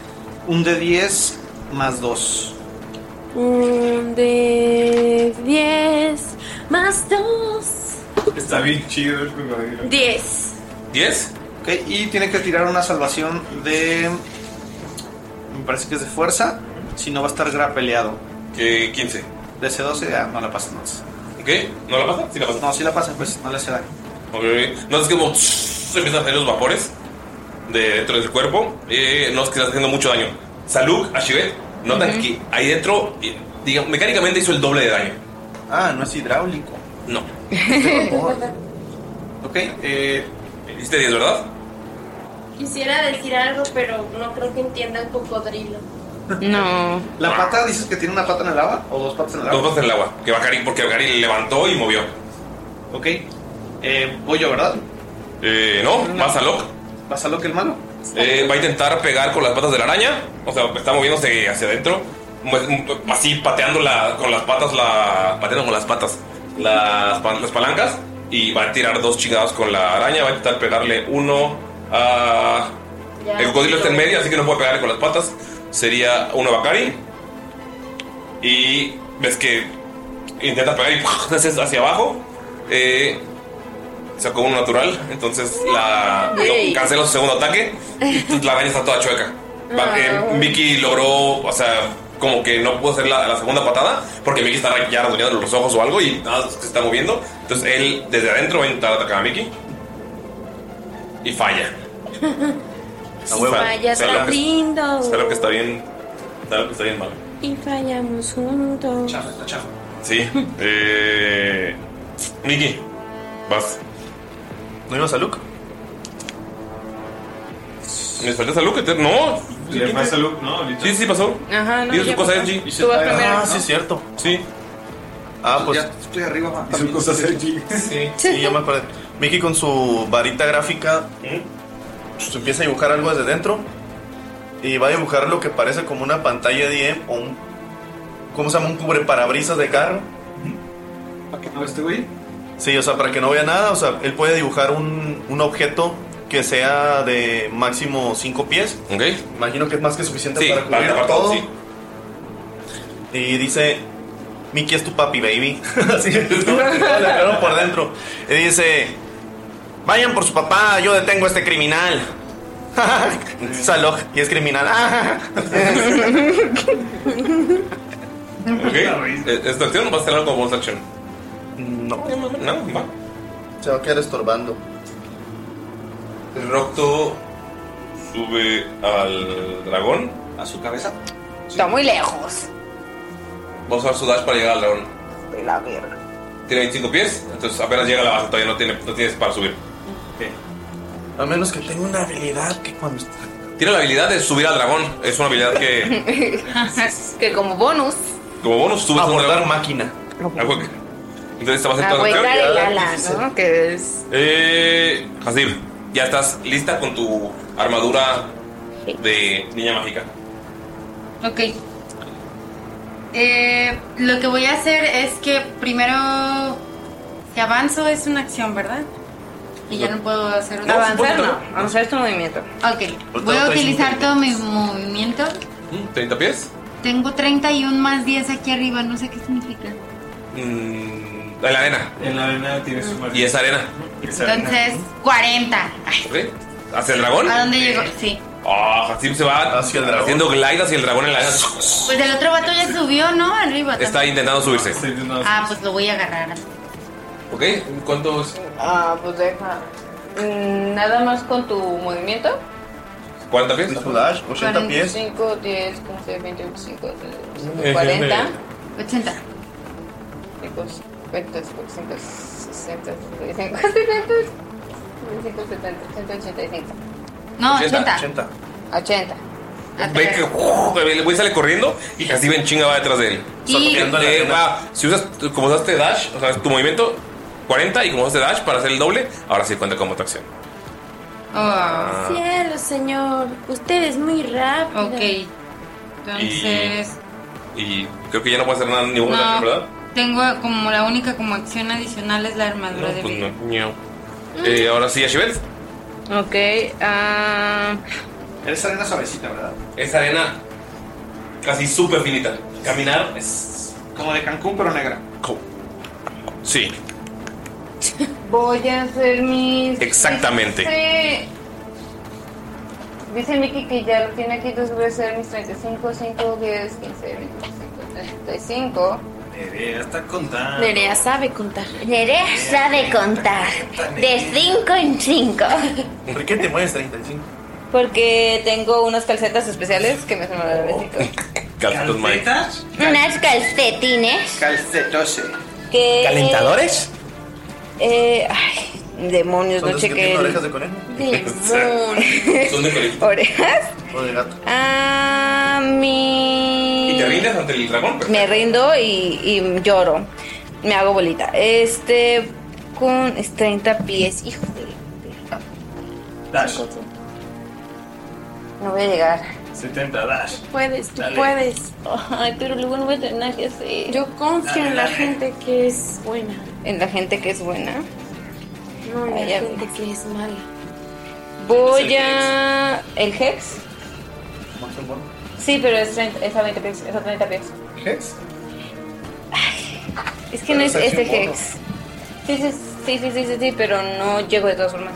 Speaker 6: un de 10 más 2.
Speaker 9: Un de 10 Mm, más 2.
Speaker 5: Está bien chido el cocodrilo.
Speaker 4: 10.
Speaker 3: 10.
Speaker 6: Ok, y tiene que tirar una salvación de. Me parece que es de fuerza. Si no va a estar grapeleado.
Speaker 3: Que 15.
Speaker 6: DC 12, ya no la pasa más.
Speaker 3: ¿Ok? ¿No la pasa? Sí la pasa.
Speaker 6: No, si la pasa, pues no le hace daño.
Speaker 3: Ok, Notas como se empiezan a salir los vapores de dentro del cuerpo. Eh, no es que estás haciendo mucho daño. Salud, Ashivet, notan
Speaker 8: Ujú.
Speaker 3: que ahí dentro, eh, digamos, mecánicamente hizo el doble de daño.
Speaker 8: Ah, no es hidráulico.
Speaker 3: No.
Speaker 6: ok, eh.
Speaker 3: Hiciste 10, ¿verdad?
Speaker 4: Quisiera decir algo, pero no creo que entienda el cocodrilo.
Speaker 9: No.
Speaker 6: ¿La pata dices que tiene una pata en el agua? ¿O dos patas en el agua?
Speaker 3: Dos patas en el agua. Que Bakari, porque Bakari levantó y movió.
Speaker 6: Ok. Eh, voy yo, ¿verdad?
Speaker 3: Eh, no, vas a Locke.
Speaker 6: ¿Vas a Locke el malo?
Speaker 3: Eh, va a intentar pegar con las patas de la araña. O sea, está moviéndose hacia adentro. mu- Así pateando la- con las patas, la, pateando con las patas las, pa- las palancas. Y va a tirar dos chingados con la araña. Va a intentar pegarle uno a. el cocodrilo está en medio, así que no puede pegarle con las patas. Sería uno a Bakari. Y ves que intenta pegar y ¡puf! haces hacia abajo. Eh, sacó uno natural, entonces la
Speaker 13: Güey.
Speaker 3: no, canceló su segundo ataque. Entonces la araña está toda chueca. Va- eh,
Speaker 13: Ah.
Speaker 3: Mickey logró, o sea, como que no pudo hacer la, la segunda patada porque Mickey está ya rasguñando los ojos o algo y nada más se está moviendo. Entonces él desde adentro va a intentar atacar a Mickey y falla. A huevo.
Speaker 9: Vaya,
Speaker 3: Sea lo
Speaker 9: tan
Speaker 3: que-
Speaker 9: lindo.
Speaker 3: Está lo que está bien. Está lo que está bien mal.
Speaker 9: Y fallamos juntos.
Speaker 3: Sí. Eh. Miki, vas.
Speaker 8: ¿No ibas a Luke?
Speaker 3: ¿Me faltas a Luke? No.
Speaker 5: Le pasa a Luke, ¿no? Ahorita.
Speaker 3: Sí, sí, pasó.
Speaker 9: Ajá, Ah, no.
Speaker 3: Digo,
Speaker 9: ya
Speaker 3: su cosa
Speaker 9: pasó.
Speaker 3: es G.
Speaker 9: Tú vas primero. ¿no?
Speaker 8: Ah, cierto.
Speaker 3: Ah, Sí.
Speaker 8: Ah, pues.
Speaker 6: Ya estoy arriba, ma.
Speaker 8: Hizo cosas
Speaker 6: allí.
Speaker 8: Sí, sí, ya me acordé. Mickey con su varita gráfica pues, empieza a dibujar algo desde dentro y va a dibujar lo que parece como una pantalla DM o un. ¿Cómo se llama? Un cubreparabrisas de carro.
Speaker 6: ¿Para que no este güey?
Speaker 8: Sí, o sea, para que no vea nada. O sea, él puede dibujar un, un objeto que sea de máximo 5 pies.
Speaker 3: Ok.
Speaker 8: Imagino que es más que suficiente
Speaker 3: Sí,
Speaker 8: para
Speaker 3: para
Speaker 8: cubrir
Speaker 3: tapar todo,
Speaker 8: todo.
Speaker 3: sí.
Speaker 8: Y dice, Mickey es tu papi, baby. Así es, ¿no? Le pegaron por dentro. Y dice, vayan por su papá, yo detengo a este criminal. Salog, y es criminal.
Speaker 3: Ok. Eh, ¿Es tu acción o vas a tener algo como bonus action?
Speaker 8: No.
Speaker 3: No, va.
Speaker 8: Se va a quedar estorbando.
Speaker 3: Rocto sube al dragón.
Speaker 6: A su cabeza.
Speaker 10: Está muy lejos.
Speaker 3: Va a usar su dash para llegar al dragón.
Speaker 10: De la verga.
Speaker 3: Tiene 25 pies, entonces apenas llega a la base, todavía no, tiene, no tienes para subir.
Speaker 8: A menos que tenga una habilidad que cuando está-
Speaker 3: Tiene la habilidad de subir al dragón. Es una habilidad que,
Speaker 10: que como bonus.
Speaker 3: como bonus, subes al dragón.
Speaker 8: máquina.
Speaker 3: Entonces esta va a ser tu acción.
Speaker 10: Agüeca del ala, ¿no? Que es.
Speaker 3: Eh, Hasib, ya estás lista con tu armadura de niña mágica.
Speaker 11: Ok. Eh, lo que voy a hacer es que primero, si avanzo es una acción, ¿verdad? Y ya no puedo hacer otra.
Speaker 10: Avanzar no. Avanzar es tu movimiento.
Speaker 11: Ok. Voy a utilizar todo mi movimiento.
Speaker 3: Mm, ¿30 pies?
Speaker 11: Tengo 31 más 10 aquí arriba, no sé qué significa.
Speaker 3: Mm, en la arena. En la arena tienes un Y es arena.
Speaker 11: Entonces, 40. Ay,
Speaker 3: Ok. ¿Hacia el dragón?
Speaker 11: ¿A dónde llegó? Sí.
Speaker 3: Ah, Hasib se va haciendo glide hacia el dragón en la arena.
Speaker 11: Pues el otro vato ya subió, ¿no? Arriba. también.
Speaker 3: Está intentando subirse.
Speaker 11: Ah, pues lo voy a agarrar.
Speaker 3: Ok, ¿cuánto es?
Speaker 10: Ah, pues deja. Mm, Nada más con tu movimiento.
Speaker 3: 40 pies.
Speaker 8: dash,
Speaker 10: 45, 10, 15, 20, 25, 25, 40.
Speaker 11: 80.
Speaker 10: 50, 60, 60, 65, 70, 75, 70, 185,
Speaker 11: No,
Speaker 3: 80.
Speaker 10: 80.
Speaker 3: Ve que ¡uh! el güey sale corriendo y Hasib en chinga va detrás de él.
Speaker 10: Y- Sorteando la
Speaker 3: Eh,
Speaker 10: arena.
Speaker 3: va, si usas, como usaste dash, o sea, tu movimiento 40 y como usaste dash para hacer el doble, ahora sí cuenta como tu acción. Ah.
Speaker 4: Cielo, señor. Usted es muy rápido.
Speaker 11: Ok. Entonces,
Speaker 3: Y creo que ya no puede hacer nada ni una
Speaker 11: No.
Speaker 3: acción, ¿verdad?
Speaker 11: tengo como la única como acción adicional es la armadura de
Speaker 3: Pues
Speaker 11: vida.
Speaker 3: no, ño. Eh, ahora sí, Ashibet.
Speaker 10: Ok, ah.
Speaker 6: Eres arena suavecita, ¿verdad?
Speaker 3: Es arena casi súper finita. Caminar es.
Speaker 6: Como de Cancún, pero negra.
Speaker 3: Sí.
Speaker 10: Voy a hacer mis.
Speaker 3: Exactamente.
Speaker 10: Dice- Dice Miki que ya lo tiene aquí, entonces voy a hacer mis 35, 5, 10, 15, 25, 35.
Speaker 5: Nerea está contando.
Speaker 10: Ah. Nerea sabe contar.
Speaker 11: Nerea sabe contar. De 5 en 5.
Speaker 8: ¿Por qué te mueves 35?
Speaker 10: Porque tengo unas calcetas especiales que me son
Speaker 3: Calcetos Mike.
Speaker 11: Oh. Unas calcetines.
Speaker 6: Calcetose.
Speaker 10: que
Speaker 3: ¿Calentadores?
Speaker 10: Eh, ay, demonios, no chequé. el-
Speaker 8: orejas de conejo?
Speaker 10: Demonios.
Speaker 3: Son de colegio.
Speaker 10: ¿Orejas?
Speaker 8: O de gato.
Speaker 10: Ah, mi.
Speaker 3: Y te rindes ante el dragón, pero
Speaker 10: Me rindo y, y lloro. Me hago bolita. Este. Con es 30 pies. Hijo de.
Speaker 5: Dash.
Speaker 10: No voy a llegar.
Speaker 5: 70 dash.
Speaker 9: Puedes, tú
Speaker 5: Dale.
Speaker 9: puedes. Oh.
Speaker 10: Ay, pero luego no voy a tener nada que hacer.
Speaker 9: Yo confío
Speaker 10: Dale,
Speaker 9: en la
Speaker 10: dale.
Speaker 9: gente que es buena.
Speaker 10: En la gente que es buena.
Speaker 14: No,
Speaker 10: Ay,
Speaker 14: hay
Speaker 10: ya
Speaker 14: gente que es mala.
Speaker 10: Voy a. ¿El Hex? Sí, pero es, 30, es a 20 pies. Es a 30 pies.
Speaker 6: ¿Hex?
Speaker 10: Es que
Speaker 6: Pero
Speaker 10: no es
Speaker 6: es
Speaker 10: este
Speaker 6: acción
Speaker 10: Hex. Sí, sí, sí, sí, sí, sí, sí, pero no llego de todas formas.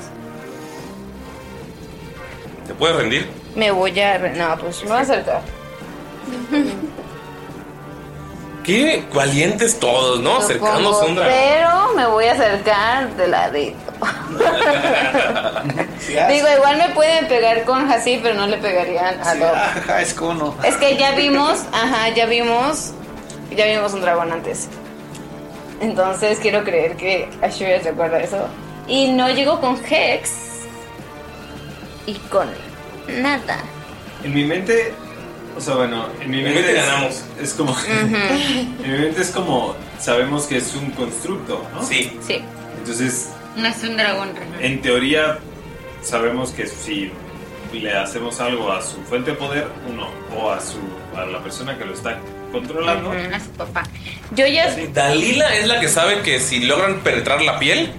Speaker 3: ¿te puedes rendir?
Speaker 10: Me voy a. re- No, pues me voy a acercar.
Speaker 3: Qué valientes todos, ¿no? Acercándose a un dragón.
Speaker 10: Pero me voy a acercar de ladito.
Speaker 6: Ah,
Speaker 10: Digo, igual me pueden pegar con así, pero no le pegarían a Doc.
Speaker 6: Ajá, es cono.
Speaker 10: Es que ya vimos, ajá, ya vimos, ya vimos un dragón antes. Entonces quiero creer que Ashura recuerda eso. Y no llegó con Hex y con nada.
Speaker 5: En mi mente. O sea, bueno, en mi mente.
Speaker 3: mente
Speaker 5: es-
Speaker 3: ganamos.
Speaker 5: Es como. en mi mente es como. Sabemos que es un constructo, ¿no?
Speaker 3: Sí.
Speaker 10: Sí.
Speaker 5: Entonces,
Speaker 11: No es un dragón Renan.
Speaker 5: en teoría, sabemos que si le hacemos algo a su fuente de poder, uno, o a su a la persona que lo está controlando,
Speaker 11: a su papá.
Speaker 10: Yo ya.
Speaker 3: Dalila es la que sabe que si logran penetrar la piel,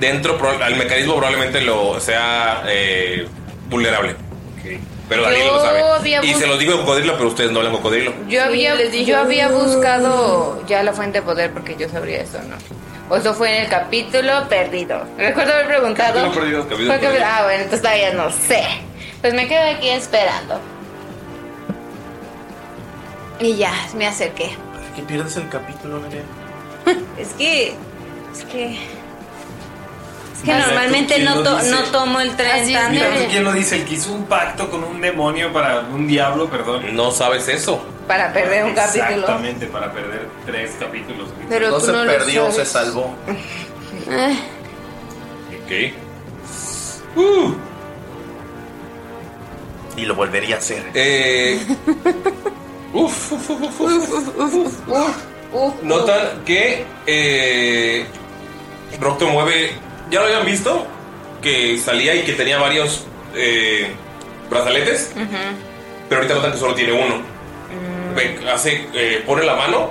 Speaker 3: dentro proba- al mecanismo probablemente lo sea eh, vulnerable. Pero Dalila
Speaker 10: Yo
Speaker 3: lo
Speaker 10: había
Speaker 3: sabe. Y
Speaker 10: bus-
Speaker 3: se los digo en cocodrilo, pero ustedes no hablan cocodrilo.
Speaker 10: Yo había,
Speaker 9: les dije,
Speaker 10: yo había
Speaker 9: "Uh".
Speaker 10: buscado ya la fuente de poder porque yo sabría eso, ¿no? O eso fue en el capítulo perdido. Recuerdo haber preguntado.
Speaker 3: Capítulo perdido.
Speaker 10: Fue
Speaker 3: Capítulo
Speaker 10: que-
Speaker 3: perdido.
Speaker 10: Ah, bueno, entonces todavía no sé. Pues me quedo aquí esperando. Y ya, me acerqué.
Speaker 8: Que pierdes el capítulo, Nerea.
Speaker 10: Es que. Es que. Es que
Speaker 5: Mira, tú,
Speaker 10: normalmente
Speaker 5: ¿quién
Speaker 10: no,
Speaker 5: lo
Speaker 10: to-
Speaker 5: dice?
Speaker 10: no tomo el tren tan
Speaker 5: Mira, ¿tú quién lo dice? El que hizo un pacto con un demonio para un diablo, perdón.
Speaker 3: No sabes eso.
Speaker 10: para perder un capítulo.
Speaker 5: Exactamente, para perder tres capítulos.
Speaker 10: Pero No tú se no lo perdió, sabes. se
Speaker 8: salvó.
Speaker 10: Eh,
Speaker 3: Ok. Uh.
Speaker 8: Y lo volvería a hacer.
Speaker 3: Eh, uf, uf, uf, uf, uf, uf, uf, uf. Notan que eh, Rocto mueve. Ya lo habían visto que salía y que tenía varios eh, brazaletes, pero ahorita notan que solo tiene uno. Ve- hace, eh, pone la mano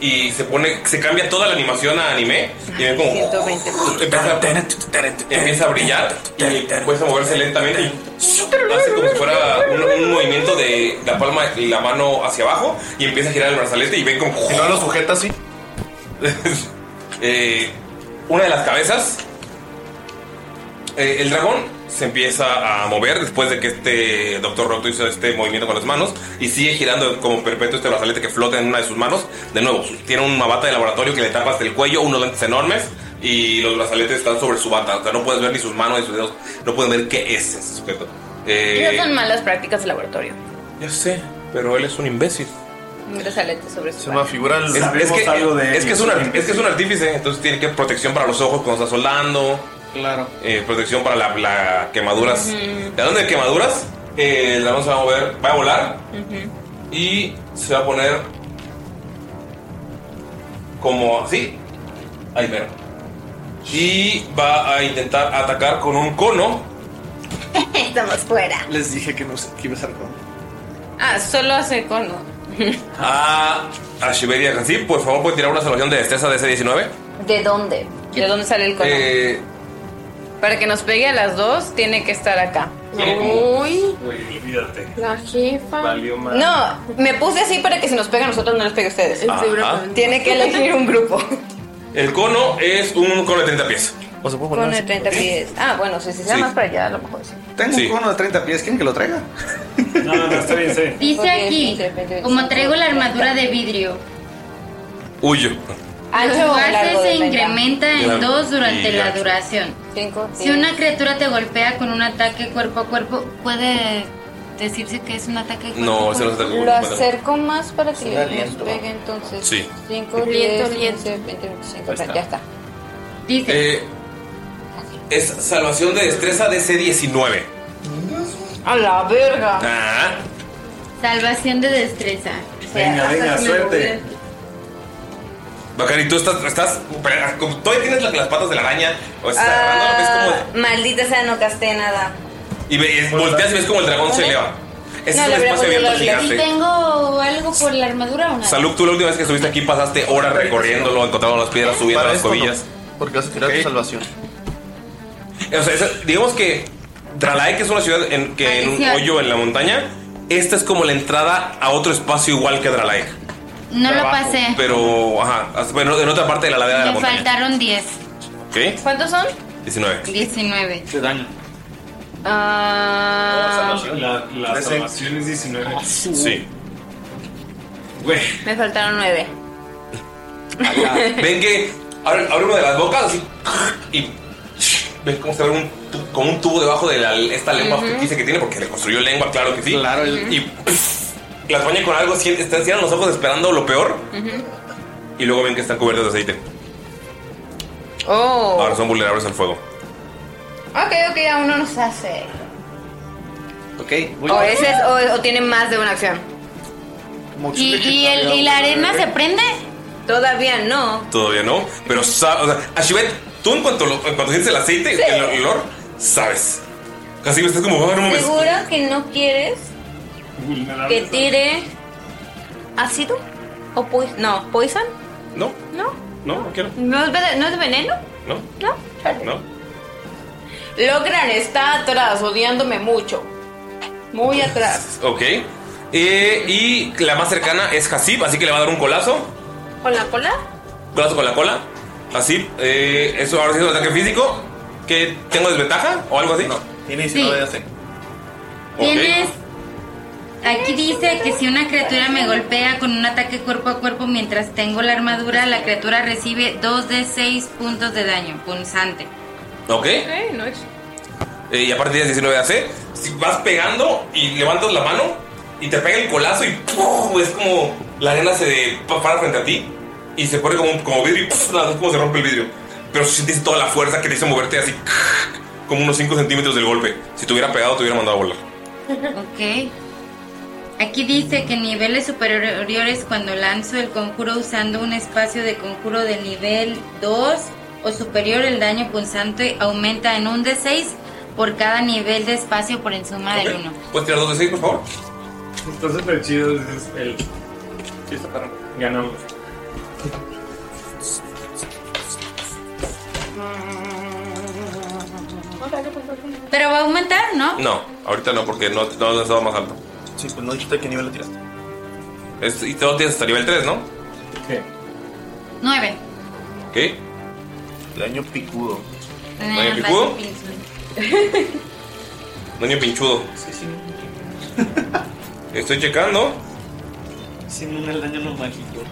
Speaker 3: y se pone, se cambia toda la animación a anime y ven como
Speaker 10: 120.
Speaker 3: empieza, empieza a brillar y empieza a moverse lentamente y hace como si fuera un, un movimiento de la palma y la mano hacia abajo y empieza a girar el brazalete y ven como
Speaker 8: Y no lo sujeta así.
Speaker 3: Eh, una de las cabezas eh, el dragón se empieza a mover después de que este doctor Roto hizo este movimiento con las manos y sigue girando como perpetuo este brazalete que flota en una de sus manos. De nuevo, tiene un bata de laboratorio que le tapa hasta el cuello, unos lentes enormes y los brazaletes están sobre su bata. O sea, no puedes ver ni sus manos ni sus dedos. No pueden ver qué es ese sujeto. Eh,
Speaker 10: Esas son malas prácticas de laboratorio.
Speaker 3: ya sé, pero él es un imbécil.
Speaker 10: Un brazalete sobre su
Speaker 3: me
Speaker 10: mano.
Speaker 3: figura
Speaker 10: el-
Speaker 3: es, es
Speaker 10: Sabemos
Speaker 3: que,
Speaker 10: algo de
Speaker 3: es que es,
Speaker 10: ellos.
Speaker 3: un ar- es que es un artífice, entonces tiene que protección para los ojos cuando está soldando.
Speaker 6: Claro.
Speaker 3: eh, protección para la, la quemaduras. ¿De dónde de quemaduras? eh, el dragón se va a mover, va a volar y se va a poner como así. Ahí mero. Y va a intentar atacar con un cono.
Speaker 10: Estamos fuera.
Speaker 6: Les dije que no sé que iba a ser cono.
Speaker 10: Ah, solo hace cono.
Speaker 3: A, Ah, a Shiberia Hansip. por favor, puede tirar una salvación de destreza de ese 19.
Speaker 10: ¿De dónde? ¿De dónde sale el cono?
Speaker 3: Eh,
Speaker 10: Para que nos pegue a las dos, tiene que estar acá.
Speaker 9: Uy,
Speaker 5: Güey, olvídate.
Speaker 9: la jefa.
Speaker 5: Valió más.
Speaker 10: No, me puse así para que si nos pega a nosotros no les pegue a ustedes.
Speaker 3: Ajá.
Speaker 10: Tiene que elegir un grupo.
Speaker 3: el cono es un cono de 30 pies.
Speaker 8: O se puede poner
Speaker 10: Con
Speaker 8: así.
Speaker 10: el 30 pies. Ah, bueno, si se da
Speaker 8: Sí.
Speaker 10: más para allá, a lo mejor sí.
Speaker 6: Tengo un cono de 30 pies, ¿quieren que lo traiga?
Speaker 5: No, no, está bien, sí.
Speaker 11: Dice aquí, como traigo la armadura de vidrio,
Speaker 3: Huyo.
Speaker 11: su
Speaker 10: Ancho o
Speaker 11: base
Speaker 10: largo
Speaker 11: se
Speaker 10: de media.
Speaker 11: incrementa en
Speaker 3: Claro.
Speaker 11: dos durante
Speaker 3: Y
Speaker 11: la
Speaker 3: ancho.
Speaker 11: duración.
Speaker 10: Cinco.
Speaker 11: Si una criatura te golpea con un ataque cuerpo a cuerpo, puede decirse que es un ataque cuerpo
Speaker 3: No,
Speaker 11: a
Speaker 3: ese no es
Speaker 11: cuerpo.
Speaker 3: ataque cuerpo
Speaker 10: Lo
Speaker 3: a cuerpo.
Speaker 10: acerco más para que
Speaker 3: Sí,
Speaker 10: nos
Speaker 3: aliento.
Speaker 10: pegue entonces.
Speaker 3: Sí.
Speaker 10: 5,
Speaker 4: Liento,
Speaker 10: 10, 15, 20, 25.
Speaker 3: Ahí está.
Speaker 10: Ya está.
Speaker 3: Eh, es salvación de destreza DC 19.
Speaker 11: A la verga.
Speaker 3: Ah,
Speaker 11: Salvación de destreza.
Speaker 3: Venga,
Speaker 11: hasta
Speaker 3: venga,
Speaker 11: que me
Speaker 3: suerte. Bacari, tú estás, estás como- todavía tienes la- las patas de la araña. O estás Pues, agarrando, ves como-
Speaker 10: Ah, Maldita sea, no casté nada.
Speaker 3: y ve- volteas y ves como el dragón se eleva. Ese es un espacio abierto
Speaker 11: ¿Y
Speaker 3: gigante.
Speaker 11: tengo algo por la armadura o nada?
Speaker 3: Salud, tú la última vez que estuviste aquí pasaste horas recorriéndolo, encontrando las piedras, subiendo
Speaker 8: Para
Speaker 3: las
Speaker 8: esto no,
Speaker 3: cobillas.
Speaker 8: porque vas a tirar tu salvación.
Speaker 3: O sea, esa- digamos que Dralae, que es una ciudad en, que en un
Speaker 11: Maldición.
Speaker 3: hoyo en la montaña, esta es como la entrada a otro espacio igual que Dralae.
Speaker 11: No lo pasé.
Speaker 3: Pero, ajá, as- bueno, en otra parte de la ladera de la
Speaker 11: Me
Speaker 3: montaña.
Speaker 11: faltaron 10.
Speaker 3: ¿Ok?
Speaker 11: ¿Cuántos son?
Speaker 3: 19.
Speaker 11: 19.
Speaker 3: ¿Qué daño?
Speaker 11: Ah,
Speaker 5: La, la
Speaker 3: Trece.
Speaker 5: salvación es 19.
Speaker 3: Sí.
Speaker 5: Güey.
Speaker 10: Me faltaron 9.
Speaker 3: Ajá. Ven que abre, abre una de las bocas así, y ven cómo se abre un, tu- como un tubo debajo de la- esta lengua
Speaker 5: Ujú.
Speaker 3: ficticia que tiene porque le construyó lengua, claro que sí. Claro, y las baña con algo, cien- están- cierran los ojos esperando lo peor y luego ven que están cubiertos de aceite.
Speaker 10: Oh.
Speaker 3: Ahora son vulnerables al fuego.
Speaker 10: Ok, ok, aún no nos hace.
Speaker 6: Ok,
Speaker 10: O, Oh, ese es- o, o tiene más de una acción.
Speaker 11: ¿Y, y el, ¿Y la arena se prende?
Speaker 10: Todavía no.
Speaker 3: Todavía no, pero sa- o sea, Ashibet, tú en cuanto, lo- en cuanto sientes el aceite,
Speaker 10: Sí.
Speaker 3: el olor, sabes. Casi estás como, "Ah, no mames".
Speaker 10: ¿Seguro que no quieres que tire ácido? ¿O poison? No, poison.
Speaker 3: No,
Speaker 10: ¿No?
Speaker 3: no, no quiero.
Speaker 10: ¿No es vene- no es veneno?
Speaker 3: No,
Speaker 10: ¿No?
Speaker 3: no.
Speaker 10: Logran está atrás, odiándome mucho. Muy atrás.
Speaker 3: Ok. Eh, y la más cercana es Hasib, así que le va a dar un colazo.
Speaker 10: ¿Con la cola?
Speaker 3: Colazo con la cola. Hasib, eh, eso ahora sí es un ataque físico. que tengo desventaja o algo así? No, tiene
Speaker 11: 19 de
Speaker 3: AC.
Speaker 11: Tienes. Aquí dice que si una criatura me golpea con un ataque cuerpo a cuerpo mientras tengo la armadura, la criatura recibe 2 de 6 puntos de daño punzante.
Speaker 3: Ok.
Speaker 10: no es.
Speaker 3: Eh, y aparte tienes 19 de AC. Si vas pegando y levantas la mano y te pega el colazo y ¡pum! es como la arena se pa- para frente a ti y se pone como, como vidrio y ¡pum! nada, es como se rompe el vidrio. Pero sientes toda la fuerza que te hizo moverte así como unos 5 centímetros del golpe. Si te hubiera pegado, te hubiera mandado a volar.
Speaker 11: Ok. Aquí dice que en niveles superiores cuando lanzo el conjuro usando un espacio de conjuro de nivel 2 o superior el daño punzante aumenta en un D6 por cada nivel de espacio por encima del 1.
Speaker 3: ¿Puedes tirar 2 de 6, por favor?
Speaker 5: Entonces lo chido es el. Ganamos.
Speaker 11: Pero va a aumentar, ¿no?
Speaker 3: No, ahorita no, porque no, no has estado más alto. Sí, pues no dijiste qué nivel lo tiraste. Es, y todo tienes hasta nivel 3, ¿no?
Speaker 11: 9.
Speaker 3: ¿Qué? Daño picudo.
Speaker 11: Eh,
Speaker 3: ¿Daño picudo? Daño pinchudo. Sí, sí. Estoy checando.
Speaker 6: Sin un daño no mágico.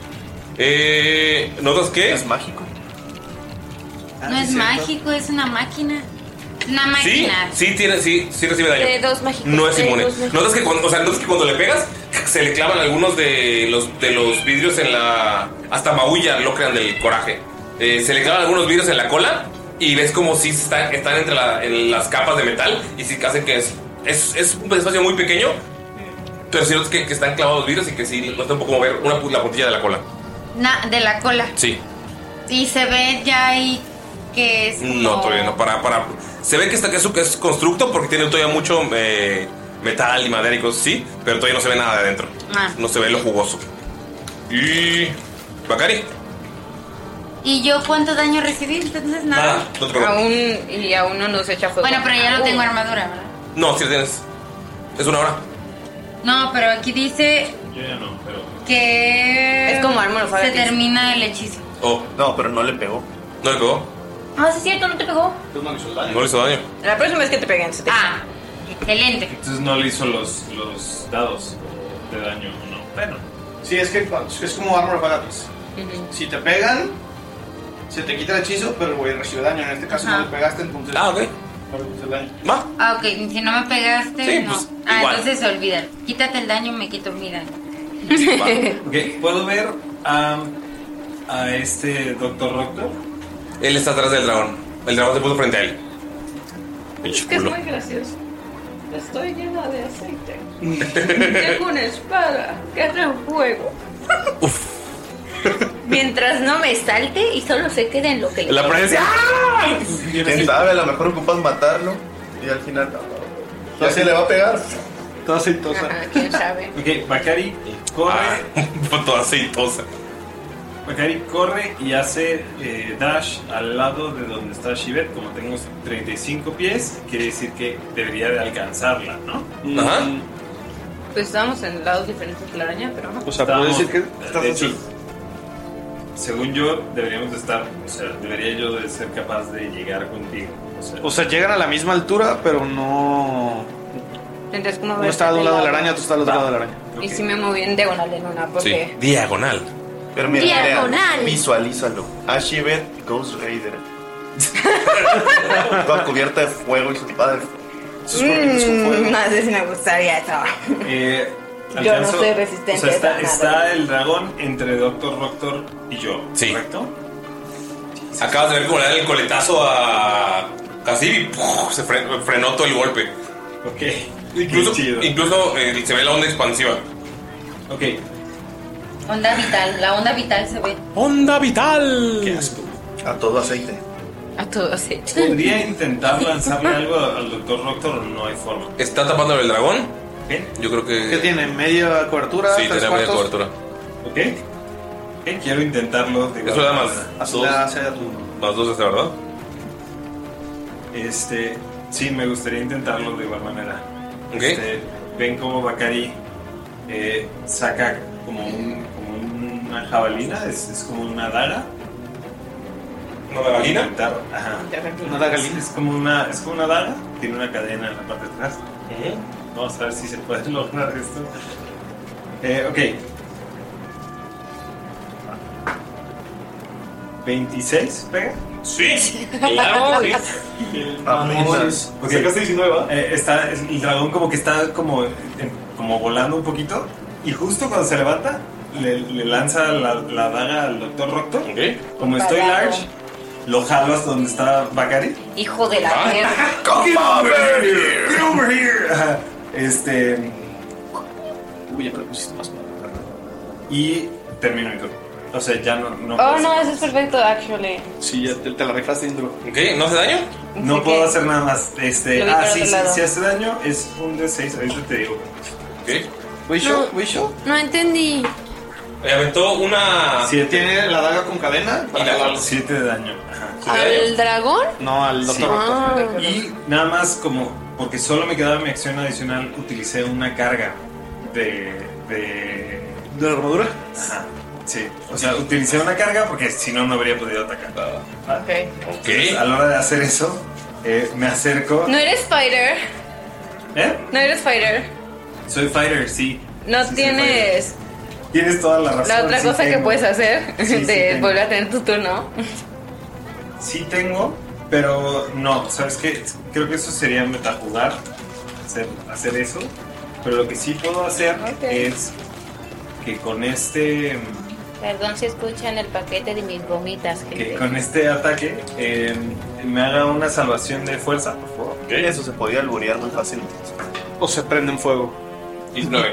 Speaker 3: Eh, ¿Notas qué? Es mágico. Ah,
Speaker 11: No es mágico, es una máquina. Una
Speaker 3: Sí,
Speaker 11: máquina.
Speaker 3: sí, tiene, sí, sí recibe daño.
Speaker 11: dos mágicos.
Speaker 3: No es inmune. Notas que cuando, o sea, notas que cuando le pegas, se le clavan algunos de los, de los vidrios en la. Hasta maullan, lo crean del coraje. Eh, se le clavan algunos vidrios en la cola y ves como si están, están entre la- en las capas de metal y si hacen que es, es. es un espacio muy pequeño, pero sí notas que, que están clavados vidrios y que sí nota un poco mover una, pu- la puntilla de la cola.
Speaker 11: Na- de la cola.
Speaker 3: Sí,
Speaker 11: Y se ve ya ahí que es.
Speaker 3: no,
Speaker 11: como-
Speaker 3: todavía no. Para, para. Se ve que, está, que, es, que es constructo porque tiene todavía mucho eh, metal y madera y cosas así, pero todavía no se ve nada de adentro.
Speaker 11: Ah.
Speaker 3: No se ve lo jugoso. Y. Bacari.
Speaker 11: ¿Y yo cuánto daño recibí? Entonces nada.
Speaker 3: Nada, Ah, no te preocupes.
Speaker 10: Aún. Y a uno nos echa fuego.
Speaker 11: Bueno, pero ya no tengo armadura, ¿verdad?
Speaker 3: No, si lo tienes. Es una hora.
Speaker 11: No, pero aquí dice
Speaker 5: Yo ya no, pero.
Speaker 11: que.
Speaker 10: Es como arma, lo
Speaker 11: Se
Speaker 10: sabes.
Speaker 11: termina el hechizo.
Speaker 3: Oh.
Speaker 8: No, pero no le pegó.
Speaker 3: ¿No le pegó?
Speaker 10: Ah, sí, es cierto, no te pegó.
Speaker 6: Pues no le hizo daño.
Speaker 3: No le hizo daño.
Speaker 10: La próxima vez que te peguen, se te Ah, excelente.
Speaker 5: Entonces no le hizo los, los dados de daño, no. Bueno.
Speaker 6: Sí, es que es como armor gratis. Si te pegan, se te quita el hechizo, pero el güey recibe daño. En este caso no le pegaste, entonces. Ah, ok.
Speaker 3: ¿Va?
Speaker 11: Ah, ok, si no me pegaste,
Speaker 6: Sí,
Speaker 11: no.
Speaker 6: pues,
Speaker 11: ah,
Speaker 5: igual.
Speaker 11: entonces olvídalo. Quítate el daño, me quito mi daño.
Speaker 5: Ok, ¿puedo ver a, a este Doctor Doctor?
Speaker 3: Él está atrás del dragón. El dragón se puso frente a él. Pinche
Speaker 12: que es
Speaker 3: culo.
Speaker 12: muy gracioso. Estoy llena de aceite. Tengo una espada que hace un fuego.
Speaker 10: Mientras no me salte y solo se quede en lo que
Speaker 8: La presencia.
Speaker 10: ¡Ah!
Speaker 8: ¿Quién sabe? A lo mejor ocupas matarlo y al final. Ya se le va a pegar.
Speaker 6: Toda aceitosa.
Speaker 10: ¿Quién sabe?
Speaker 5: Ok, Bakari corre.
Speaker 3: Ah, Toda aceitosa.
Speaker 5: Bakari corre y hace eh, dash al lado de donde está Shivet. Como tengo 35 pies, quiere decir que debería de alcanzarla, ¿no?
Speaker 3: Ajá.
Speaker 10: Pues estábamos en lados diferentes de la araña, pero no.
Speaker 5: O sea, puedo decir que
Speaker 6: estás
Speaker 5: de hecho, según yo, deberíamos de estar, o sea, debería yo de ser capaz de llegar contigo. O sea,
Speaker 6: O sea, llegan a la misma altura, pero no.
Speaker 10: Tendrías como
Speaker 6: Uno
Speaker 10: ver.
Speaker 6: está de un lado de la araña, otro está al otro lado de la araña.
Speaker 10: Y si me moví en diagonal en una,
Speaker 8: Ah,
Speaker 10: porque.
Speaker 3: Diagonal.
Speaker 8: Pero mira, mira,
Speaker 10: Diagonal.
Speaker 8: visualízalo. Ashibet Ghost Raider. Toda cubierta de fuego y su padre.
Speaker 10: Mm, no sé si me gustaría eso.
Speaker 5: Eh,
Speaker 10: Yo no soy resistente
Speaker 5: O sea,
Speaker 10: a
Speaker 5: está,
Speaker 10: nada. ¿eh?
Speaker 5: está el dragón entre Doctor Roctor y yo, ¿correcto?
Speaker 3: Acabas de ver cómo le dan el coletazo a Cassidy y ¡puf! se fre- frenó todo el golpe.
Speaker 5: Ok.
Speaker 3: Incluso, incluso eh, se ve la onda expansiva.
Speaker 5: Ok.
Speaker 11: Onda vital, la onda vital se ve.
Speaker 3: ¡Onda vital!
Speaker 5: Qué asco.
Speaker 8: A todo aceite.
Speaker 10: A todos hechos.
Speaker 5: ¿Podría intentar lanzarle algo al Doctor Roctor o no hay forma?
Speaker 3: Está tapando el dragón. Yo creo que.
Speaker 6: ¿Qué tiene? ¿Media cobertura?
Speaker 3: Sí,
Speaker 6: ¿Tres
Speaker 3: tenía media
Speaker 6: cuartos?
Speaker 3: cobertura.
Speaker 5: Ok. Ok, quiero intentarlo. de
Speaker 3: Eso le da
Speaker 5: igual
Speaker 3: más
Speaker 5: manera.
Speaker 3: dos.
Speaker 5: Más
Speaker 3: dos, de verdad.
Speaker 5: Este, sí, me gustaría intentarlo de igual manera.
Speaker 3: Ok.
Speaker 5: Este, ven cómo Bakari eh, saca como, un- como una jabalina, es, es como una daga.
Speaker 3: ¿Una dagalina?
Speaker 5: Intentar- Ajá.
Speaker 6: Una dagalina.
Speaker 5: Es, es como una, es como una daga, tiene una cadena en la parte de atrás. Vamos a ver si se puede lograr esto. Eh, ok. 26, pega.
Speaker 3: Sí,
Speaker 13: claro que
Speaker 5: Vamos. Ok, sacaste 19, ¿va? Eh, está, el dragón como que está como, eh, como volando un poquito y justo cuando se levanta le, le lanza la, la daga al doctor Roctor. Como estoy
Speaker 11: Parado.
Speaker 5: large, lo jalas donde está Bakari.
Speaker 11: Hijo de la
Speaker 5: Ah.
Speaker 11: mierda.
Speaker 5: Get over here. Get over here. Ajá. Este. Uy, ya me lo pusiste más Y termino mi turno. O sea, ya no. pues, no puedo
Speaker 9: Oh, no,
Speaker 5: hacer-
Speaker 9: eso es perfecto, actually.
Speaker 5: Sí, ya te, la rifaste, Indro.
Speaker 3: Ok, ¿no hace daño?
Speaker 5: No puedo hacer nada más. Este,
Speaker 9: Lo vi
Speaker 5: ah,
Speaker 9: para
Speaker 5: sí,
Speaker 9: otro
Speaker 5: sí,
Speaker 9: lado.
Speaker 5: si hace daño es un de 6, ahorita te digo.
Speaker 6: ¿Ok? ¿Wisho?
Speaker 3: No.
Speaker 6: ¿Wisho?
Speaker 9: No entendí.
Speaker 3: Le aventó una.
Speaker 6: Si tiene la daga con cadena, para
Speaker 5: 7 de daño.
Speaker 9: ¿Al Ah. dragón?
Speaker 6: No, al
Speaker 9: Dr. Roctor.
Speaker 5: Y nada más como, porque solo me quedaba mi acción adicional, utilicé una carga de... ¿De,
Speaker 6: ¿De armadura?
Speaker 5: Ajá, sí. O sea, utilicé una carga porque si no, no habría podido atacar.
Speaker 9: Ok.
Speaker 5: Entonces, a la hora de hacer eso, eh, me acerco...
Speaker 9: No eres fighter.
Speaker 5: ¿Eh?
Speaker 9: No eres fighter.
Speaker 5: Soy fighter, sí.
Speaker 9: No tienes
Speaker 5: Tienes toda la razón.
Speaker 9: la otra
Speaker 5: sí
Speaker 9: cosa que
Speaker 5: tengo.
Speaker 9: puedes hacer
Speaker 5: Sí, sí
Speaker 9: de
Speaker 5: tengo.
Speaker 9: volver a tener tu turno.
Speaker 5: Sí tengo, pero no, ¿sabes qué? Creo que eso sería metajugar, hacer, hacer eso. Pero lo que sí puedo hacer
Speaker 10: Ok.
Speaker 5: es que con este
Speaker 10: Perdón si escuchan el paquete de mis gomitas, gente.
Speaker 5: que con este ataque eh, me haga una salvación de fuerza, por favor.
Speaker 8: Eso se podía alburear muy fácilmente.
Speaker 6: O se prende en fuego.
Speaker 3: 19.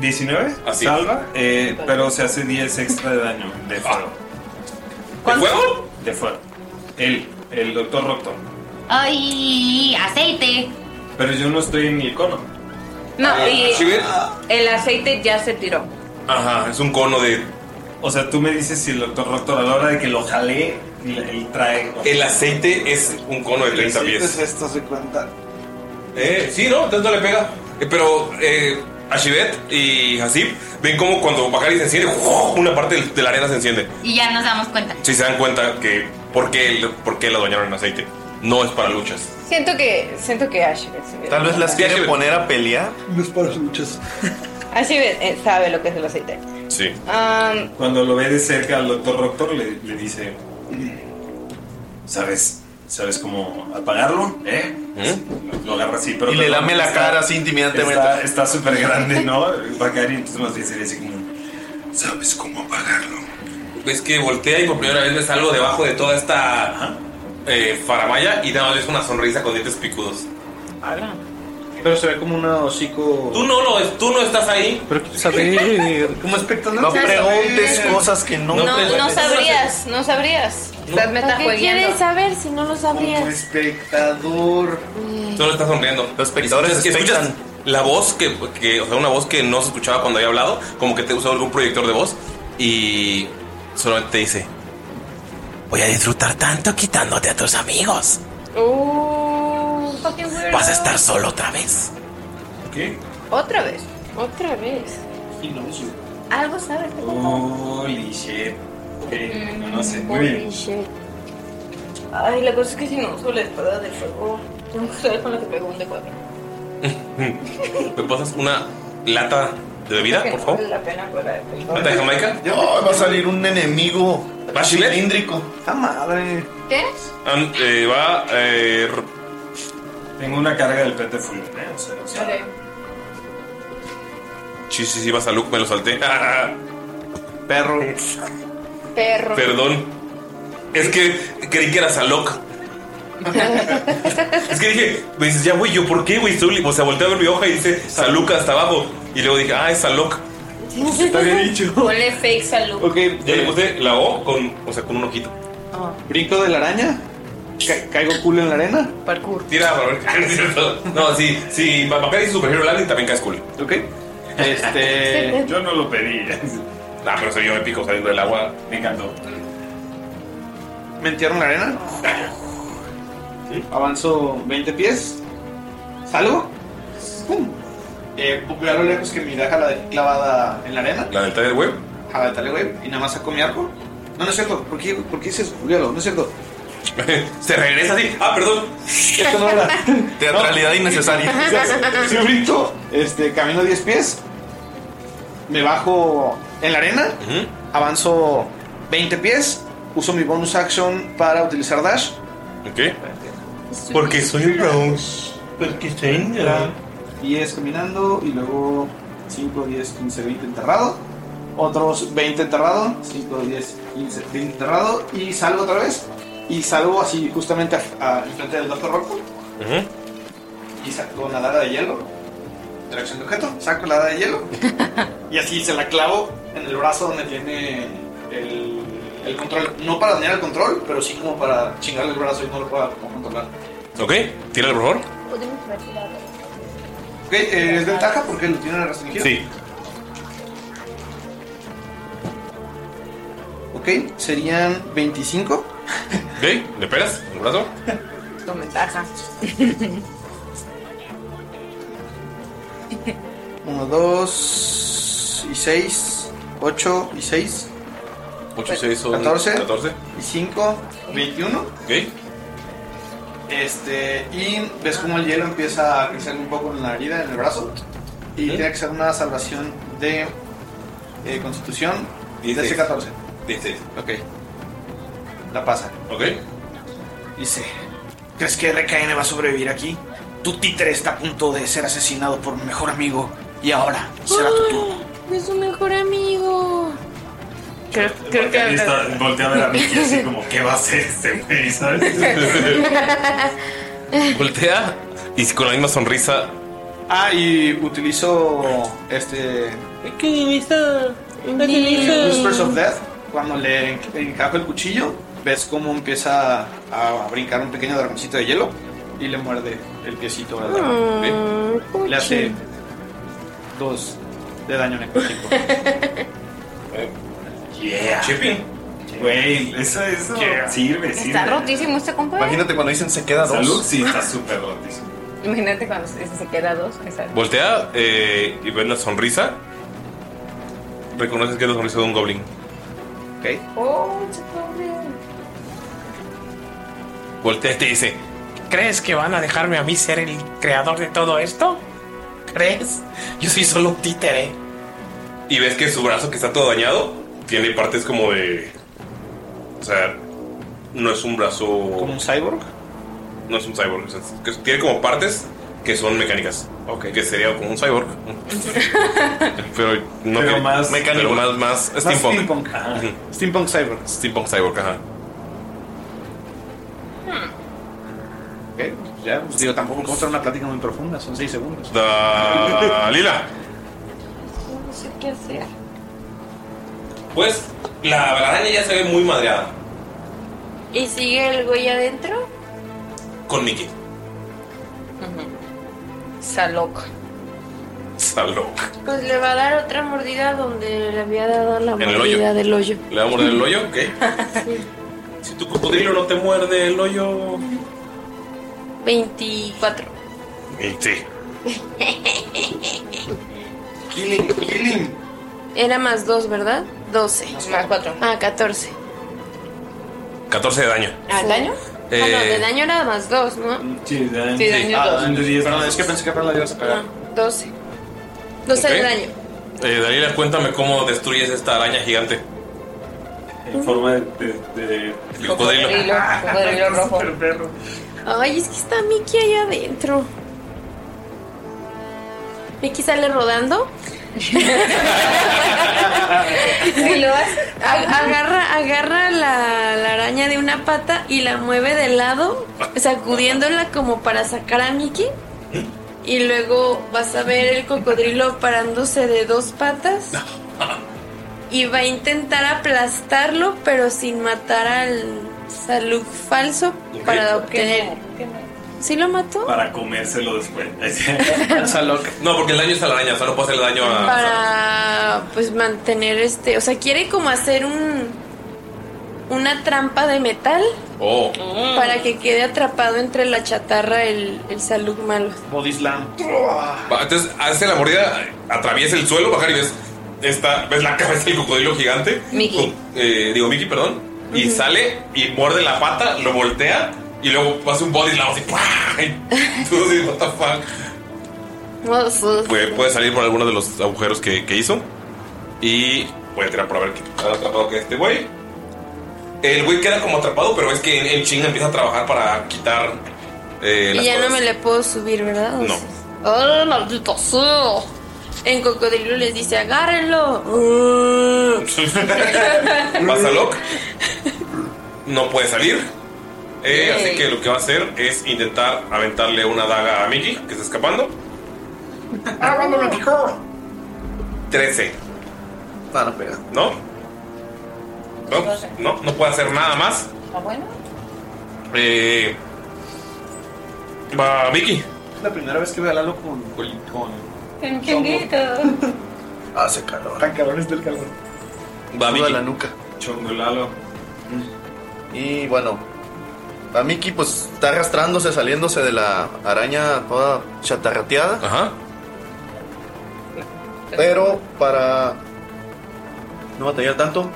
Speaker 5: 19,
Speaker 3: Así. Ah.
Speaker 5: salva, eh, pero se hace 10 extra de daño de fuego.
Speaker 3: ¿De fuego?
Speaker 5: De fuego. Él, el doctor Roctor.
Speaker 11: Ay, aceite.
Speaker 5: Pero yo no estoy en el cono.
Speaker 10: No,
Speaker 5: Ah,
Speaker 10: y
Speaker 5: ¿sí ven?
Speaker 10: el aceite ya se tiró.
Speaker 3: Ajá, es un cono de.
Speaker 5: O sea, tú me dices si el doctor Roctor a la hora de que lo jalé, él él trae.
Speaker 3: El aceite es un cono de 30 pies.
Speaker 6: esto se cuenta.
Speaker 3: Eh, sí, no, tanto le pega. Eh, pero eh, Ashibet y Hasib ven como cuando Bacari se enciende, ¡guau! una parte del- de la arena se enciende.
Speaker 11: Y ya nos damos cuenta.
Speaker 3: Si se dan cuenta que por qué, por qué la doñaron en aceite. No es para luchas.
Speaker 10: Siento que, siento que Ashibet se hubiera-
Speaker 8: Tal vez las quiere poner a pelear.
Speaker 13: No es para luchas.
Speaker 10: Ashibet eh, sabe lo que es el aceite.
Speaker 3: Sí.
Speaker 10: Am,
Speaker 5: Cuando lo ve de cerca al doctor Doctor le, le dice, ¿sabes? ¿Sabes cómo apagarlo? ¿Eh? Lo- Lo agarra así, pero...
Speaker 8: Y le lame la cara así intimidantemente.
Speaker 5: está- Está súper grande, ¿no? Bacari, entonces más bien sería así como... ¿Sabes cómo apagarlo?
Speaker 3: Ves que voltea y por primera vez ves algo debajo de toda esta eh, faramaya y nada más ves una sonrisa con dientes picudos.
Speaker 6: Pero se ve como un hocico.
Speaker 3: Tú no, lo, tú no estás ahí.
Speaker 6: Pero quiero saber. Como espectador.
Speaker 8: No preguntes cosas que no.
Speaker 10: No,
Speaker 8: te-
Speaker 10: no sabrías, no sabrías. Estás
Speaker 9: ¿Para qué
Speaker 10: metajuegueando.
Speaker 9: Ah. quieres saber si no lo sabrías?
Speaker 6: espectador.
Speaker 3: Solo está sonriendo. Los espectadores escuchas la voz que, que- o sea, una voz que no se escuchaba cuando había hablado, como que te usó algún proyector de voz y solamente te dice, voy a disfrutar tanto quitándote a tus amigos.
Speaker 10: Uh, fucking weirdo.
Speaker 3: Vas a estar solo otra vez.
Speaker 5: ¿Qué?
Speaker 10: Otra vez, otra vez. Algo sabes. de papá.
Speaker 5: Holy shit. Ok,
Speaker 10: Mm,
Speaker 5: no, no sé. Muy bien.
Speaker 10: Ay, la cosa es que si no uso la espada de fuego, tengo que usar con la que pues. pegó un de cuatro.
Speaker 3: ¿Me pasas una lata de bebida,
Speaker 10: Creo que
Speaker 3: por favor?
Speaker 10: vale la pena para el fuego.
Speaker 3: ¿Lata de Jamaica?
Speaker 8: Ay, va a salir un enemigo
Speaker 3: ¿Bachelet?
Speaker 8: cilíndrico.
Speaker 6: ¡Ah, madre!
Speaker 10: ¿Qué?
Speaker 3: An- eh, va... eh, r-
Speaker 5: Tengo una carga del pete full, ¿eh? O sea, o sea,
Speaker 3: sí, sí, sí, vas a Luke, me lo salté.
Speaker 6: Perro.
Speaker 10: Perro.
Speaker 3: Perdón. Es que creí que era Salok. es que dije, me dices, ya güey, yo por qué, güey, Estoy- o sea, volteé a ver mi hoja y dice Saluk hasta abajo. Y luego dije, ah, es Salok. Está bien dicho.
Speaker 10: Ponle fake salud.
Speaker 6: Ok,
Speaker 3: Ya le puse la O con, o sea, con un ojito.
Speaker 6: Brinco de la araña. Ca- caigo culo en la arena.
Speaker 10: Parkour.
Speaker 3: Tira para ver qué es cierto. No, sí, sí, papá dice superhéroe Landing también caes cool.
Speaker 6: Ok. Este.
Speaker 5: Yo no lo pedí.
Speaker 3: Nah, pero se vio épico saliendo del agua.
Speaker 5: Me encantó.
Speaker 6: ¿Me entierro en la arena? Avanzo 20 pies. ¿Salgo? ¡Pum! Eh, veo a lo lejos que mi daga la dejé clavada en la arena.
Speaker 3: La del taller web.
Speaker 6: A la tele, güey. Y nada más saco mi arco. No, no es cierto. ¿Por qué, por qué dices, Julialo? No es cierto.
Speaker 3: Se regresa así. Ah, perdón.
Speaker 6: Esto no era.
Speaker 8: Teatralidad innecesaria.
Speaker 6: Si brinco, este, camino 10 pies. Me bajo en la arena. Avanzo 20 pies. Uso mi bonus action para utilizar dash.
Speaker 3: ¿Qué? Porque soy un Rose.
Speaker 6: Porque soy un 10 caminando y luego 5, 10, 15, 20 enterrado. Otros 20 enterrado. 5, 10, 15, 20 enterrado. Y salgo otra vez. Y salgo así justamente a- a- enfrente del Doctor Rocco. Y saco la daga de hielo. Tracción de objeto. Saco la daga de hielo. y así se la clavo en el brazo donde tiene el, el control. No para dañar el control, pero sí como para chingarle el brazo y no lo pueda como controlar.
Speaker 3: Ok, tírale por favor.
Speaker 6: Ok, eh, es ventaja porque lo tiene restringido.
Speaker 3: Sí.
Speaker 6: Ok, serían 25.
Speaker 3: Ok, ¿le pegas el brazo?
Speaker 10: Con ventaja.
Speaker 6: 1, 2 y 6. 8 y 6.
Speaker 3: 8 y 6 son
Speaker 6: 14.
Speaker 3: 14.
Speaker 6: Y 5, 21.
Speaker 3: Ok.
Speaker 6: Este, y ves como el hielo empieza a crecer un poco en la herida, en el brazo. Y tiene que ser una salvación de eh, constitución
Speaker 3: Dieciséis.
Speaker 6: de 14
Speaker 3: Dices.
Speaker 6: Ok. La pasa.
Speaker 3: Ok.
Speaker 6: Dice, ¿crees que RKN va a sobrevivir aquí? Tu títere está a punto de ser asesinado por mi mejor amigo y ahora será tu turno.
Speaker 9: Es su mejor amigo.
Speaker 10: Creo,
Speaker 9: creo
Speaker 5: Ahí está, voltea a ver a Mickey así como, ¿qué va a hacer este güey? ¿Sabes?
Speaker 3: Voltea y con la misma sonrisa.
Speaker 6: Ah, y utilizo este Whispers of Death, cuando le en- encajo el cuchillo, ves cómo empieza a, a brincar un pequeño dragoncito de hielo y le muerde el piecito al dragón.
Speaker 12: Mm, Ah,
Speaker 6: ¿ok? Le hace dos de daño necrótico.
Speaker 5: Yeah.
Speaker 3: Chipping.
Speaker 5: Güey, eso, eso
Speaker 8: Yeah.
Speaker 5: sirve, sirve.
Speaker 10: Está rotísimo este compa.
Speaker 8: Imagínate cuando dicen se queda dos.
Speaker 5: Salud, sí, está súper rotísimo.
Speaker 12: Imagínate cuando se, se queda dos. exacto.
Speaker 3: Voltea eh, y ves la sonrisa. Reconoces que es la sonrisa de un goblin.
Speaker 6: Ok.
Speaker 12: Oh, it's a problem.
Speaker 3: Voltea y te dice:
Speaker 5: ¿Crees que van a dejarme a mí ser el creador de todo esto? ¿Crees? Yo soy solo un títere.
Speaker 3: Y ves que su brazo que está todo dañado tiene partes como de. O sea, no es un brazo. ¿Como
Speaker 6: un cyborg?
Speaker 3: No es un cyborg. o sea, que tiene como partes que son mecánicas. Que sería como un cyborg. pero no
Speaker 6: Pero
Speaker 3: que-
Speaker 6: más-
Speaker 3: mecánico,
Speaker 6: pero-
Speaker 3: más, más
Speaker 6: más
Speaker 3: steampunk.
Speaker 6: steampunk, ajá.
Speaker 3: Ujú.
Speaker 6: Steampunk cyborg.
Speaker 3: Steampunk cyborg, ajá.
Speaker 6: Ok, pues ya, pues digo, tampoco vamos a tener una plática muy profunda, son 6 segundos.
Speaker 3: Dalila.
Speaker 12: No sé qué hacer.
Speaker 3: Pues la araña ya se ve muy madreada
Speaker 9: ¿Y sigue el güey adentro?
Speaker 3: con Mickey.
Speaker 9: Está loco.
Speaker 3: Está loco.
Speaker 9: Pues le va a dar otra mordida donde le había dado la
Speaker 3: En el
Speaker 9: mordida
Speaker 3: hoyo.
Speaker 9: del hoyo.
Speaker 3: ¿Le va a morder el hoyo? Ok. Si tu cocodrilo no te muerde el hoyo.
Speaker 9: 24.
Speaker 3: Sí.
Speaker 6: Killing, killing.
Speaker 9: Era más 2, ¿verdad? 12.
Speaker 12: Más 4.
Speaker 9: Ah, 14.
Speaker 3: 14 de daño.
Speaker 12: ¿Ah, daño?
Speaker 3: Eh,
Speaker 9: Ah, no, de daño era más 2, ¿no?
Speaker 3: Sí, daño.
Speaker 9: Sí, daño
Speaker 16: Ah,
Speaker 9: dos.
Speaker 6: Perdón, es que pensé que apenas la ibas a pegar.
Speaker 9: 12. 12 de
Speaker 3: Ok.
Speaker 9: daño.
Speaker 3: Ah. Eh, Dalila, cuéntame cómo destruyes esta araña gigante.
Speaker 16: En forma de.
Speaker 3: cocodrilo.
Speaker 12: Cocodrilo,
Speaker 9: Ah,
Speaker 12: cocodrilo rojo.
Speaker 9: Ay, es que está Mickey allá adentro. Mickey sale rodando.
Speaker 12: ¿Sí lo hace?
Speaker 9: A- Agarra, agarra la, la araña de una pata y la mueve de lado, sacudiéndola como para sacar a Mickey. Y luego vas a ver el cocodrilo parándose de dos patas. Y va a intentar aplastarlo, pero sin matar al Salud falso para obtener. ¿Sí lo mató?
Speaker 16: Para comérselo después.
Speaker 3: No, porque el daño es a la araña, o sea, no puede hacerle daño a.
Speaker 9: para pues mantener este, o sea, quiere como hacer un una trampa de metal
Speaker 3: Oh.
Speaker 9: para que quede atrapado entre la chatarra el, el salud malo.
Speaker 6: Body slam.
Speaker 3: Va, Entonces hace la mordida, atraviesa el suelo, bajar y ves, esta, ves la cabeza del cocodrilo gigante.
Speaker 12: Mickey.
Speaker 3: Eh, digo, Mickey, perdón. Y sale y muerde la pata, lo voltea y luego hace un body slam así. ¡pua! Y tú dices, what the fuck.
Speaker 9: No, su-
Speaker 3: Puede, puede salir por alguno de los agujeros que, que hizo. Y voy a tirar para ver qué tan atrapado que este güey. El güey queda como atrapado, pero es que el ching empieza a trabajar para quitar. eh,
Speaker 9: y
Speaker 3: las
Speaker 9: ya no
Speaker 3: cosas.
Speaker 9: me le puedo subir, ¿verdad? O
Speaker 3: No.
Speaker 9: sea, ¡Ah, maldito sea! En cocodrilo les dice, agárrenlo. ¡Ah!
Speaker 3: Pasa Locke. No puede salir. Eh,
Speaker 9: Yay.
Speaker 3: así que lo que va a hacer es intentar aventarle una daga a Mickey, que está escapando.
Speaker 17: ¡Ah, cuando me picó!
Speaker 3: 13. Para pegar. ¿No? No, pues, no, no puede hacer nada más.
Speaker 12: ¿Está bueno?
Speaker 3: Eh, va Mickey.
Speaker 6: Es la primera vez que veo a Lalo con. con. con
Speaker 12: Un chinguito.
Speaker 8: Hace calor.
Speaker 6: tan este. cabrones del calor.
Speaker 3: Va
Speaker 8: Miki. la nuca. Mm.
Speaker 16: Chongolalo.
Speaker 8: Y bueno, a Miki pues está arrastrándose, saliéndose de la araña toda chatarrateada.
Speaker 3: Ajá.
Speaker 8: Pero para no batallar tanto,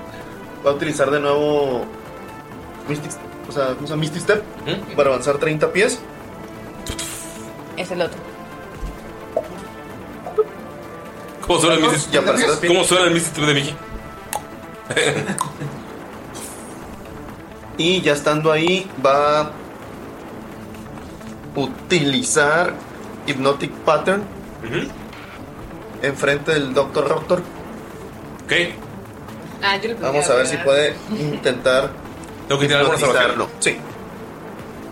Speaker 8: va a utilizar de nuevo Mystic, o sea, ¿cómo se llama? Misty Step
Speaker 3: ¿Mm?
Speaker 8: para avanzar 30 pies.
Speaker 12: Es el otro.
Speaker 3: ¿Cómo suena el Misty
Speaker 8: Ya apareció la
Speaker 3: ¿Cómo suena el Misty de Mickey?
Speaker 8: Y ya estando ahí, va a utilizar Hypnotic Pattern enfrente del Doctor Raptor.
Speaker 3: Ok.
Speaker 12: Ah, yo le puse
Speaker 8: Vamos a ver si puede intentar
Speaker 3: Tengo que tirar alguna
Speaker 8: hipnotizarlo. Sí.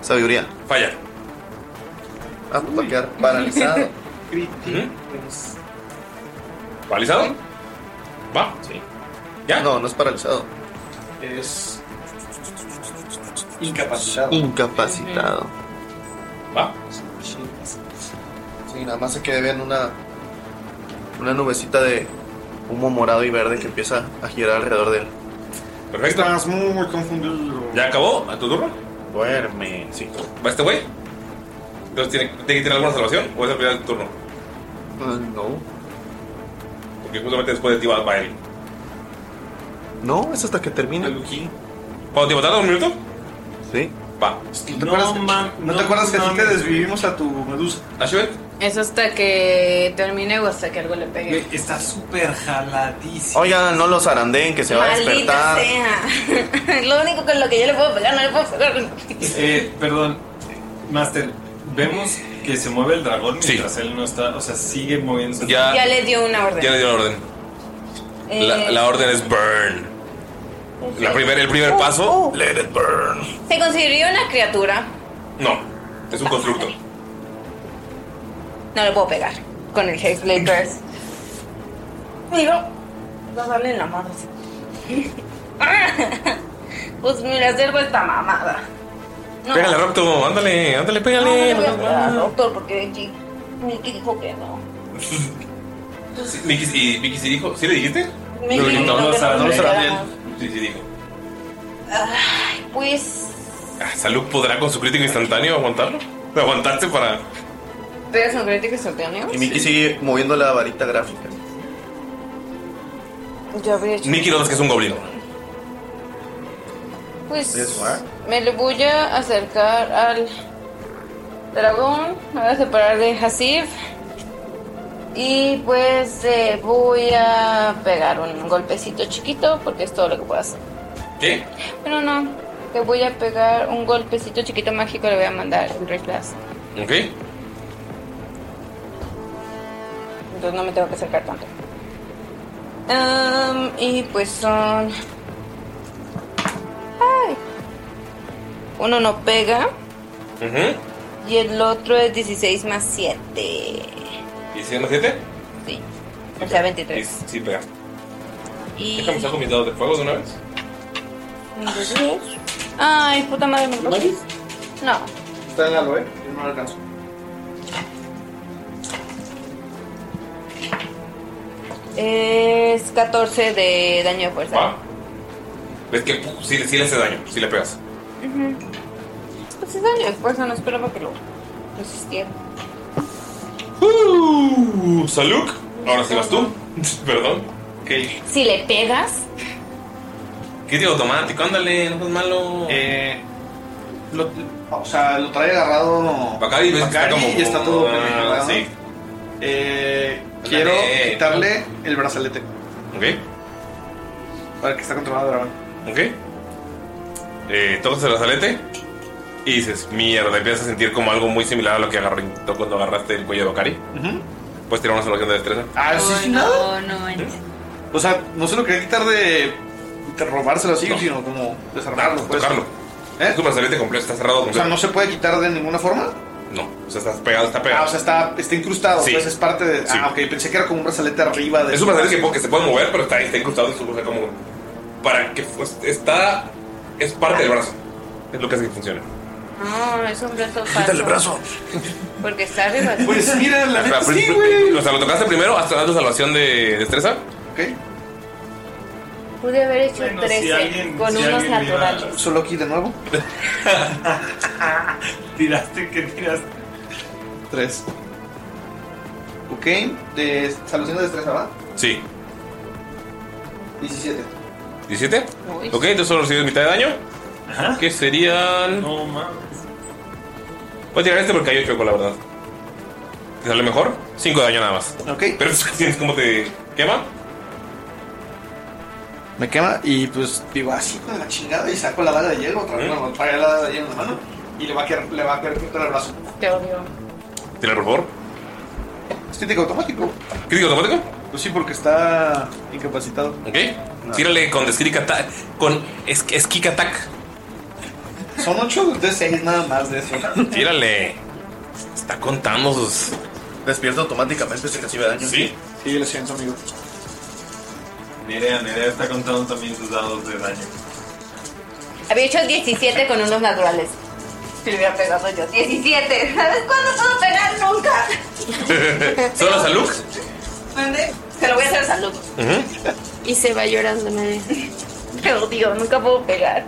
Speaker 8: Sabiduría.
Speaker 3: Falla.
Speaker 8: Ah, pues va a quedar paralizado.
Speaker 3: ¿Paralizado? ¿Va? Sí. ¿Ya?
Speaker 8: No, no es paralizado.
Speaker 6: Es. incapacitado.
Speaker 8: Incapacitado.
Speaker 3: ¿Va?
Speaker 8: Sí, nada más se que vean una. Una nubecita de humo morado y verde que empieza a girar alrededor de él.
Speaker 3: Perfecto.
Speaker 6: Estás muy confundido.
Speaker 3: ¿Ya acabó? ¿A tu turno?
Speaker 8: Duerme, sí.
Speaker 3: ¿Va este güey? Entonces, ¿tiene, ¿tiene que tener alguna salvación o es al final del turno?
Speaker 8: no.
Speaker 3: Porque justamente después de ti va, va él.
Speaker 8: No, es hasta que termine.
Speaker 3: ¿Cuánto tiempo tarda? ¿Un minuto?
Speaker 8: Sí.
Speaker 3: Va.
Speaker 6: ¿No te acuerdas, ¿no te acuerdas que así te desvivimos a tu medusa?
Speaker 10: Es hasta que termine o hasta que algo le pegue.
Speaker 5: Está súper jaladísimo.
Speaker 8: Oigan, no los arandén que se va a
Speaker 10: Maldita
Speaker 8: despertar.
Speaker 10: sea. Lo único con lo que yo le puedo pegar, no le puedo pegar.
Speaker 5: Eh, perdón, Master, vemos que se mueve el dragón mientras él no está, o sea, sigue moviéndose.
Speaker 10: Ya le dio una orden.
Speaker 3: Ya le dio la orden.
Speaker 10: Eh,
Speaker 3: La, la orden es burn. La primer, el
Speaker 10: Oh,
Speaker 3: primer paso, let it burn.
Speaker 10: Se consiguió una criatura.
Speaker 3: No, es un
Speaker 10: Ah,
Speaker 3: constructo.
Speaker 10: No le puedo pegar con el Hexblade Burst. Digo, no salen la madre. pues me le acerco a esta mamada. No, Ah,
Speaker 3: Pégale, Rocto, ándale, ándale,
Speaker 10: no, no
Speaker 3: pégale.
Speaker 10: le voy a pegar al doctor porque Mickey- Mickey dijo que no.
Speaker 3: Sí, Vicky, sí- Vicky sí dijo, ¿sí le dijiste?
Speaker 10: Vicky No, dijo no, que no, no, no, no, no, no,
Speaker 3: Sí, sí dijo.
Speaker 10: Ay, pues.
Speaker 3: Ah, ¿Salud podrá con su crítico instantáneo aguantarlo? Aguantarse para.
Speaker 10: ¿Pegas un crítico instantáneo?
Speaker 8: Y Mickey sigue moviendo la varita gráfica.
Speaker 10: Yo habría hecho.
Speaker 3: Mickey no es que es un goblino.
Speaker 10: Pues. Me le voy a acercar al dragón, me voy a separar de Hasif y pues eh, voy a pegar un golpecito chiquito porque es todo lo que puedo hacer.
Speaker 3: ¿Qué?
Speaker 10: Pero no, le voy a pegar un golpecito chiquito mágico, le voy a mandar el Ray Blast.
Speaker 3: ¿Ok?
Speaker 10: Entonces no me tengo que acercar tanto. Am, y pues son... Ay. Uno no pega.
Speaker 3: Ujú.
Speaker 10: Y el otro es 16 más 7.
Speaker 3: ¿Y si no siete?
Speaker 10: Sí. O sea, 23.
Speaker 3: Sí, sí pega.
Speaker 10: Y.
Speaker 3: Déjame usar con mis dados de fuego de una vez.
Speaker 10: Ay, puta madre, me lo No.
Speaker 6: Está en la aloe, yo no lo alcanzo.
Speaker 10: Es 14 de daño de fuerza.
Speaker 6: Ah.
Speaker 3: Va. Ves que puf, sí, sí le hace daño, sí le pegas.
Speaker 10: Ujú. Pues es daño de fuerza, no esperaba que lo resistiera.
Speaker 3: Uh, Saluk, ahora sí vas tú. Perdón. Ok.
Speaker 10: Si le pegas,
Speaker 3: Crítico automático, ándale, no seas malo.
Speaker 6: Eh. Lo, Ah, o sea, lo trae agarrado.
Speaker 3: Bacari, ves que está como-
Speaker 6: y está todo.
Speaker 3: ah,
Speaker 6: agarrado.
Speaker 3: sí.
Speaker 6: Eh, quiero
Speaker 3: Ándale.
Speaker 6: quitarle el brazalete.
Speaker 3: Ok.
Speaker 6: Para que está controlado el dragón.
Speaker 3: Ok. Eh, tocas el brazalete y dices, mierda, empiezas a sentir como algo muy similar a lo que agarré cuando agarraste el cuello de Bakari. Puedes tirar una salvación de destreza.
Speaker 6: Ah, sí, sí, nada.
Speaker 9: No, no,
Speaker 6: O sea, no se lo quería quitar de, de robárselo así, sino como desarmarlo. pues.
Speaker 3: Tocarlo. Es un brazalete completo, está cerrado
Speaker 6: O sea,
Speaker 3: completo.
Speaker 6: no se puede quitar de ninguna forma.
Speaker 3: no, o sea, está pegado, está pegado.
Speaker 6: Ah, o sea, está, está incrustado.
Speaker 3: Sí.
Speaker 6: Pues es parte de.
Speaker 3: Sí.
Speaker 6: Ah, ok, pensé que era como un brazalete arriba de.
Speaker 3: Es un brazalete que, po- que se puede mover, pero está ahí, está incrustado en su o sea, como. Para que pues, está. Es parte del brazo. Es lo que hace que funcione.
Speaker 9: no, es un brazo falso.
Speaker 3: Quítale el brazo.
Speaker 9: Porque está arriba.
Speaker 3: Pues mira, la neta sí, güey. O sea, lo tocaste primero hasta dar tu salvación de destreza.
Speaker 9: Pude haber hecho
Speaker 6: Bueno, si
Speaker 9: 13
Speaker 6: alguien-
Speaker 9: con
Speaker 6: si
Speaker 9: unos
Speaker 6: alguien me iba-
Speaker 9: naturales.
Speaker 6: Solo aquí de nuevo.
Speaker 5: Tiraste, ¿qué tiraste?
Speaker 6: Tres. Ok, de salvación de destreza, ¿va?
Speaker 3: Sí.
Speaker 6: 17.
Speaker 3: ¿17? Ok, entonces solo recibes mitad de daño. Que serían. No mames. Voy a tirar este porque hay 8 con la verdad. ¿Te sale mejor? 5 de daño nada más.
Speaker 6: Ok.
Speaker 3: Pero sientes como te quema.
Speaker 6: Me quema y pues digo así con la chingada y saco la daga de hielo, otra vez
Speaker 3: ¿Eh?
Speaker 6: bueno, trae la daga de hielo en la mano y le va a querer, le va a querer cortar el brazo.
Speaker 10: te odio.
Speaker 3: Tira, por favor.
Speaker 6: ¿Es crítico automático?
Speaker 3: ¿Crítico automático?
Speaker 6: Pues sí, porque está incapacitado.
Speaker 3: Ok. Tírale con Skick Attack. Con es- Skick Attack.
Speaker 6: Son 8 de 6 nada más de eso.
Speaker 3: Tírale. Está contando sus.
Speaker 8: Despierta automáticamente si recibe daño.
Speaker 3: Sí.
Speaker 6: Sí, lo siento, amigo.
Speaker 5: Nerea, Nerea está contando también sus dados de daño.
Speaker 9: Había hecho 17 con unos naturales. Si le hubiera pegado yo. 17. ¿Sabes cuándo puedo pegar? Nunca.
Speaker 3: ¿Solo Saluk?
Speaker 9: ¿Mande? Se lo voy a hacer salud.
Speaker 18: Y se va llorando, nadie.
Speaker 9: Te odio, nunca puedo pegar.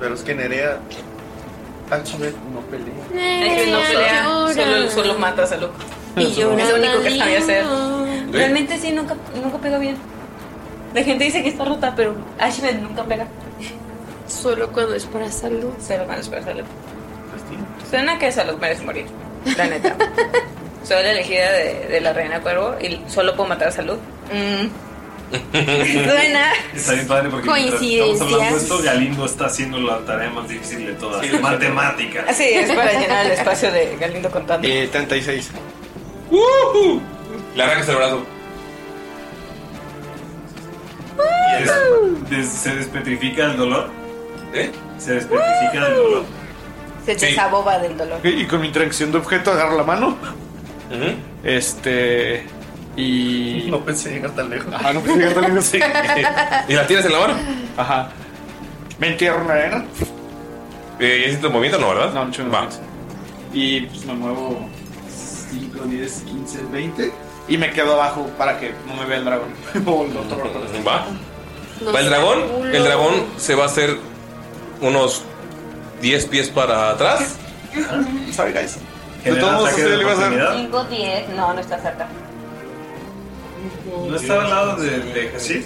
Speaker 8: Pero es que Nerea.
Speaker 6: Achibet no pelea.
Speaker 10: Es que no pelea, solo, solo matas a loco.
Speaker 6: Y llora
Speaker 10: Es lo único que sabe hacer.
Speaker 6: ¿Sí?
Speaker 10: Realmente sí, nunca, nunca pega bien. La gente dice que está rota, pero Ashmed nunca pega.
Speaker 9: Solo cuando es para salud.
Speaker 10: Solo cuando es para Pues salud. Suena que salud merece morir, la neta. Soy la elegida de, de la reina cuervo y solo puedo matar a salud. Mm. Suena.
Speaker 5: Está bien padre porque mientras
Speaker 10: Coincidencias.
Speaker 5: estamos hablando de esto, Galindo está haciendo la tarea más difícil de todas, matemática.
Speaker 10: Así es, para llenar el espacio de Galindo contando.
Speaker 6: Eh, 36.
Speaker 3: Le arrancas el brazo.
Speaker 5: Y es- des- ¿Se despetrifica el dolor?
Speaker 3: ¿Eh?
Speaker 5: Se despetrifica el dolor.
Speaker 10: Se te desaboba del dolor.
Speaker 6: Ok, Y con mi interacción de objeto agarro la mano. Este. Y. No pensé llegar tan lejos. Ajá, no pensé llegar tan lejos. sí.
Speaker 3: ¿Y la tienes en la mano?
Speaker 6: Ajá. Me entierro en la arena.
Speaker 3: Eh, ¿Es tu movimiento no, verdad?
Speaker 6: No, mucho Va. Y pues me muevo 5, 10, 15, 20. Y me quedo abajo para que no me vea el dragón. o el otro dragón.
Speaker 3: Va. Va el dragón. El dragón se va a hacer unos 10 pies para atrás.
Speaker 6: Sorry, guys. este
Speaker 3: De
Speaker 6: todos modos,
Speaker 3: ataque
Speaker 6: usted
Speaker 3: de
Speaker 6: le iba a hacer-
Speaker 3: oportunidad.
Speaker 10: 5, 10, no, no está cerca.
Speaker 5: ¿No estaba al lado de, de Hasib?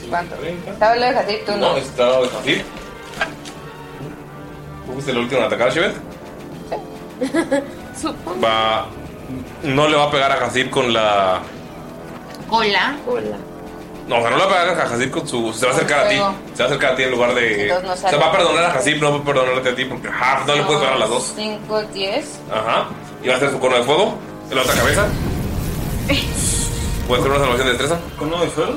Speaker 10: Estaba lo de Jatir, tú no.
Speaker 3: No, está al lado de Jafir. Tú fuiste el último en atacar, Shivet.
Speaker 9: Supongo.
Speaker 3: Va. No le va a pegar a Hasib con la.
Speaker 11: Hola.
Speaker 9: Hola.
Speaker 3: No, o sea, no le va a pegar a Hasib con su. Se va a acercar a ti.
Speaker 10: Fuego.
Speaker 3: Se va a acercar a ti en lugar de.
Speaker 10: Entonces no
Speaker 3: se
Speaker 10: sale.
Speaker 3: va a perdonar a Hasib, no va a perdonarte a ti porque ah, no le puedes pegar a las dos.
Speaker 10: 5, 10.
Speaker 3: Ajá. Y va a hacer su cono de fuego en la otra cabeza. Puede hacer una salvación de destreza.
Speaker 5: ¿Cono de fuego?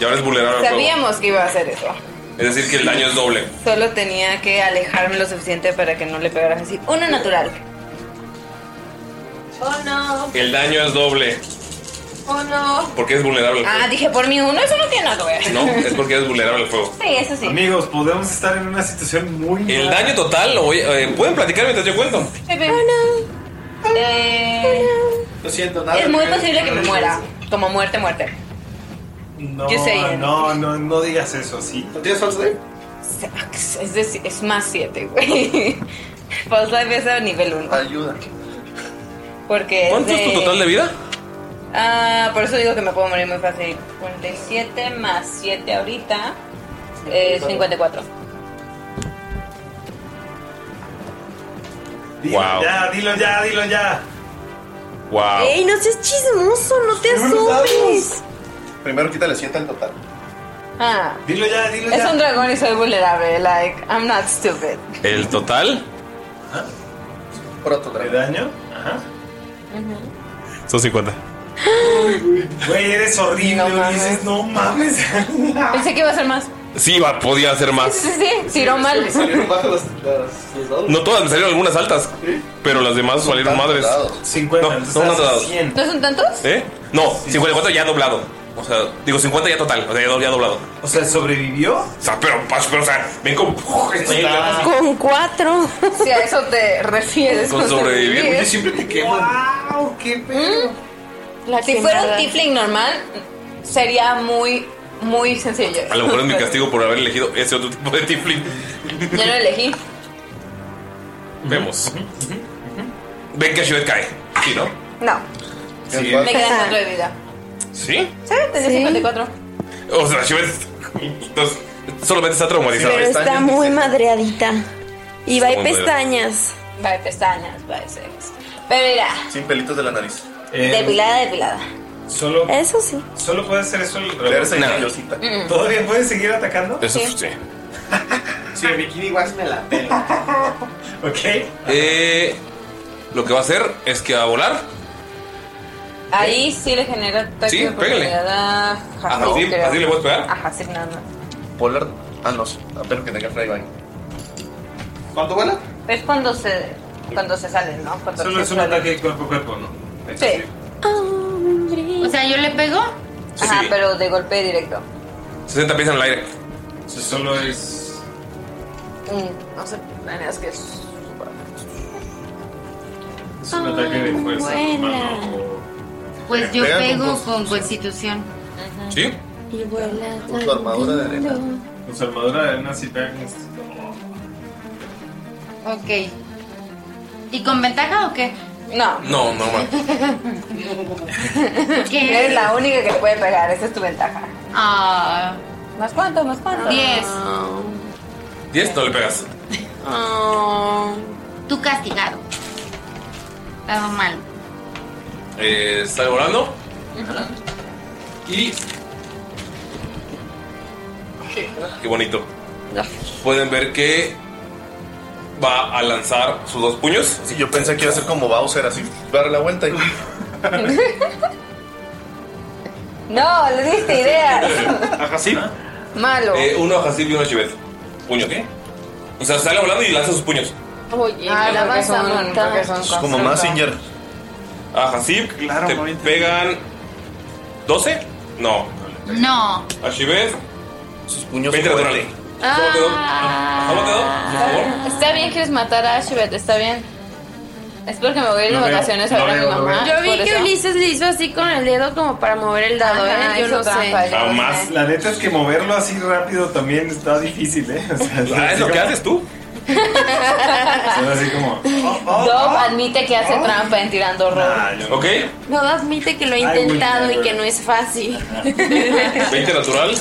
Speaker 3: Y ahora es vulnerable al fuego.
Speaker 10: Sabíamos que iba a hacer eso.
Speaker 3: Es decir, que el daño es doble.
Speaker 10: Solo tenía que alejarme lo suficiente para que no le pegaras así. Uno natural. Oh no.
Speaker 3: El daño es doble
Speaker 10: Oh no.
Speaker 3: porque es vulnerable
Speaker 10: Ah,
Speaker 3: al
Speaker 10: dije por mi uno, eso no tiene nada que ver.
Speaker 3: fuego. No, es porque es vulnerable al fuego.
Speaker 10: Sí, eso sí.
Speaker 5: Amigos, podemos estar en una situación muy.
Speaker 3: El daño total, lo voy- eh, pueden platicar mientras yo cuento.
Speaker 10: Oh no. Eh,
Speaker 6: Lo siento,
Speaker 10: es muy posible que me muera. Como muerte, muerte.
Speaker 5: No,
Speaker 10: Yo sé.
Speaker 5: no, no, no digas eso así.
Speaker 6: ¿Tienes falso de?
Speaker 10: Es, de- es más 7, güey. Pues False life es a nivel 1.
Speaker 6: Ayuda.
Speaker 10: Porque
Speaker 3: ¿Cuánto es tu total de vida?
Speaker 10: Ah, por eso digo que me puedo morir muy fácil. 47 más 7 ahorita. eh, 54.
Speaker 5: Dilo Ya, dilo ya, dilo ya.
Speaker 3: Wow.
Speaker 9: ¡Ey, no seas chismoso! ¡No te asomes!
Speaker 8: Primero quítale 7 al total.
Speaker 10: Ah.
Speaker 5: Dilo ya,
Speaker 10: Es un dragón y soy vulnerable. Like, I'm not stupid.
Speaker 3: El total
Speaker 6: Proto
Speaker 5: ¿De daño? Ajá.
Speaker 3: son 50.
Speaker 5: Güey, eres horrible. No dices, no mames.
Speaker 10: Pensé que iba a ser más.
Speaker 3: Sí, va, podía hacer más.
Speaker 10: Sí, sí, tiró mal.
Speaker 6: Salieron bajas las, las- los dados.
Speaker 3: No todas, me salieron algunas altas, pero las demás salieron madres.
Speaker 5: 50,
Speaker 3: no, son dados.
Speaker 10: ¿No son tantos?
Speaker 3: ¿Eh? No, 54 ya doblado. O sea, digo 50 ya total, o sea, ya, do- ya doblado.
Speaker 5: O sea, sobrevivió.
Speaker 3: O sea, pero, pas- pero, o sea, ven con.
Speaker 9: Con cuatro.
Speaker 10: Si a eso te refieres.
Speaker 3: Con sobrevivir.
Speaker 10: sobrevivir.
Speaker 3: Yo siempre te
Speaker 6: quemo.
Speaker 10: Wow, qué pedo. Mm. si fuera un tiefling normal, sería muy, muy sencillo.
Speaker 3: A lo mejor es mi castigo por haber elegido ese otro tipo de tiefling.
Speaker 10: Yo no elegí.
Speaker 3: Vemos. Ven que Shivet cae. Sí, ¿no?
Speaker 10: No.
Speaker 3: Sí.
Speaker 10: Me queda cuatro de vida.
Speaker 3: ¿Sí?
Speaker 10: ¿Sabes? Tenía 54.
Speaker 3: O sea, Shivet. entonces, solamente está traumatizado.
Speaker 9: Pero está muy madreadita. Y va y
Speaker 3: Está muy
Speaker 9: pestañas.
Speaker 10: Va de pestañas, va de cejas. Pero mira,
Speaker 8: Sin pelitos de la nariz.
Speaker 3: Eh,
Speaker 10: depilada, depilada.
Speaker 5: Eh, Solo,
Speaker 9: Eso sí.
Speaker 5: solo puede hacer eso el
Speaker 8: Verse
Speaker 5: No.
Speaker 8: nerviosita.
Speaker 10: Mm.
Speaker 5: ¿Todavía puedes seguir atacando?
Speaker 3: Eso sí.
Speaker 6: Si el bikini wax me la pela.
Speaker 5: Ok.
Speaker 3: Eh, lo que va a hacer es que va a volar.
Speaker 10: Ahí sí le genera ataque
Speaker 3: eh, Sí,
Speaker 10: de
Speaker 3: pégale.
Speaker 10: oportunidad a
Speaker 3: Ah,
Speaker 10: Hasib,
Speaker 3: así-
Speaker 10: creo.
Speaker 3: así le puedes pegar.
Speaker 10: Ajá, sí, nada más.
Speaker 8: Polar. Ah, no. Espero que tenga flyby.
Speaker 6: ¿Cuánto vuela?
Speaker 10: Es cuando se, cuando se salen, ¿no? Cuando
Speaker 5: Solo
Speaker 10: se
Speaker 5: es un
Speaker 10: salen.
Speaker 5: ataque cuerpo a cuerpo, ¿no?
Speaker 10: Sí.
Speaker 11: O sea, yo le pego.
Speaker 10: Ajá, pero de golpe directo.
Speaker 3: 60 pies en el aire.
Speaker 5: Solo es.
Speaker 10: Mm, no sé, la neta es que es.
Speaker 5: Es un ataque de fuerza.
Speaker 11: buena.
Speaker 5: mano, o-
Speaker 11: Pues yo
Speaker 5: Pega con
Speaker 11: pego con constitución.
Speaker 3: ¿Sí?
Speaker 11: Y vuela.
Speaker 5: Con su armadura de arena sí pega con esto.
Speaker 11: Ok. ¿Y con ventaja o qué?
Speaker 12: No.
Speaker 3: No, no, man.
Speaker 12: Eres la única que le puede pegar, esa es tu ventaja.
Speaker 11: Ah.
Speaker 12: ¿Más cuánto? ¿Más cuánto?
Speaker 11: Diez.
Speaker 3: Ah, Diez, no le pegas.
Speaker 11: Ah. Tú castigado. Dado mal.
Speaker 3: Eh, sale volando y qué bonito. Pueden ver que va a lanzar sus dos puños.
Speaker 8: Sí, yo pensé que iba a ser como Bowser, así, dar la vuelta y.
Speaker 12: No, le diste idea.
Speaker 3: a Hasib.
Speaker 12: Malo.
Speaker 3: Eh, uno a Hasib y uno a Shivet. ¿Puño qué? O sea, sale volando y lanza sus puños.
Speaker 12: Oye,
Speaker 10: me la
Speaker 12: porque
Speaker 10: vas a
Speaker 12: son-
Speaker 10: matar.
Speaker 12: porque son cosas.
Speaker 3: Massinger. A Hasib te pegan 12. No.
Speaker 11: No.
Speaker 3: A Shivet. Sus puños. 20 naturales. ¿Cómo quedó?
Speaker 10: Ah,
Speaker 3: Por favor.
Speaker 10: está bien, quieres matar a Ashbet, está bien. Es porque me voy a ir de
Speaker 3: No veo,
Speaker 10: vacaciones
Speaker 3: no
Speaker 10: a ver a mi
Speaker 3: veo, no
Speaker 10: mamá.
Speaker 3: veo.
Speaker 9: Yo vi
Speaker 10: por
Speaker 9: que
Speaker 10: eso.
Speaker 9: Ulises le hizo así con el dedo como para mover el dado,
Speaker 10: Ajá,
Speaker 9: ¿eh? Yo
Speaker 10: hizo
Speaker 9: no
Speaker 10: trampa,
Speaker 9: sé.
Speaker 10: yo no
Speaker 5: Jamás. La neta es que moverlo así rápido también está difícil, ¿eh? O sea,
Speaker 3: Ah,
Speaker 5: es lo que haces
Speaker 3: tú.
Speaker 5: Son así como. oh,
Speaker 10: Dob admite que hace trampa en tirando rol.
Speaker 3: Ok.
Speaker 9: No admite que lo ha
Speaker 3: I will
Speaker 9: intentado y
Speaker 3: never.
Speaker 9: que no es fácil.
Speaker 3: 20 natural.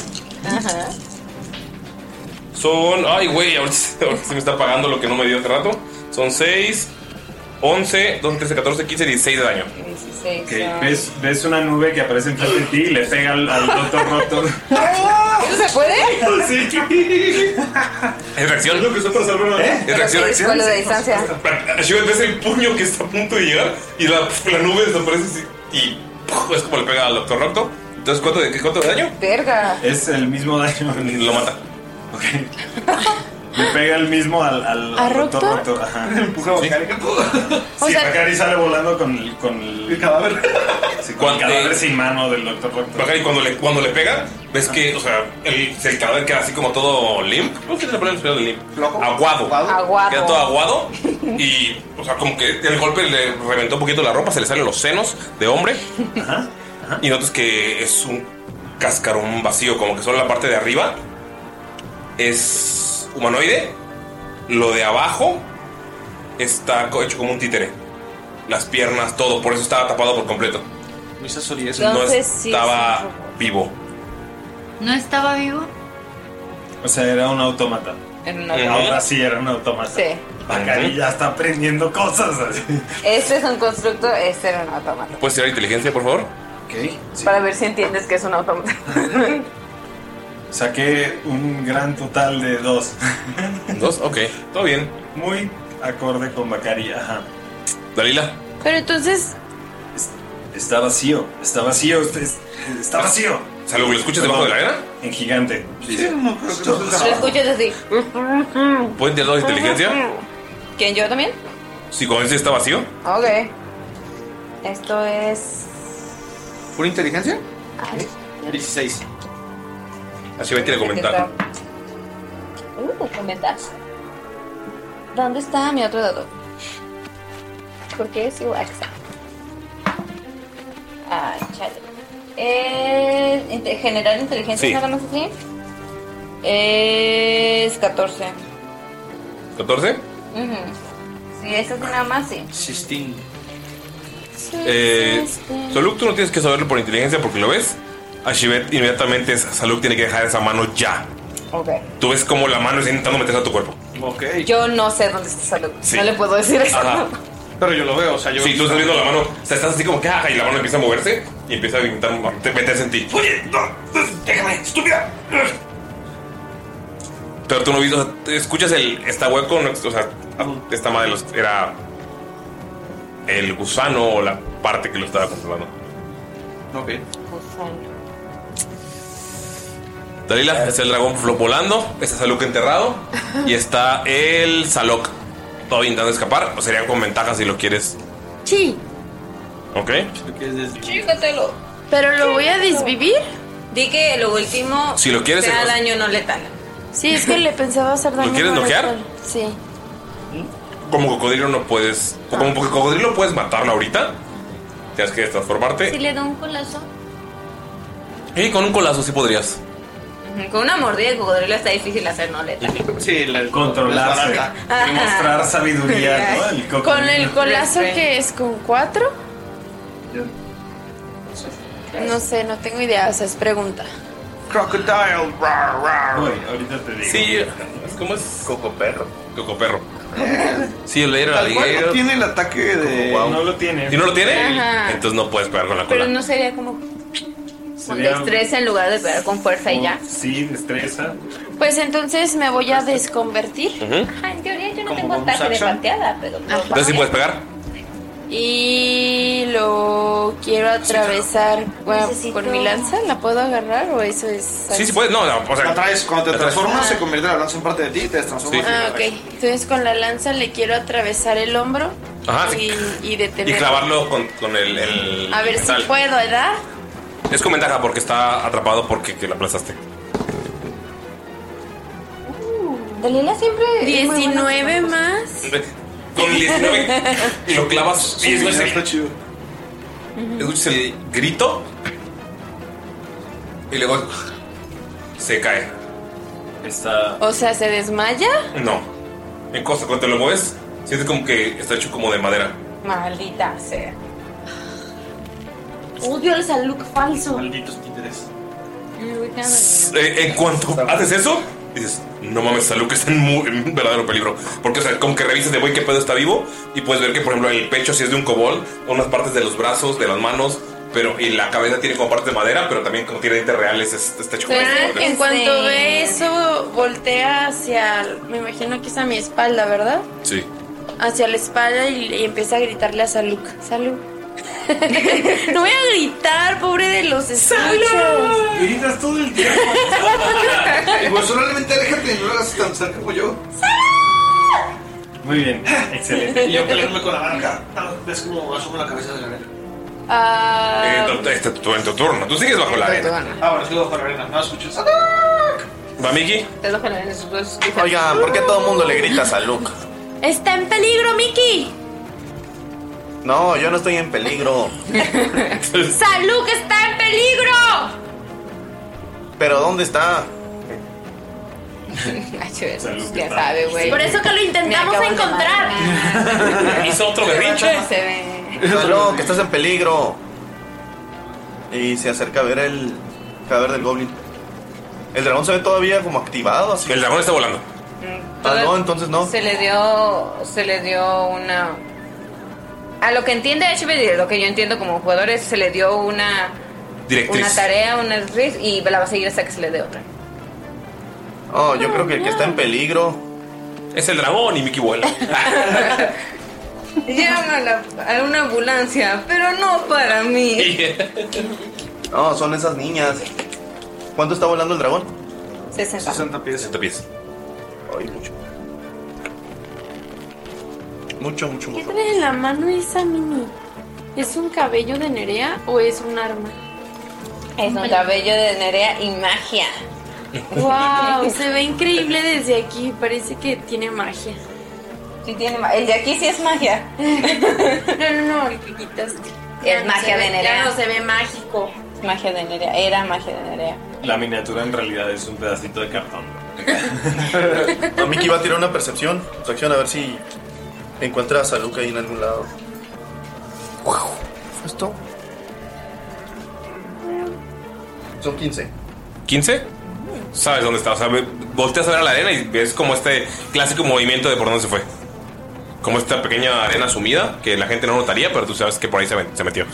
Speaker 9: Ajá.
Speaker 3: Son. Ay, güey, ahorita se, ahorita se me está pagando lo que no me dio hace rato. Son 6, 11, 12, 13, 14, 15, 16 de daño.
Speaker 5: Ok, ves, ves una nube que aparece enfrente de ti y le pega al, al Doctor Rotor.
Speaker 12: ¿Eso se puede?
Speaker 5: Sí.
Speaker 3: Es reacción. Es lo que usó para salvar Es reacción.
Speaker 12: Sí, con lo de distancia.
Speaker 3: Shivet ves el puño que está a punto de llegar y la, la nube desaparece así, y ¡puf! es como le pega al Doctor Roto. Entonces, ¿cuánto de, cuánto de daño?
Speaker 12: Verga.
Speaker 5: Es el mismo daño.
Speaker 3: Lo mata.
Speaker 5: Le pega el mismo al, al
Speaker 9: ¿A Roctor?
Speaker 5: Rotor. Ajá. Empuja a Bacari.
Speaker 9: O
Speaker 5: Sí,
Speaker 9: sea-
Speaker 5: Bacari sale volando con el, con el cadáver. Sí, con el cadáver sin mano del Doctor Ah. Rotor.
Speaker 3: Baja, y cuando le, cuando le pega, ves que, o sea, el, el cadáver queda así como todo limp. ¿Cómo se le pone el pedo de limp? Aguado.
Speaker 12: Aguado.
Speaker 3: Queda todo aguado y, o sea, como que el golpe le reventó un poquito la ropa, se le salen los senos de hombre. Y notas que es un cascarón vacío, como que solo la parte de arriba es humanoide. Lo de abajo está co- hecho como un títere. Las piernas, todo, por eso estaba tapado por completo. No
Speaker 11: Entonces sí es
Speaker 3: estaba vivo.
Speaker 11: ¿No estaba vivo?
Speaker 5: O sea, era un autómata. Ahora sí era un autómata.
Speaker 12: Sí.
Speaker 5: Bacari ya está aprendiendo cosas. así.
Speaker 12: Este es un constructo, este era un automata.
Speaker 3: ¿Puedes tirar inteligencia, por favor?
Speaker 12: Para ver si entiendes que es un automata.
Speaker 5: Saqué un gran total de dos.
Speaker 3: ¿Dos? Ok, todo bien.
Speaker 5: Muy acorde con Bacari, ajá.
Speaker 3: Dalila.
Speaker 9: Pero entonces,
Speaker 5: Está vacío, está vacío, es- es- está vacío.
Speaker 3: O sea, ¿lo lo escuchas debajo de la arena?
Speaker 5: En gigante.
Speaker 10: Lo escuchas así.
Speaker 3: ¿Pueden tirar dos de inteligencia?
Speaker 10: ¿Quién? ¿Yo también?
Speaker 3: Si con ese está vacío.
Speaker 12: Ok. Esto es.
Speaker 6: ¿Pura inteligencia? ¿Eh?
Speaker 3: 16. Así me quiere comentar.
Speaker 10: Uh, comentar. ¿Dónde está mi otro dado?
Speaker 12: Porque es igual.
Speaker 10: Ah, chale. Eh, inte- generar inteligencia
Speaker 3: Sí.
Speaker 10: nada más así. Es 14.
Speaker 3: ¿14?
Speaker 10: Ujú. Sí, eso es nada más, sí.
Speaker 3: 16. Eh, Saluk, tú no tienes que saberlo por inteligencia porque lo ves. A Shivet inmediatamente es- Saluk tiene que dejar esa mano ya.
Speaker 12: Ok.
Speaker 3: Tú ves como la mano está intentando meterse a tu cuerpo.
Speaker 6: Ok.
Speaker 12: Yo no sé dónde está Salud.
Speaker 3: Sí.
Speaker 12: No le puedo decir eso.
Speaker 3: Ajá.
Speaker 6: Pero yo lo veo, o sea, yo.
Speaker 3: Sí, tú estás viendo la mano. O sea, estás así como que ajá, y la mano empieza a moverse y empieza a intentar meterse en ti. Oye, no, déjame, estúpida. Pero tú no viste, o sea, te escuchas el. Está hueco, no, o sea,
Speaker 6: Ah,
Speaker 3: esta madre los, era. El gusano o la parte que lo estaba controlando.
Speaker 6: Ok.
Speaker 3: Dalila, está el dragón flo- volando, está Saluk enterrado y está el Salok todo intentando escapar. O sería con ventaja si lo quieres.
Speaker 9: sí,
Speaker 3: ¿Ok?
Speaker 10: Chícatelo.
Speaker 9: pero lo voy a desvivir.
Speaker 10: Di que lo último
Speaker 3: Si lo quieres,
Speaker 10: sea
Speaker 3: se-
Speaker 10: daño no letal.
Speaker 9: Sí, es que le pensaba hacer daño.
Speaker 3: quieres noquear?
Speaker 9: moral. Sí.
Speaker 3: Como cocodrilo no puedes. o Como porque cocodrilo puedes matarlo ahorita. Tienes que transformarte.
Speaker 11: Si le doy un colazo.
Speaker 3: Y con un colazo sí podrías.
Speaker 10: Ujú, Con una mordida de cocodrilo está difícil hacer, ¿no? Letra.
Speaker 6: Sí, la,
Speaker 19: controlarse,
Speaker 10: Ajá.
Speaker 19: demostrar sabiduría, ¿no? El cocodrilo.
Speaker 9: Con el colazo que es con cuatro. No sé, no tengo idea, o sea, es pregunta.
Speaker 6: Crocodile. Rar, rar.
Speaker 19: ahorita te digo.
Speaker 3: Sí, ¿cómo es?
Speaker 8: Coco perro.
Speaker 3: Coco perro. Sí, el Later
Speaker 6: Tal cual no
Speaker 3: Alligator.
Speaker 6: tiene el ataque de.
Speaker 3: Wow.
Speaker 19: No lo tiene.
Speaker 3: Si no lo tiene,
Speaker 10: Ajá.
Speaker 3: entonces no puedes pegar con la
Speaker 10: Pero
Speaker 3: cola.
Speaker 10: no sería como
Speaker 3: Se
Speaker 10: con destreza en lugar de pegar con fuerza y ya.
Speaker 19: Sí, destreza.
Speaker 9: Pues entonces me voy a desconvertir.
Speaker 10: Ajá, en teoría yo no
Speaker 9: Como
Speaker 10: tengo
Speaker 9: bonus
Speaker 10: ataque de
Speaker 9: action.
Speaker 10: pateada, pero.
Speaker 3: Entonces sí puedes pegar.
Speaker 9: Y lo quiero atravesar bueno, con mi lanza. ¿La puedo agarrar o eso es.?
Speaker 3: Sí, sí puedes. No, no, o sea.
Speaker 6: La traes, cuando te
Speaker 3: la traes.
Speaker 6: transformas, se convierte la lanza en parte de ti y te transformas.
Speaker 9: Ah, ok. Entonces con la lanza le quiero atravesar el hombro
Speaker 3: Ajá,
Speaker 9: y,
Speaker 3: Ah, sí.
Speaker 9: y
Speaker 3: Y
Speaker 9: detenerlo.
Speaker 3: clavarlo con, con el, el
Speaker 9: A ver si
Speaker 3: metal.
Speaker 9: puedo, ¿verdad?
Speaker 3: Es con ventaja porque está atrapado porque que la aplastaste.
Speaker 9: Dalila siempre.
Speaker 10: es muy buena
Speaker 9: 19 más.
Speaker 3: Con el 19 lo clavas. Sí, es está
Speaker 6: chido.
Speaker 3: Escuchas el grito. Y luego se cae.
Speaker 19: Está.
Speaker 9: O sea, se desmaya.
Speaker 3: No. En cosa, cuando te lo mueves, sientes como que está hecho como de madera.
Speaker 10: Maldita sea.
Speaker 11: Odio el salud falso.
Speaker 6: Malditos títeres.
Speaker 3: Eh, en cuanto haces eso, dices, no mames, Salud, que está en, mu- en verdadero peligro. Porque, o sea, como que revisas de güey qué pedo está vivo y puedes ver que, por ejemplo, el pecho sí es de un cobol, unas partes de los brazos, de las manos, pero y la cabeza tiene como partes de madera, pero también como tiene dientes reales, es- está hecho como de
Speaker 9: Entonces,
Speaker 3: cobre.
Speaker 9: en cuanto ve eso, voltea hacia, me imagino que es a mi espalda, ¿verdad?
Speaker 3: Sí.
Speaker 9: Hacia la espalda y, y empieza a gritarle a Saluk. Saluk. no voy a gritar, pobre de los escuchas.
Speaker 19: Gritas todo el tiempo.
Speaker 6: Pues solamente aléjate y no lo hagas tan cerca como yo.
Speaker 19: Muy bien, excelente.
Speaker 6: Y yo peleándome con la barca. Ves como asumo la cabeza de la arena.
Speaker 3: Eh, tu- este es tu, en tu turno. Tú sigues bajo la arena.
Speaker 6: Ah, bueno, sigo bajo la arena. No escuchas.
Speaker 3: Va Miki.
Speaker 10: Te lo jalan en sus dos.
Speaker 8: Oigan, Ah, ¿por qué todo el mundo le grita a Luke?
Speaker 9: Está en peligro, Mickey.
Speaker 8: No, yo no estoy en peligro.
Speaker 10: ¡Salud que está en peligro!
Speaker 8: ¿Pero dónde está?
Speaker 10: ya sabe, güey.
Speaker 11: Por eso que lo intentamos encontrar.
Speaker 3: Hizo otro
Speaker 10: berrinche.
Speaker 8: Luke, estás en peligro. Y se acerca a ver el cadáver del goblin. El dragón se ve todavía como activado. Así.
Speaker 3: El dragón está volando.
Speaker 8: Ah, no, entonces no.
Speaker 10: Se le dio. Se le dio una. A lo que entiende HB, lo que yo entiendo como jugador es se le dio una,
Speaker 8: Directriz.
Speaker 10: una tarea, una riff y la va a seguir hasta que se le dé otra.
Speaker 8: Oh, yo creo que el que está en peligro.
Speaker 3: Es el dragón y Miki vuela.
Speaker 10: Llegan a, la- a una ambulancia, pero no para mí.
Speaker 8: No, son esas niñas. ¿Cuánto está volando el dragón?
Speaker 10: 60.
Speaker 6: 60 pies.
Speaker 3: 60 pies.
Speaker 8: Ay, mucho. Mucho, mucho,
Speaker 9: ¿Qué
Speaker 8: mucho.
Speaker 9: trae en la mano esa mini? ¿Es un cabello de Nerea o es un arma?
Speaker 10: Es un cabello de Nerea y magia.
Speaker 9: Wow, se ve increíble desde aquí. Parece que tiene magia.
Speaker 10: Sí tiene ma- El de aquí sí es magia.
Speaker 9: No, no, no, el que quitaste.
Speaker 10: Es
Speaker 9: Ya no
Speaker 10: magia
Speaker 9: se
Speaker 10: de
Speaker 9: ve-
Speaker 10: Nerea.
Speaker 9: ya no se ve mágico.
Speaker 10: Magia de Nerea, era magia de Nerea.
Speaker 19: La miniatura en realidad es un pedacito de cartón.
Speaker 8: A Miki va a tirar una percepción, su acción, a ver si encuentra a Saluka ahí en algún lado. ¿Esto? Son 15.
Speaker 3: ¿15? ¿Sabes dónde está? O sea, ve- volteas a ver a la arena y ves como este clásico movimiento de por dónde se fue. Como esta pequeña arena sumida que la gente no notaría, pero tú sabes que por ahí se, met- se metió.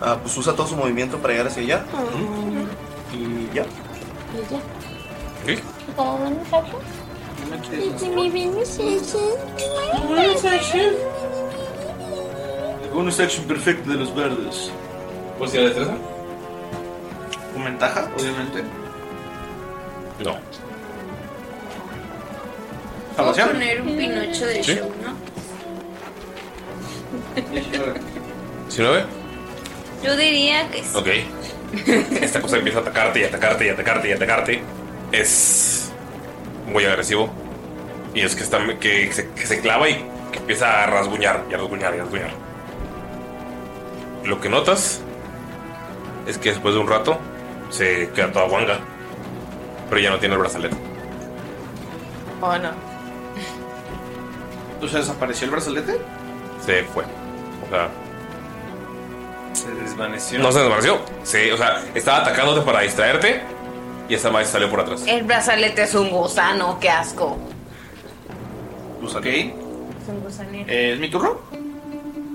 Speaker 8: Ah, pues usa todo su movimiento para llegar hacia allá. Y ya.
Speaker 3: ¿Sí?
Speaker 6: Bonus action perfecto de los verdes.
Speaker 3: ¿Puedes tirar destreza?
Speaker 6: Con ventaja, obviamente.
Speaker 3: No.
Speaker 9: Puedo
Speaker 6: ¿Salvación?
Speaker 9: poner un pinocho de
Speaker 3: Sí.
Speaker 9: show, ¿no?
Speaker 3: 19.
Speaker 10: Yo diría que
Speaker 3: Ok. Esta cosa empieza a atacarte y atacarte y atacarte y atacarte. Es muy agresivo. Y es que, está, que, se, que se clava y que empieza a rasguñar y a rasguñar y a rasguñar. Lo que notas es que después de un rato se queda toda guanga. Pero ya no tiene el brazalete.
Speaker 9: Oh, no.
Speaker 6: ¿O sea, desapareció el brazalete?
Speaker 3: Se fue. O sea,
Speaker 20: Se desvaneció.
Speaker 3: no se desvaneció. Sí, o sea, estaba atacándote para distraerte y esa madre salió por atrás.
Speaker 10: El brazalete es un gusano, qué asco.
Speaker 6: Ok.
Speaker 10: Es un gusanero.
Speaker 6: ¿Es mi turno?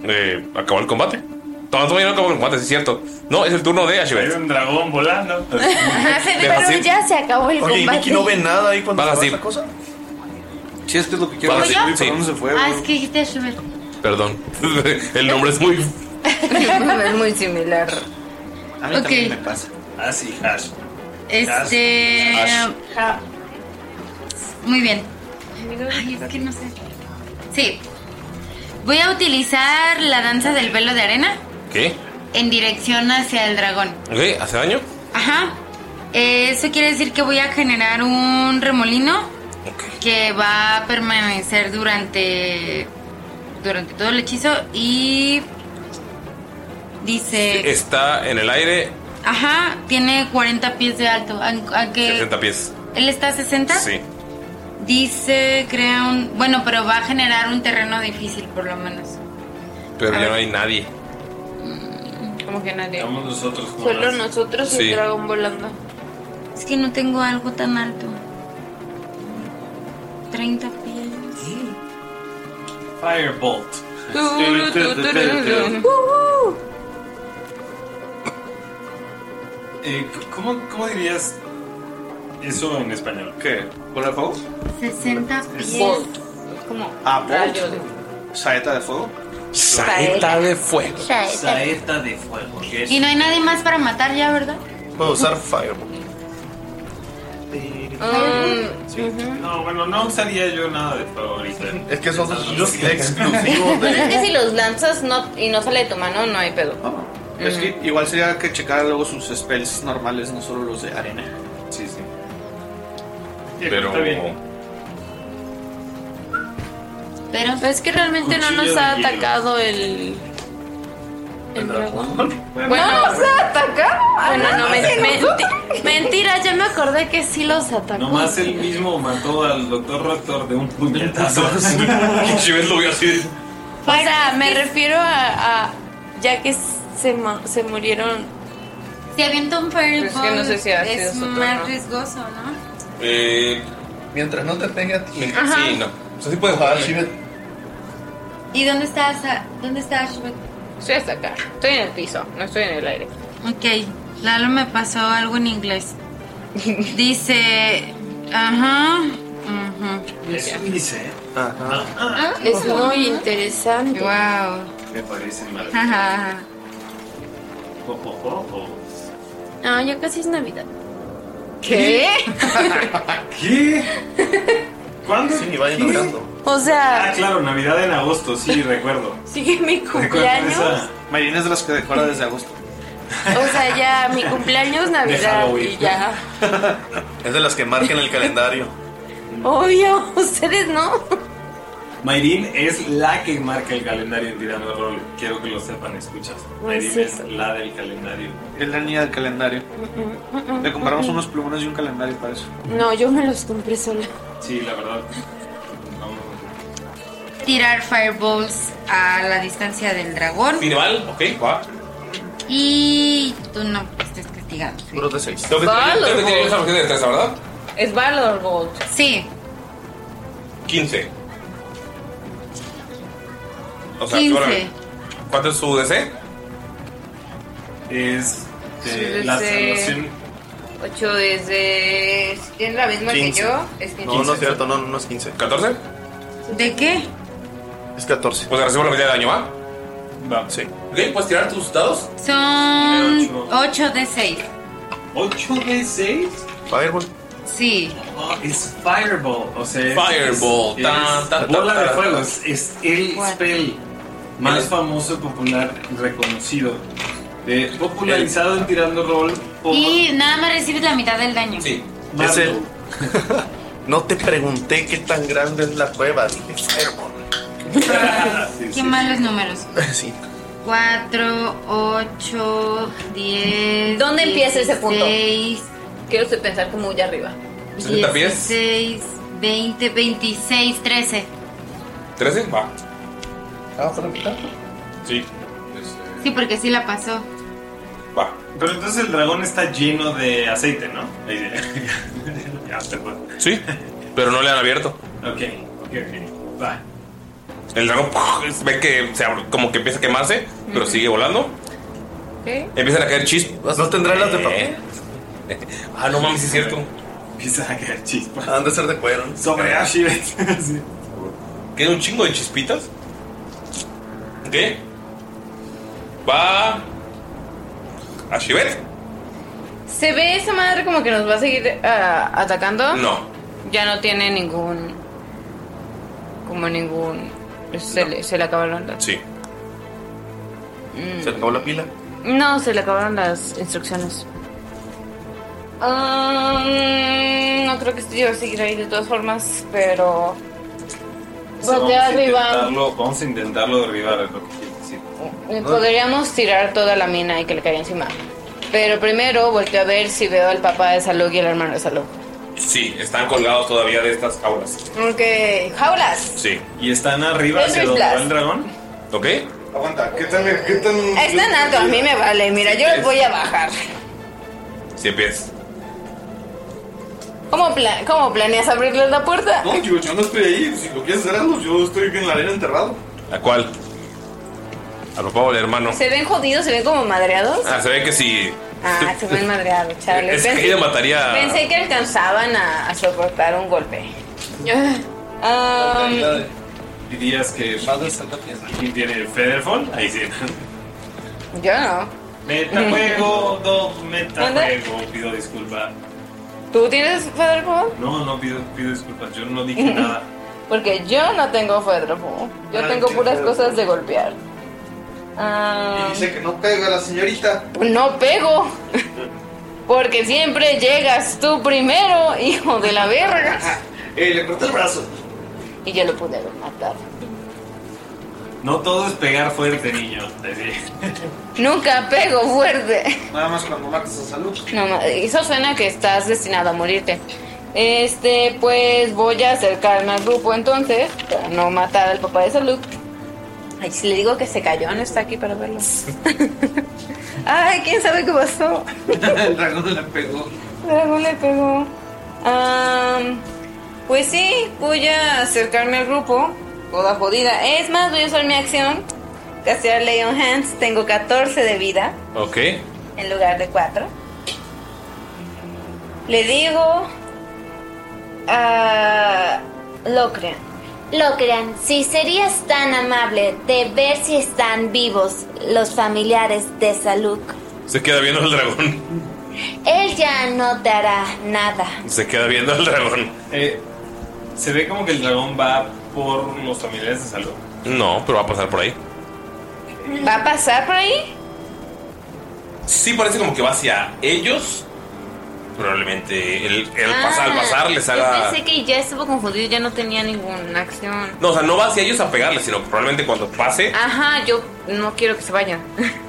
Speaker 3: Eh, acabó el combate. Todavía todavía no acabó el combate, sí es cierto. No, es el turno de Ashibet. Hay un dragón volando.
Speaker 21: Pero ya se acabó el combate.
Speaker 3: nada ahí cuando Vas así.
Speaker 6: cosa? Si es que es lo que quiero
Speaker 3: Vas
Speaker 6: decir,
Speaker 3: así,
Speaker 6: ¿por
Speaker 3: sí.
Speaker 6: dónde se fue?
Speaker 11: Ah, es que dijiste Ashmer.
Speaker 3: Perdón. el nombre es muy.
Speaker 10: es muy similar.
Speaker 6: A
Speaker 11: mí Ok. también me
Speaker 6: pasa.
Speaker 5: Ah, sí, hash.
Speaker 3: Ah,
Speaker 11: Este.
Speaker 9: um,
Speaker 5: Ash.
Speaker 11: Ja. Muy bien. Ay, es que no sé. Sí. Voy a utilizar la danza del velo de arena
Speaker 3: ¿Qué?
Speaker 11: en dirección hacia el dragón.
Speaker 3: ¿Ok? ¿Hace daño?
Speaker 11: Ajá. Eh, Eso quiere decir que voy a generar un remolino que va a permanecer durante durante todo el hechizo y dice,
Speaker 3: Está en el aire
Speaker 11: Eh. ajá, tiene 40 pies de alto, aun- aunque
Speaker 3: 60 pies.
Speaker 11: él está a 60.
Speaker 3: Sí.
Speaker 11: Dice, crea un, bueno, pero va a generar un terreno difícil por lo menos.
Speaker 3: Pero ya no hay nadie.
Speaker 11: Como que nadie.
Speaker 5: Estamos nosotros como
Speaker 11: Solo
Speaker 5: las-
Speaker 11: nosotros
Speaker 3: y el Sí. dragón
Speaker 11: volando. Es que no tengo algo tan alto. 30 pies.
Speaker 20: Firebolt.
Speaker 9: Uh,
Speaker 11: Ujú.
Speaker 5: Eh, ¿cómo, ¿Cómo dirías eso en español? ¿Qué?
Speaker 6: ¿Bola de fuego?
Speaker 11: 60 pies.
Speaker 6: Bolt.
Speaker 11: Como
Speaker 6: Ah, bolt.
Speaker 11: rayo
Speaker 6: ¿Saeta de fuego?
Speaker 11: Saeta
Speaker 6: de fuego.
Speaker 11: Saeta. Saeta
Speaker 6: de fuego.
Speaker 11: Y no hay nadie más para matar ya, ¿verdad?
Speaker 8: Puedo usar Fireball.
Speaker 5: Eh,
Speaker 9: Ah,
Speaker 5: No, bueno, no usaría yo nada de fuego ahorita.
Speaker 8: Es que son exclusivos
Speaker 10: Pues es que si los lanzas no, y no sale de tu mano, no hay pedo.
Speaker 6: Es que igual sería que checar luego sus spells normales, no solo los de arena. Sí, sí.
Speaker 3: Pero.
Speaker 9: Pero es que realmente no
Speaker 10: Cuchillo
Speaker 9: nos
Speaker 10: de
Speaker 9: ha
Speaker 10: hielo.
Speaker 9: atacado el. El dragón.
Speaker 10: Bueno,
Speaker 9: Bueno,
Speaker 10: nos ha atacado.
Speaker 9: bueno, no,
Speaker 10: Ah,
Speaker 9: men-
Speaker 10: se nos
Speaker 9: menti- mentira, ya me acordé que sí los atacó.
Speaker 5: Nomás él mismo mató al doctor Raptor de un puñetazo.
Speaker 3: Chivet lo vio así.
Speaker 9: O sea, me refiero a, a- ya que se, ma- se murieron.
Speaker 11: Si avienta un
Speaker 9: Pero Pues es que no sé si ha sido
Speaker 11: es
Speaker 9: su
Speaker 11: más
Speaker 9: turno.
Speaker 11: riesgoso, ¿no?
Speaker 3: Eh,
Speaker 8: Mientras no te pegue a ti.
Speaker 11: Ajá.
Speaker 3: Sí, no. O sea, sí puedes jugar.
Speaker 11: ¿Y dónde está Sa- dónde está Ashbet?
Speaker 10: Estoy hasta acá. Estoy en el piso, no estoy en el aire.
Speaker 11: Ok, Lalo me pasó algo en inglés. Dice, ajá, ajá.
Speaker 5: Eso dice.
Speaker 9: Ah, es muy interesante.
Speaker 11: Wow.
Speaker 5: Me parece mal. Oh, oh, oh, oh.
Speaker 9: Ah, ya casi es Navidad.
Speaker 5: ¿Qué? ¿Qué? ¿Cuándo?
Speaker 8: Sí, vayan hablando.
Speaker 9: O sea,
Speaker 5: Ah, claro, Navidad en agosto, sí, recuerdo.
Speaker 9: sigue mi cumpleaños.
Speaker 6: Marina es de las que decora desde agosto.
Speaker 9: O sea, ya mi cumpleaños, Navidad
Speaker 8: Halloween.
Speaker 9: y ya.
Speaker 8: Es de las que marcan el calendario.
Speaker 9: Obvio, ustedes no.
Speaker 5: Mayrin es la que marca el calendario en Tirando Rol. Quiero que lo sepan, escuchas.
Speaker 9: No es
Speaker 5: Mayrin es la del calendario.
Speaker 6: Es la niña del calendario. Le compramos unos plumones y un calendario para eso.
Speaker 9: No, yo me los compré sola.
Speaker 5: Sí, la verdad.
Speaker 11: Tirar fireballs a la distancia del dragón.
Speaker 3: Minimal, ok, va.
Speaker 11: Y tú no estés castigado.
Speaker 8: Puro de 6.
Speaker 3: Tengo que tirar
Speaker 10: Valor
Speaker 3: tengo que tirar esa porque es de destreza, ¿verdad?
Speaker 10: Es Valor Gold.
Speaker 11: Sí.
Speaker 3: 15. O sea,
Speaker 11: 15.
Speaker 3: ahora, ¿Cuánto es su DC?
Speaker 5: Es
Speaker 10: Sí, la sí. salvación. 8 desde. Si tienes la misma que yo, es 15.
Speaker 8: No, no es cierto, no, no es 15.
Speaker 3: ¿14?
Speaker 11: ¿De qué?
Speaker 8: Es 14.
Speaker 3: O sea, recibo la mitad de daño, ¿va?
Speaker 5: Va.
Speaker 3: Sí. Ok, ¿puedes tirar tus dados?
Speaker 11: Son 8 de 6.
Speaker 5: ¿8 de 6?
Speaker 8: Fireball.
Speaker 11: Sí.
Speaker 5: Oh, es Fireball. O sea, es-
Speaker 3: Fireball,
Speaker 5: es-
Speaker 3: tan, tan, tan,
Speaker 5: bola de
Speaker 3: tan,
Speaker 5: fuego.
Speaker 3: tan.
Speaker 5: Es, es el
Speaker 3: Cuatro.
Speaker 5: spell más famoso, popular, reconocido. Eh, popularizado en Tirando Roll por.
Speaker 11: Y nada más recibes la mitad del daño.
Speaker 3: Sí.
Speaker 8: Es el- no te pregunté qué tan grande es la cueva. Dije Fireball.
Speaker 11: Qué malos números.
Speaker 8: Sí.
Speaker 11: 4, 8, 10.
Speaker 10: ¿Dónde empieza ese punto?
Speaker 11: 16,
Speaker 10: Quiero pensar como muy arriba.
Speaker 3: 60 pies.
Speaker 11: 16, 20, 26, 13.
Speaker 3: ¿13? Va.
Speaker 8: ¿Ah, para mitad?
Speaker 3: Sí.
Speaker 11: Sí, porque sí la pasó.
Speaker 5: Pero entonces el dragón está lleno de aceite, ¿no? ya, perdón.
Speaker 3: Sí, pero no le han abierto.
Speaker 5: Ok, ok, ok. Va.
Speaker 3: El dragón ¡puf! ve que se abre- como que empieza a quemarse, pero sigue volando.
Speaker 10: ¿Qué?
Speaker 3: Empiezan a caer chispas. Eh.
Speaker 8: ¿No tendrá las de papel?
Speaker 3: Ah, no mames, sí es cierto. Eh.
Speaker 5: Empiezan a caer chispas.
Speaker 8: Han de ser de cuero.
Speaker 5: Sobre Ashivet. sí.
Speaker 3: Queda un chingo de chispitas. Ok. Va. A Shivet.
Speaker 10: ¿Se ve esa madre como que nos va a seguir ah, atacando?
Speaker 3: No.
Speaker 10: Ya no tiene ningún. Como ningún. Se, le, se le acabaron las.
Speaker 3: Sí.
Speaker 10: Mm.
Speaker 8: Se acabó la pila.
Speaker 10: No, se le acabaron las instrucciones. Um, no creo que esto a seguir ahí de todas formas, pero.
Speaker 5: Vamos
Speaker 10: Voltea
Speaker 5: a
Speaker 10: arriba.
Speaker 5: intentarlo- Vamos a intentarlo derribar, es lo que quiero decir.
Speaker 3: Oh.
Speaker 10: Podríamos tirar toda la mina y que le caiga encima. Pero primero volteo a ver si veo al papá de Salud y al hermano de Salud.
Speaker 3: Sí, están colgados todavía de estas jaulas.
Speaker 10: Ok, jaulas.
Speaker 3: Sí.
Speaker 5: ¿Y están arriba
Speaker 10: hacia donde va el
Speaker 5: dragón?
Speaker 3: Ok.
Speaker 13: Aguanta, ¿qué tan. ¿Qué tan
Speaker 10: Están alto, a mí me vale. Mira, yo los voy a bajar.
Speaker 3: 100 pies.
Speaker 10: ¿Cómo, pla- cómo planeas abrirles la puerta?
Speaker 13: No, digo, yo no estoy ahí. Si lo quieres hacer, hazlo. Yo estoy en la arena enterrado.
Speaker 3: ¿A cuál? A papá o al hermano.
Speaker 10: ¿Se ven jodidos? ¿Se ven como madreados?
Speaker 3: Ah, se ve que sí.
Speaker 10: Ah, se ven madreados, chale.
Speaker 3: Ese caída mataría.
Speaker 10: Pensé que alcanzaban a, a soportar un golpe. Ah, um,
Speaker 5: Dirías que. ¿Quién tiene Federfall? Ahí sí.
Speaker 10: yo no.
Speaker 5: Metajuego, no, metajuego.
Speaker 10: ¿Dónde?
Speaker 5: Pido disculpas.
Speaker 10: ¿Tú tienes Federpo?
Speaker 5: No, no pido, pido disculpas. Yo no dije nada.
Speaker 10: Porque yo no tengo Federpo. Yo
Speaker 6: Ah,
Speaker 10: tengo
Speaker 6: qué
Speaker 10: puras
Speaker 6: feo.
Speaker 10: cosas de golpear. Ah,
Speaker 6: Dice que no pega la señorita.
Speaker 10: pues no pego. Porque siempre llegas tú primero, hijo de la verga.
Speaker 6: Eh, le corté el brazo.
Speaker 10: Y yo lo pude haber matado.
Speaker 5: No todo es pegar fuerte, niño. Así.
Speaker 10: Nunca pego fuerte.
Speaker 6: Nada más cuando matas a salud.
Speaker 10: No, ma- eso suena que estás destinado a morirte. Este, pues voy a acercarme al grupo entonces, para no matar al papá de salud. Ay, si le digo que se cayó, no está aquí para verlo. Ay, quién sabe qué pasó.
Speaker 6: el dragón le pegó.
Speaker 10: Dragón le pegó. Am, pues sí, voy a acercarme al grupo. Toda jodida. Es más, voy a usar mi acción. Castear Leon Hands. Tengo 14 de vida
Speaker 3: Ok.
Speaker 10: en lugar de 4. Le digo "Ah, a
Speaker 11: Locrean. Locrean, si serías tan amable de ver si están vivos los familiares de Saluk,
Speaker 3: Se queda viendo al dragón.
Speaker 11: él ya no te hará nada.
Speaker 3: Se queda viendo al dragón.
Speaker 5: Eh, se ve como que el dragón va por los familiares de salud.
Speaker 3: No, pero va a pasar por ahí.
Speaker 10: ¿Va a pasar por ahí?
Speaker 3: Sí, parece como que va hacia ellos. Probablemente el, el pasar, al pasar les haga.
Speaker 10: Ah, Yo pensé que ya estuvo confundido, ya no tenía ninguna acción.
Speaker 3: No, o sea, no va hacia ellos a pegarles, sino probablemente cuando
Speaker 10: Ah,
Speaker 3: pase.
Speaker 10: Ajá, yo no quiero que se vayan.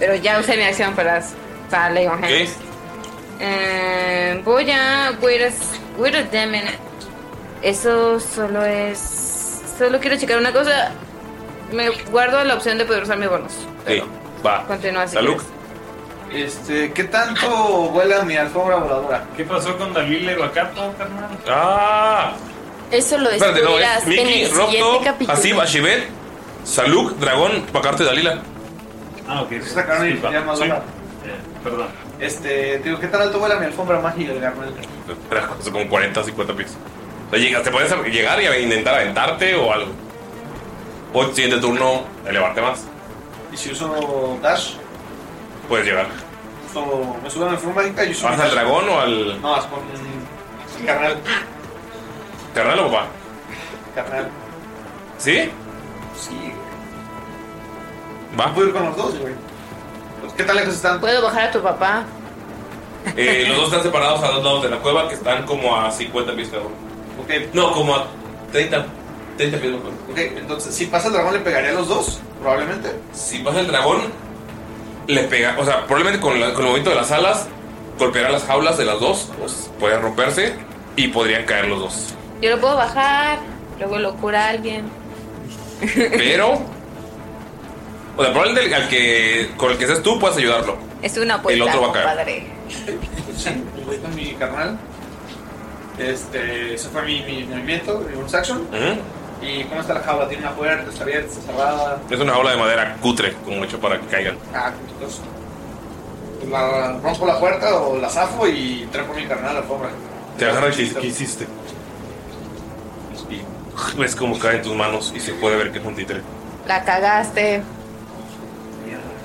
Speaker 10: Pero ya usé mi acción para para Leon Hands.
Speaker 3: ¿Qué?
Speaker 10: Eh, voy a. Wait a, wait a damn minute. Eso solo es. Solo quiero checar una cosa. Me guardo la opción de poder usar mi bonus.
Speaker 3: Sí, va.
Speaker 10: Continúa así.
Speaker 3: Salud.
Speaker 6: Este, ¿qué tanto vuela mi alfombra voladora?
Speaker 5: ¿Qué pasó con Dalila y Bacata, carnal?
Speaker 3: ¡Ah!
Speaker 9: Eso lo
Speaker 3: Espérate, no, es
Speaker 9: descubrirás en
Speaker 3: Mickey,
Speaker 9: el siguiente
Speaker 3: Rocto,
Speaker 9: capítulo.
Speaker 3: Asib, Ashibet, Saluk, Dragón, Pacarte, Dalila.
Speaker 5: Ah, ok.
Speaker 6: Se sacaron y ya más ahora. Eh,
Speaker 5: Perdón.
Speaker 6: Este, digo, ¿qué tan alto vuela mi alfombra mágica del garnal?
Speaker 3: Era cosa como 40 o 50 pies. O sea, llegas- te puedes llegar y a- intentar aventarte o algo. O el siguiente turno, elevarte más.
Speaker 6: Y si uso dash,
Speaker 3: Puedes llegar.
Speaker 6: uso, me subo a mi alfombra mágica y uso.
Speaker 3: ¿Vas
Speaker 6: mi
Speaker 3: al
Speaker 6: dash.
Speaker 3: dragón o al
Speaker 6: No, es con. Carnal.
Speaker 3: carnal o papá?
Speaker 6: Carnal.
Speaker 3: ¿Sí?
Speaker 6: Sí.
Speaker 3: Va.
Speaker 6: Puedo ir con los dos, güey. Pues, ¿Qué tan lejos están?
Speaker 10: Puedo bajar a tu papá.
Speaker 3: Eh, los dos están separados a dos lados de la cueva que están como a 50 pies cada uno. No, como a 30. 30 pies no
Speaker 6: Ok, entonces, si pasa el dragón, le pegaría a los dos, probablemente.
Speaker 3: Si pasa el dragón, le pega. O sea, probablemente con, la- con el movimiento de las alas, golpeará las jaulas de las dos. Pues, podrían romperse y podrían caer los dos.
Speaker 10: Yo lo puedo bajar, luego lo cura alguien.
Speaker 3: Pero. O sea, probablemente el- al que, con el que seas tú puedas ayudarlo.
Speaker 10: Es una apuesta,
Speaker 3: El otro va a caer.
Speaker 10: compadre.
Speaker 6: Me pues, voy con mi carnal. Este, ese fue mi, mi movimiento, mi bonus action. ¿Y cómo está la jaula? ¿Tiene una puerta? ¿Está abierta? ¿Está cerrada?
Speaker 3: Es una jaula de madera cutre, como hecho para que caigan.
Speaker 6: Ah, entonces. pues, La rompo la puerta o la zafo y trepo mi carnal a la alfombra.
Speaker 3: Te agarra que, que hiciste. Y ves cómo cae en tus manos y se puede ver que es un títere.
Speaker 10: La cagaste.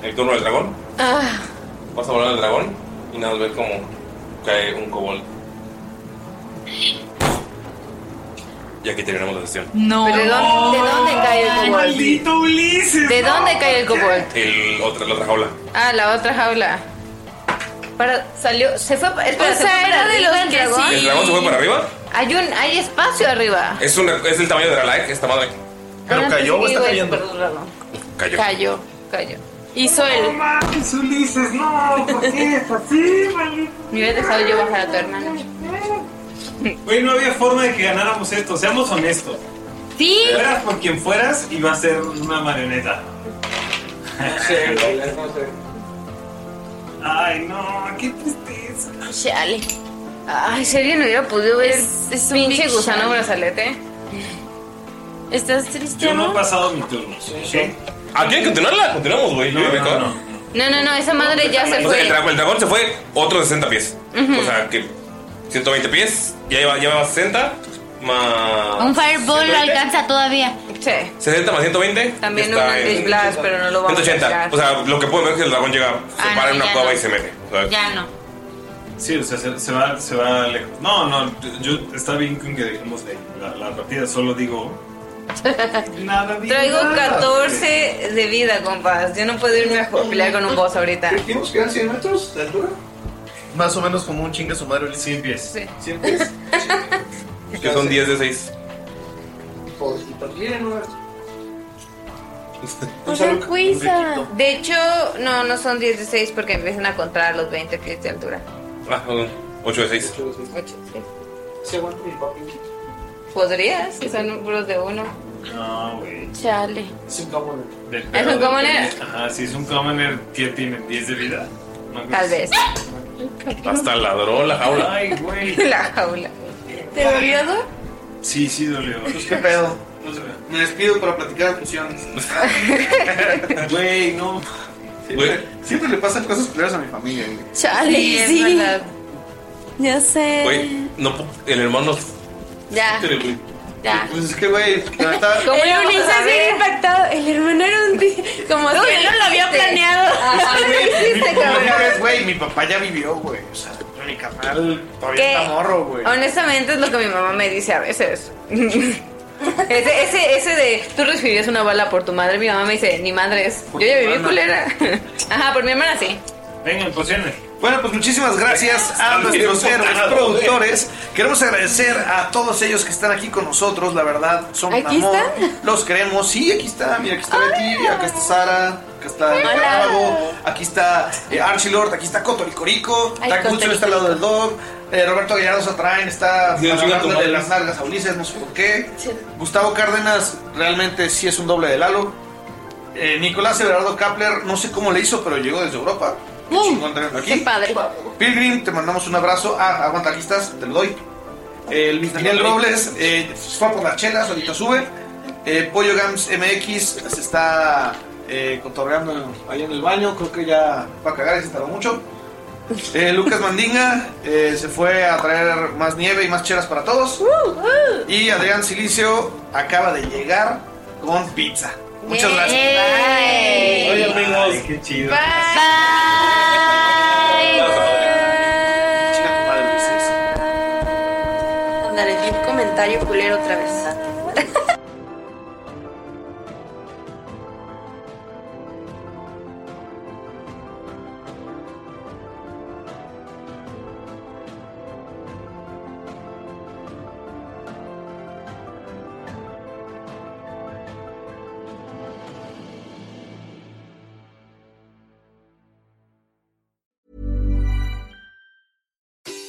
Speaker 3: El turno del dragón.
Speaker 10: Ah.
Speaker 3: Vas a volar al dragón y nada más ves cómo cae un cobol. Y aquí terminamos la sesión.
Speaker 10: No. ¿Pero de dónde, de dónde cae el
Speaker 9: Ay,
Speaker 10: kobold?
Speaker 9: maldito
Speaker 10: Ulises! ¿De dónde cae el kobold?
Speaker 3: El otra, la otra jaula.
Speaker 10: Ah, la otra jaula. Para, salió, se fue, espera,
Speaker 9: O
Speaker 10: se
Speaker 9: sea,
Speaker 10: fue
Speaker 9: era
Speaker 10: para
Speaker 9: de
Speaker 10: arriba
Speaker 9: los
Speaker 10: el
Speaker 9: que
Speaker 10: dragón.
Speaker 3: ¿El dragón se fue para arriba?
Speaker 10: Hay un, hay espacio arriba.
Speaker 3: Es, una, es el tamaño de la like, esta madre.
Speaker 10: Ah, pensé que iba a
Speaker 3: cayendo?
Speaker 10: superarlo.
Speaker 3: Cayó.
Speaker 10: Cayó, cayó. Hizo el.
Speaker 9: mames, Ulises, no, ¿por qué es así, maldito?
Speaker 10: Me hubiera dejado yo bajar a tu hermano.
Speaker 19: Güey, no había forma de que ganáramos esto, seamos honestos.
Speaker 10: Sí.
Speaker 19: Fueras por quien fueras, iba a ser una marioneta. Ay, no, qué tristeza.
Speaker 10: Chale. Ay, si alguien hubiera podido ver el
Speaker 9: es un
Speaker 10: pinche
Speaker 9: big
Speaker 10: gusano
Speaker 9: chale.
Speaker 10: brazalete. ¿Estás triste,
Speaker 19: Yo no he
Speaker 10: amor?
Speaker 19: pasado mi turno.
Speaker 3: ¿Ah, quieren continuarla? Continuamos, güey. Yo me quedo.
Speaker 10: No, no, no, esa madre ya se
Speaker 3: O sea, el,
Speaker 10: fue.
Speaker 3: dragón, el dragón se fue otros 60 pies.
Speaker 10: Ujú.
Speaker 3: O sea, que 120 pies. Ya lleva, ya lleva 60 más.
Speaker 11: Un fireball lo alcanza todavía.
Speaker 10: Sí.
Speaker 3: 60 más 120.
Speaker 10: También
Speaker 3: está
Speaker 10: un
Speaker 3: en
Speaker 10: Eldritch Blast, pero no lo vamos a
Speaker 3: 180.
Speaker 10: sacar.
Speaker 3: O sea, lo que pueden ver es que el dragón llega, se
Speaker 10: Ah,
Speaker 3: para
Speaker 10: no,
Speaker 3: en una
Speaker 10: ya
Speaker 3: cueva
Speaker 10: no.
Speaker 3: y se mete. O sea,
Speaker 11: Ya no.
Speaker 19: Sí, o sea, se, se va, se va lejos. No, no, yo está bien con que dejemos de- la, la partida, solo digo.
Speaker 10: Traigo 14 de vida, compas. Yo no puedo irme a jugar- pelear con un boss ahorita.
Speaker 8: ¿Dijimos que eran 100 metros de altura? Más o menos como un chingue su madre, 100 pies.
Speaker 10: Sí.
Speaker 8: 100 pies.
Speaker 3: que son 10 de 6.
Speaker 8: Puedes quitar bien,
Speaker 10: De hecho, no, no son 10 de 6 porque empiezan a contar los 20 pies de altura.
Speaker 3: Ah, 8 de 6.
Speaker 10: Ocho, sí. Podrías, que son puros de uno.
Speaker 19: No, güey.
Speaker 10: Chale.
Speaker 19: Es un commoner.
Speaker 10: Es un commoner.
Speaker 19: Ajá, si es un commoner, ¿qué tiene? ¿10 de vida? No,
Speaker 10: Tal vez.
Speaker 3: Hasta ladró la jaula.
Speaker 19: Ay, güey.
Speaker 10: La jaula. ¿Te dolió? Dor?
Speaker 19: Sí, sí, dolió. Pues
Speaker 6: qué pedo. Me despido para platicar de fusiones.
Speaker 19: Güey, no.
Speaker 6: Siempre, siempre le pasan cosas peores a mi familia. güey.
Speaker 10: Chale,
Speaker 9: Sí, es
Speaker 10: sí.
Speaker 9: verdad.
Speaker 10: Ya sé.
Speaker 3: Güey, no, pu- el hermano.
Speaker 10: Ya,
Speaker 3: güey.
Speaker 10: ya.
Speaker 6: Pues es que, güey, la neta.
Speaker 10: ¿Cómo
Speaker 9: el
Speaker 10: íbamos a
Speaker 9: Ulises
Speaker 10: ver?
Speaker 9: bien impactado. El hermano era un tío. Como
Speaker 10: Tú
Speaker 9: si él
Speaker 10: ya
Speaker 9: no lo había
Speaker 10: hiciste.
Speaker 9: planeado.
Speaker 10: Ajá,
Speaker 9: No lo
Speaker 10: güey.
Speaker 9: hiciste,
Speaker 6: Mi papá
Speaker 9: cabrón.
Speaker 6: ya ves, güey, mi papá ya vivió, güey. O sea, mi carnal todavía
Speaker 10: ¿Qué?
Speaker 6: está morro, güey.
Speaker 10: Honestamente es lo que mi mamá me dice a veces. Ese, ese, ese de tú recibirías una bala por tu madre, mi mamá me dice, ni madres. Yo ya viví
Speaker 6: hermana.
Speaker 10: culera. Ajá, por mi hermana sí.
Speaker 19: Vengan, pociones.
Speaker 6: Bueno, pues muchísimas gracias a
Speaker 19: Están bien
Speaker 6: nuestros héroes
Speaker 19: botados,
Speaker 6: productores. Queremos agradecer a todos ellos que están aquí con nosotros, la verdad, son un
Speaker 9: ¿Aquí
Speaker 6: amor.
Speaker 9: están? Ah.
Speaker 6: Los queremos, sí, aquí está, mira, aquí está Betty, acá está Sara, acá está
Speaker 9: Hola.
Speaker 6: Gabo, aquí está eh, Archilord, aquí está Cotoricorico,
Speaker 9: Ay,
Speaker 6: Tac Hudson está al lado del Dog, eh, Roberto Gallardo Satraen está
Speaker 3: Sí, chinga tu
Speaker 6: hablando de
Speaker 3: madre.
Speaker 6: las nalgas a Ulises, no sé por qué. Gustavo Cárdenas realmente sí es un doble de Lalo. Eh, Nicolás Everardo Kapler, no sé cómo le hizo, pero llegó desde Europa. Qué chingón tenerlo aquí.
Speaker 10: padre.
Speaker 6: Pilgrim, te mandamos un abrazo. Ah, aguanta, aquí estás, te lo doy. El Luis Daniel Robles eh, fue por las chelas, ahorita sube. Eh, Pollo Gams MX se está eh, cotorreando ahí en el baño, creo que ya va a cagar y se tardó mucho. Eh, Lucas Mandinga eh, se fue a traer más nieve y más chelas para todos. Y Adrián Silicio acaba de llegar con pizza. Muchas
Speaker 11: Yay.
Speaker 6: gracias.
Speaker 11: Bye.
Speaker 6: Oye, amigos.
Speaker 19: qué chido.
Speaker 9: Ándale, di un comentario culero otra vez.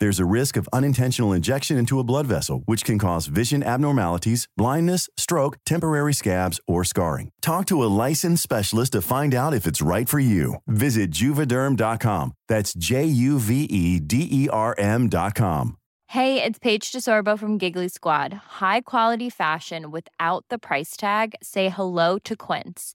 Speaker 22: There's a risk of unintentional injection into a blood vessel, which can cause vision abnormalities, blindness, stroke, temporary scabs, or scarring. Talk to a licensed specialist to find out if it's right for you. Visit juvederm.com. That's J U V E D E R M.com.
Speaker 23: Hey, it's Paige DeSorbo from Giggly Squad. High quality fashion without the price tag. Say hello to Quince.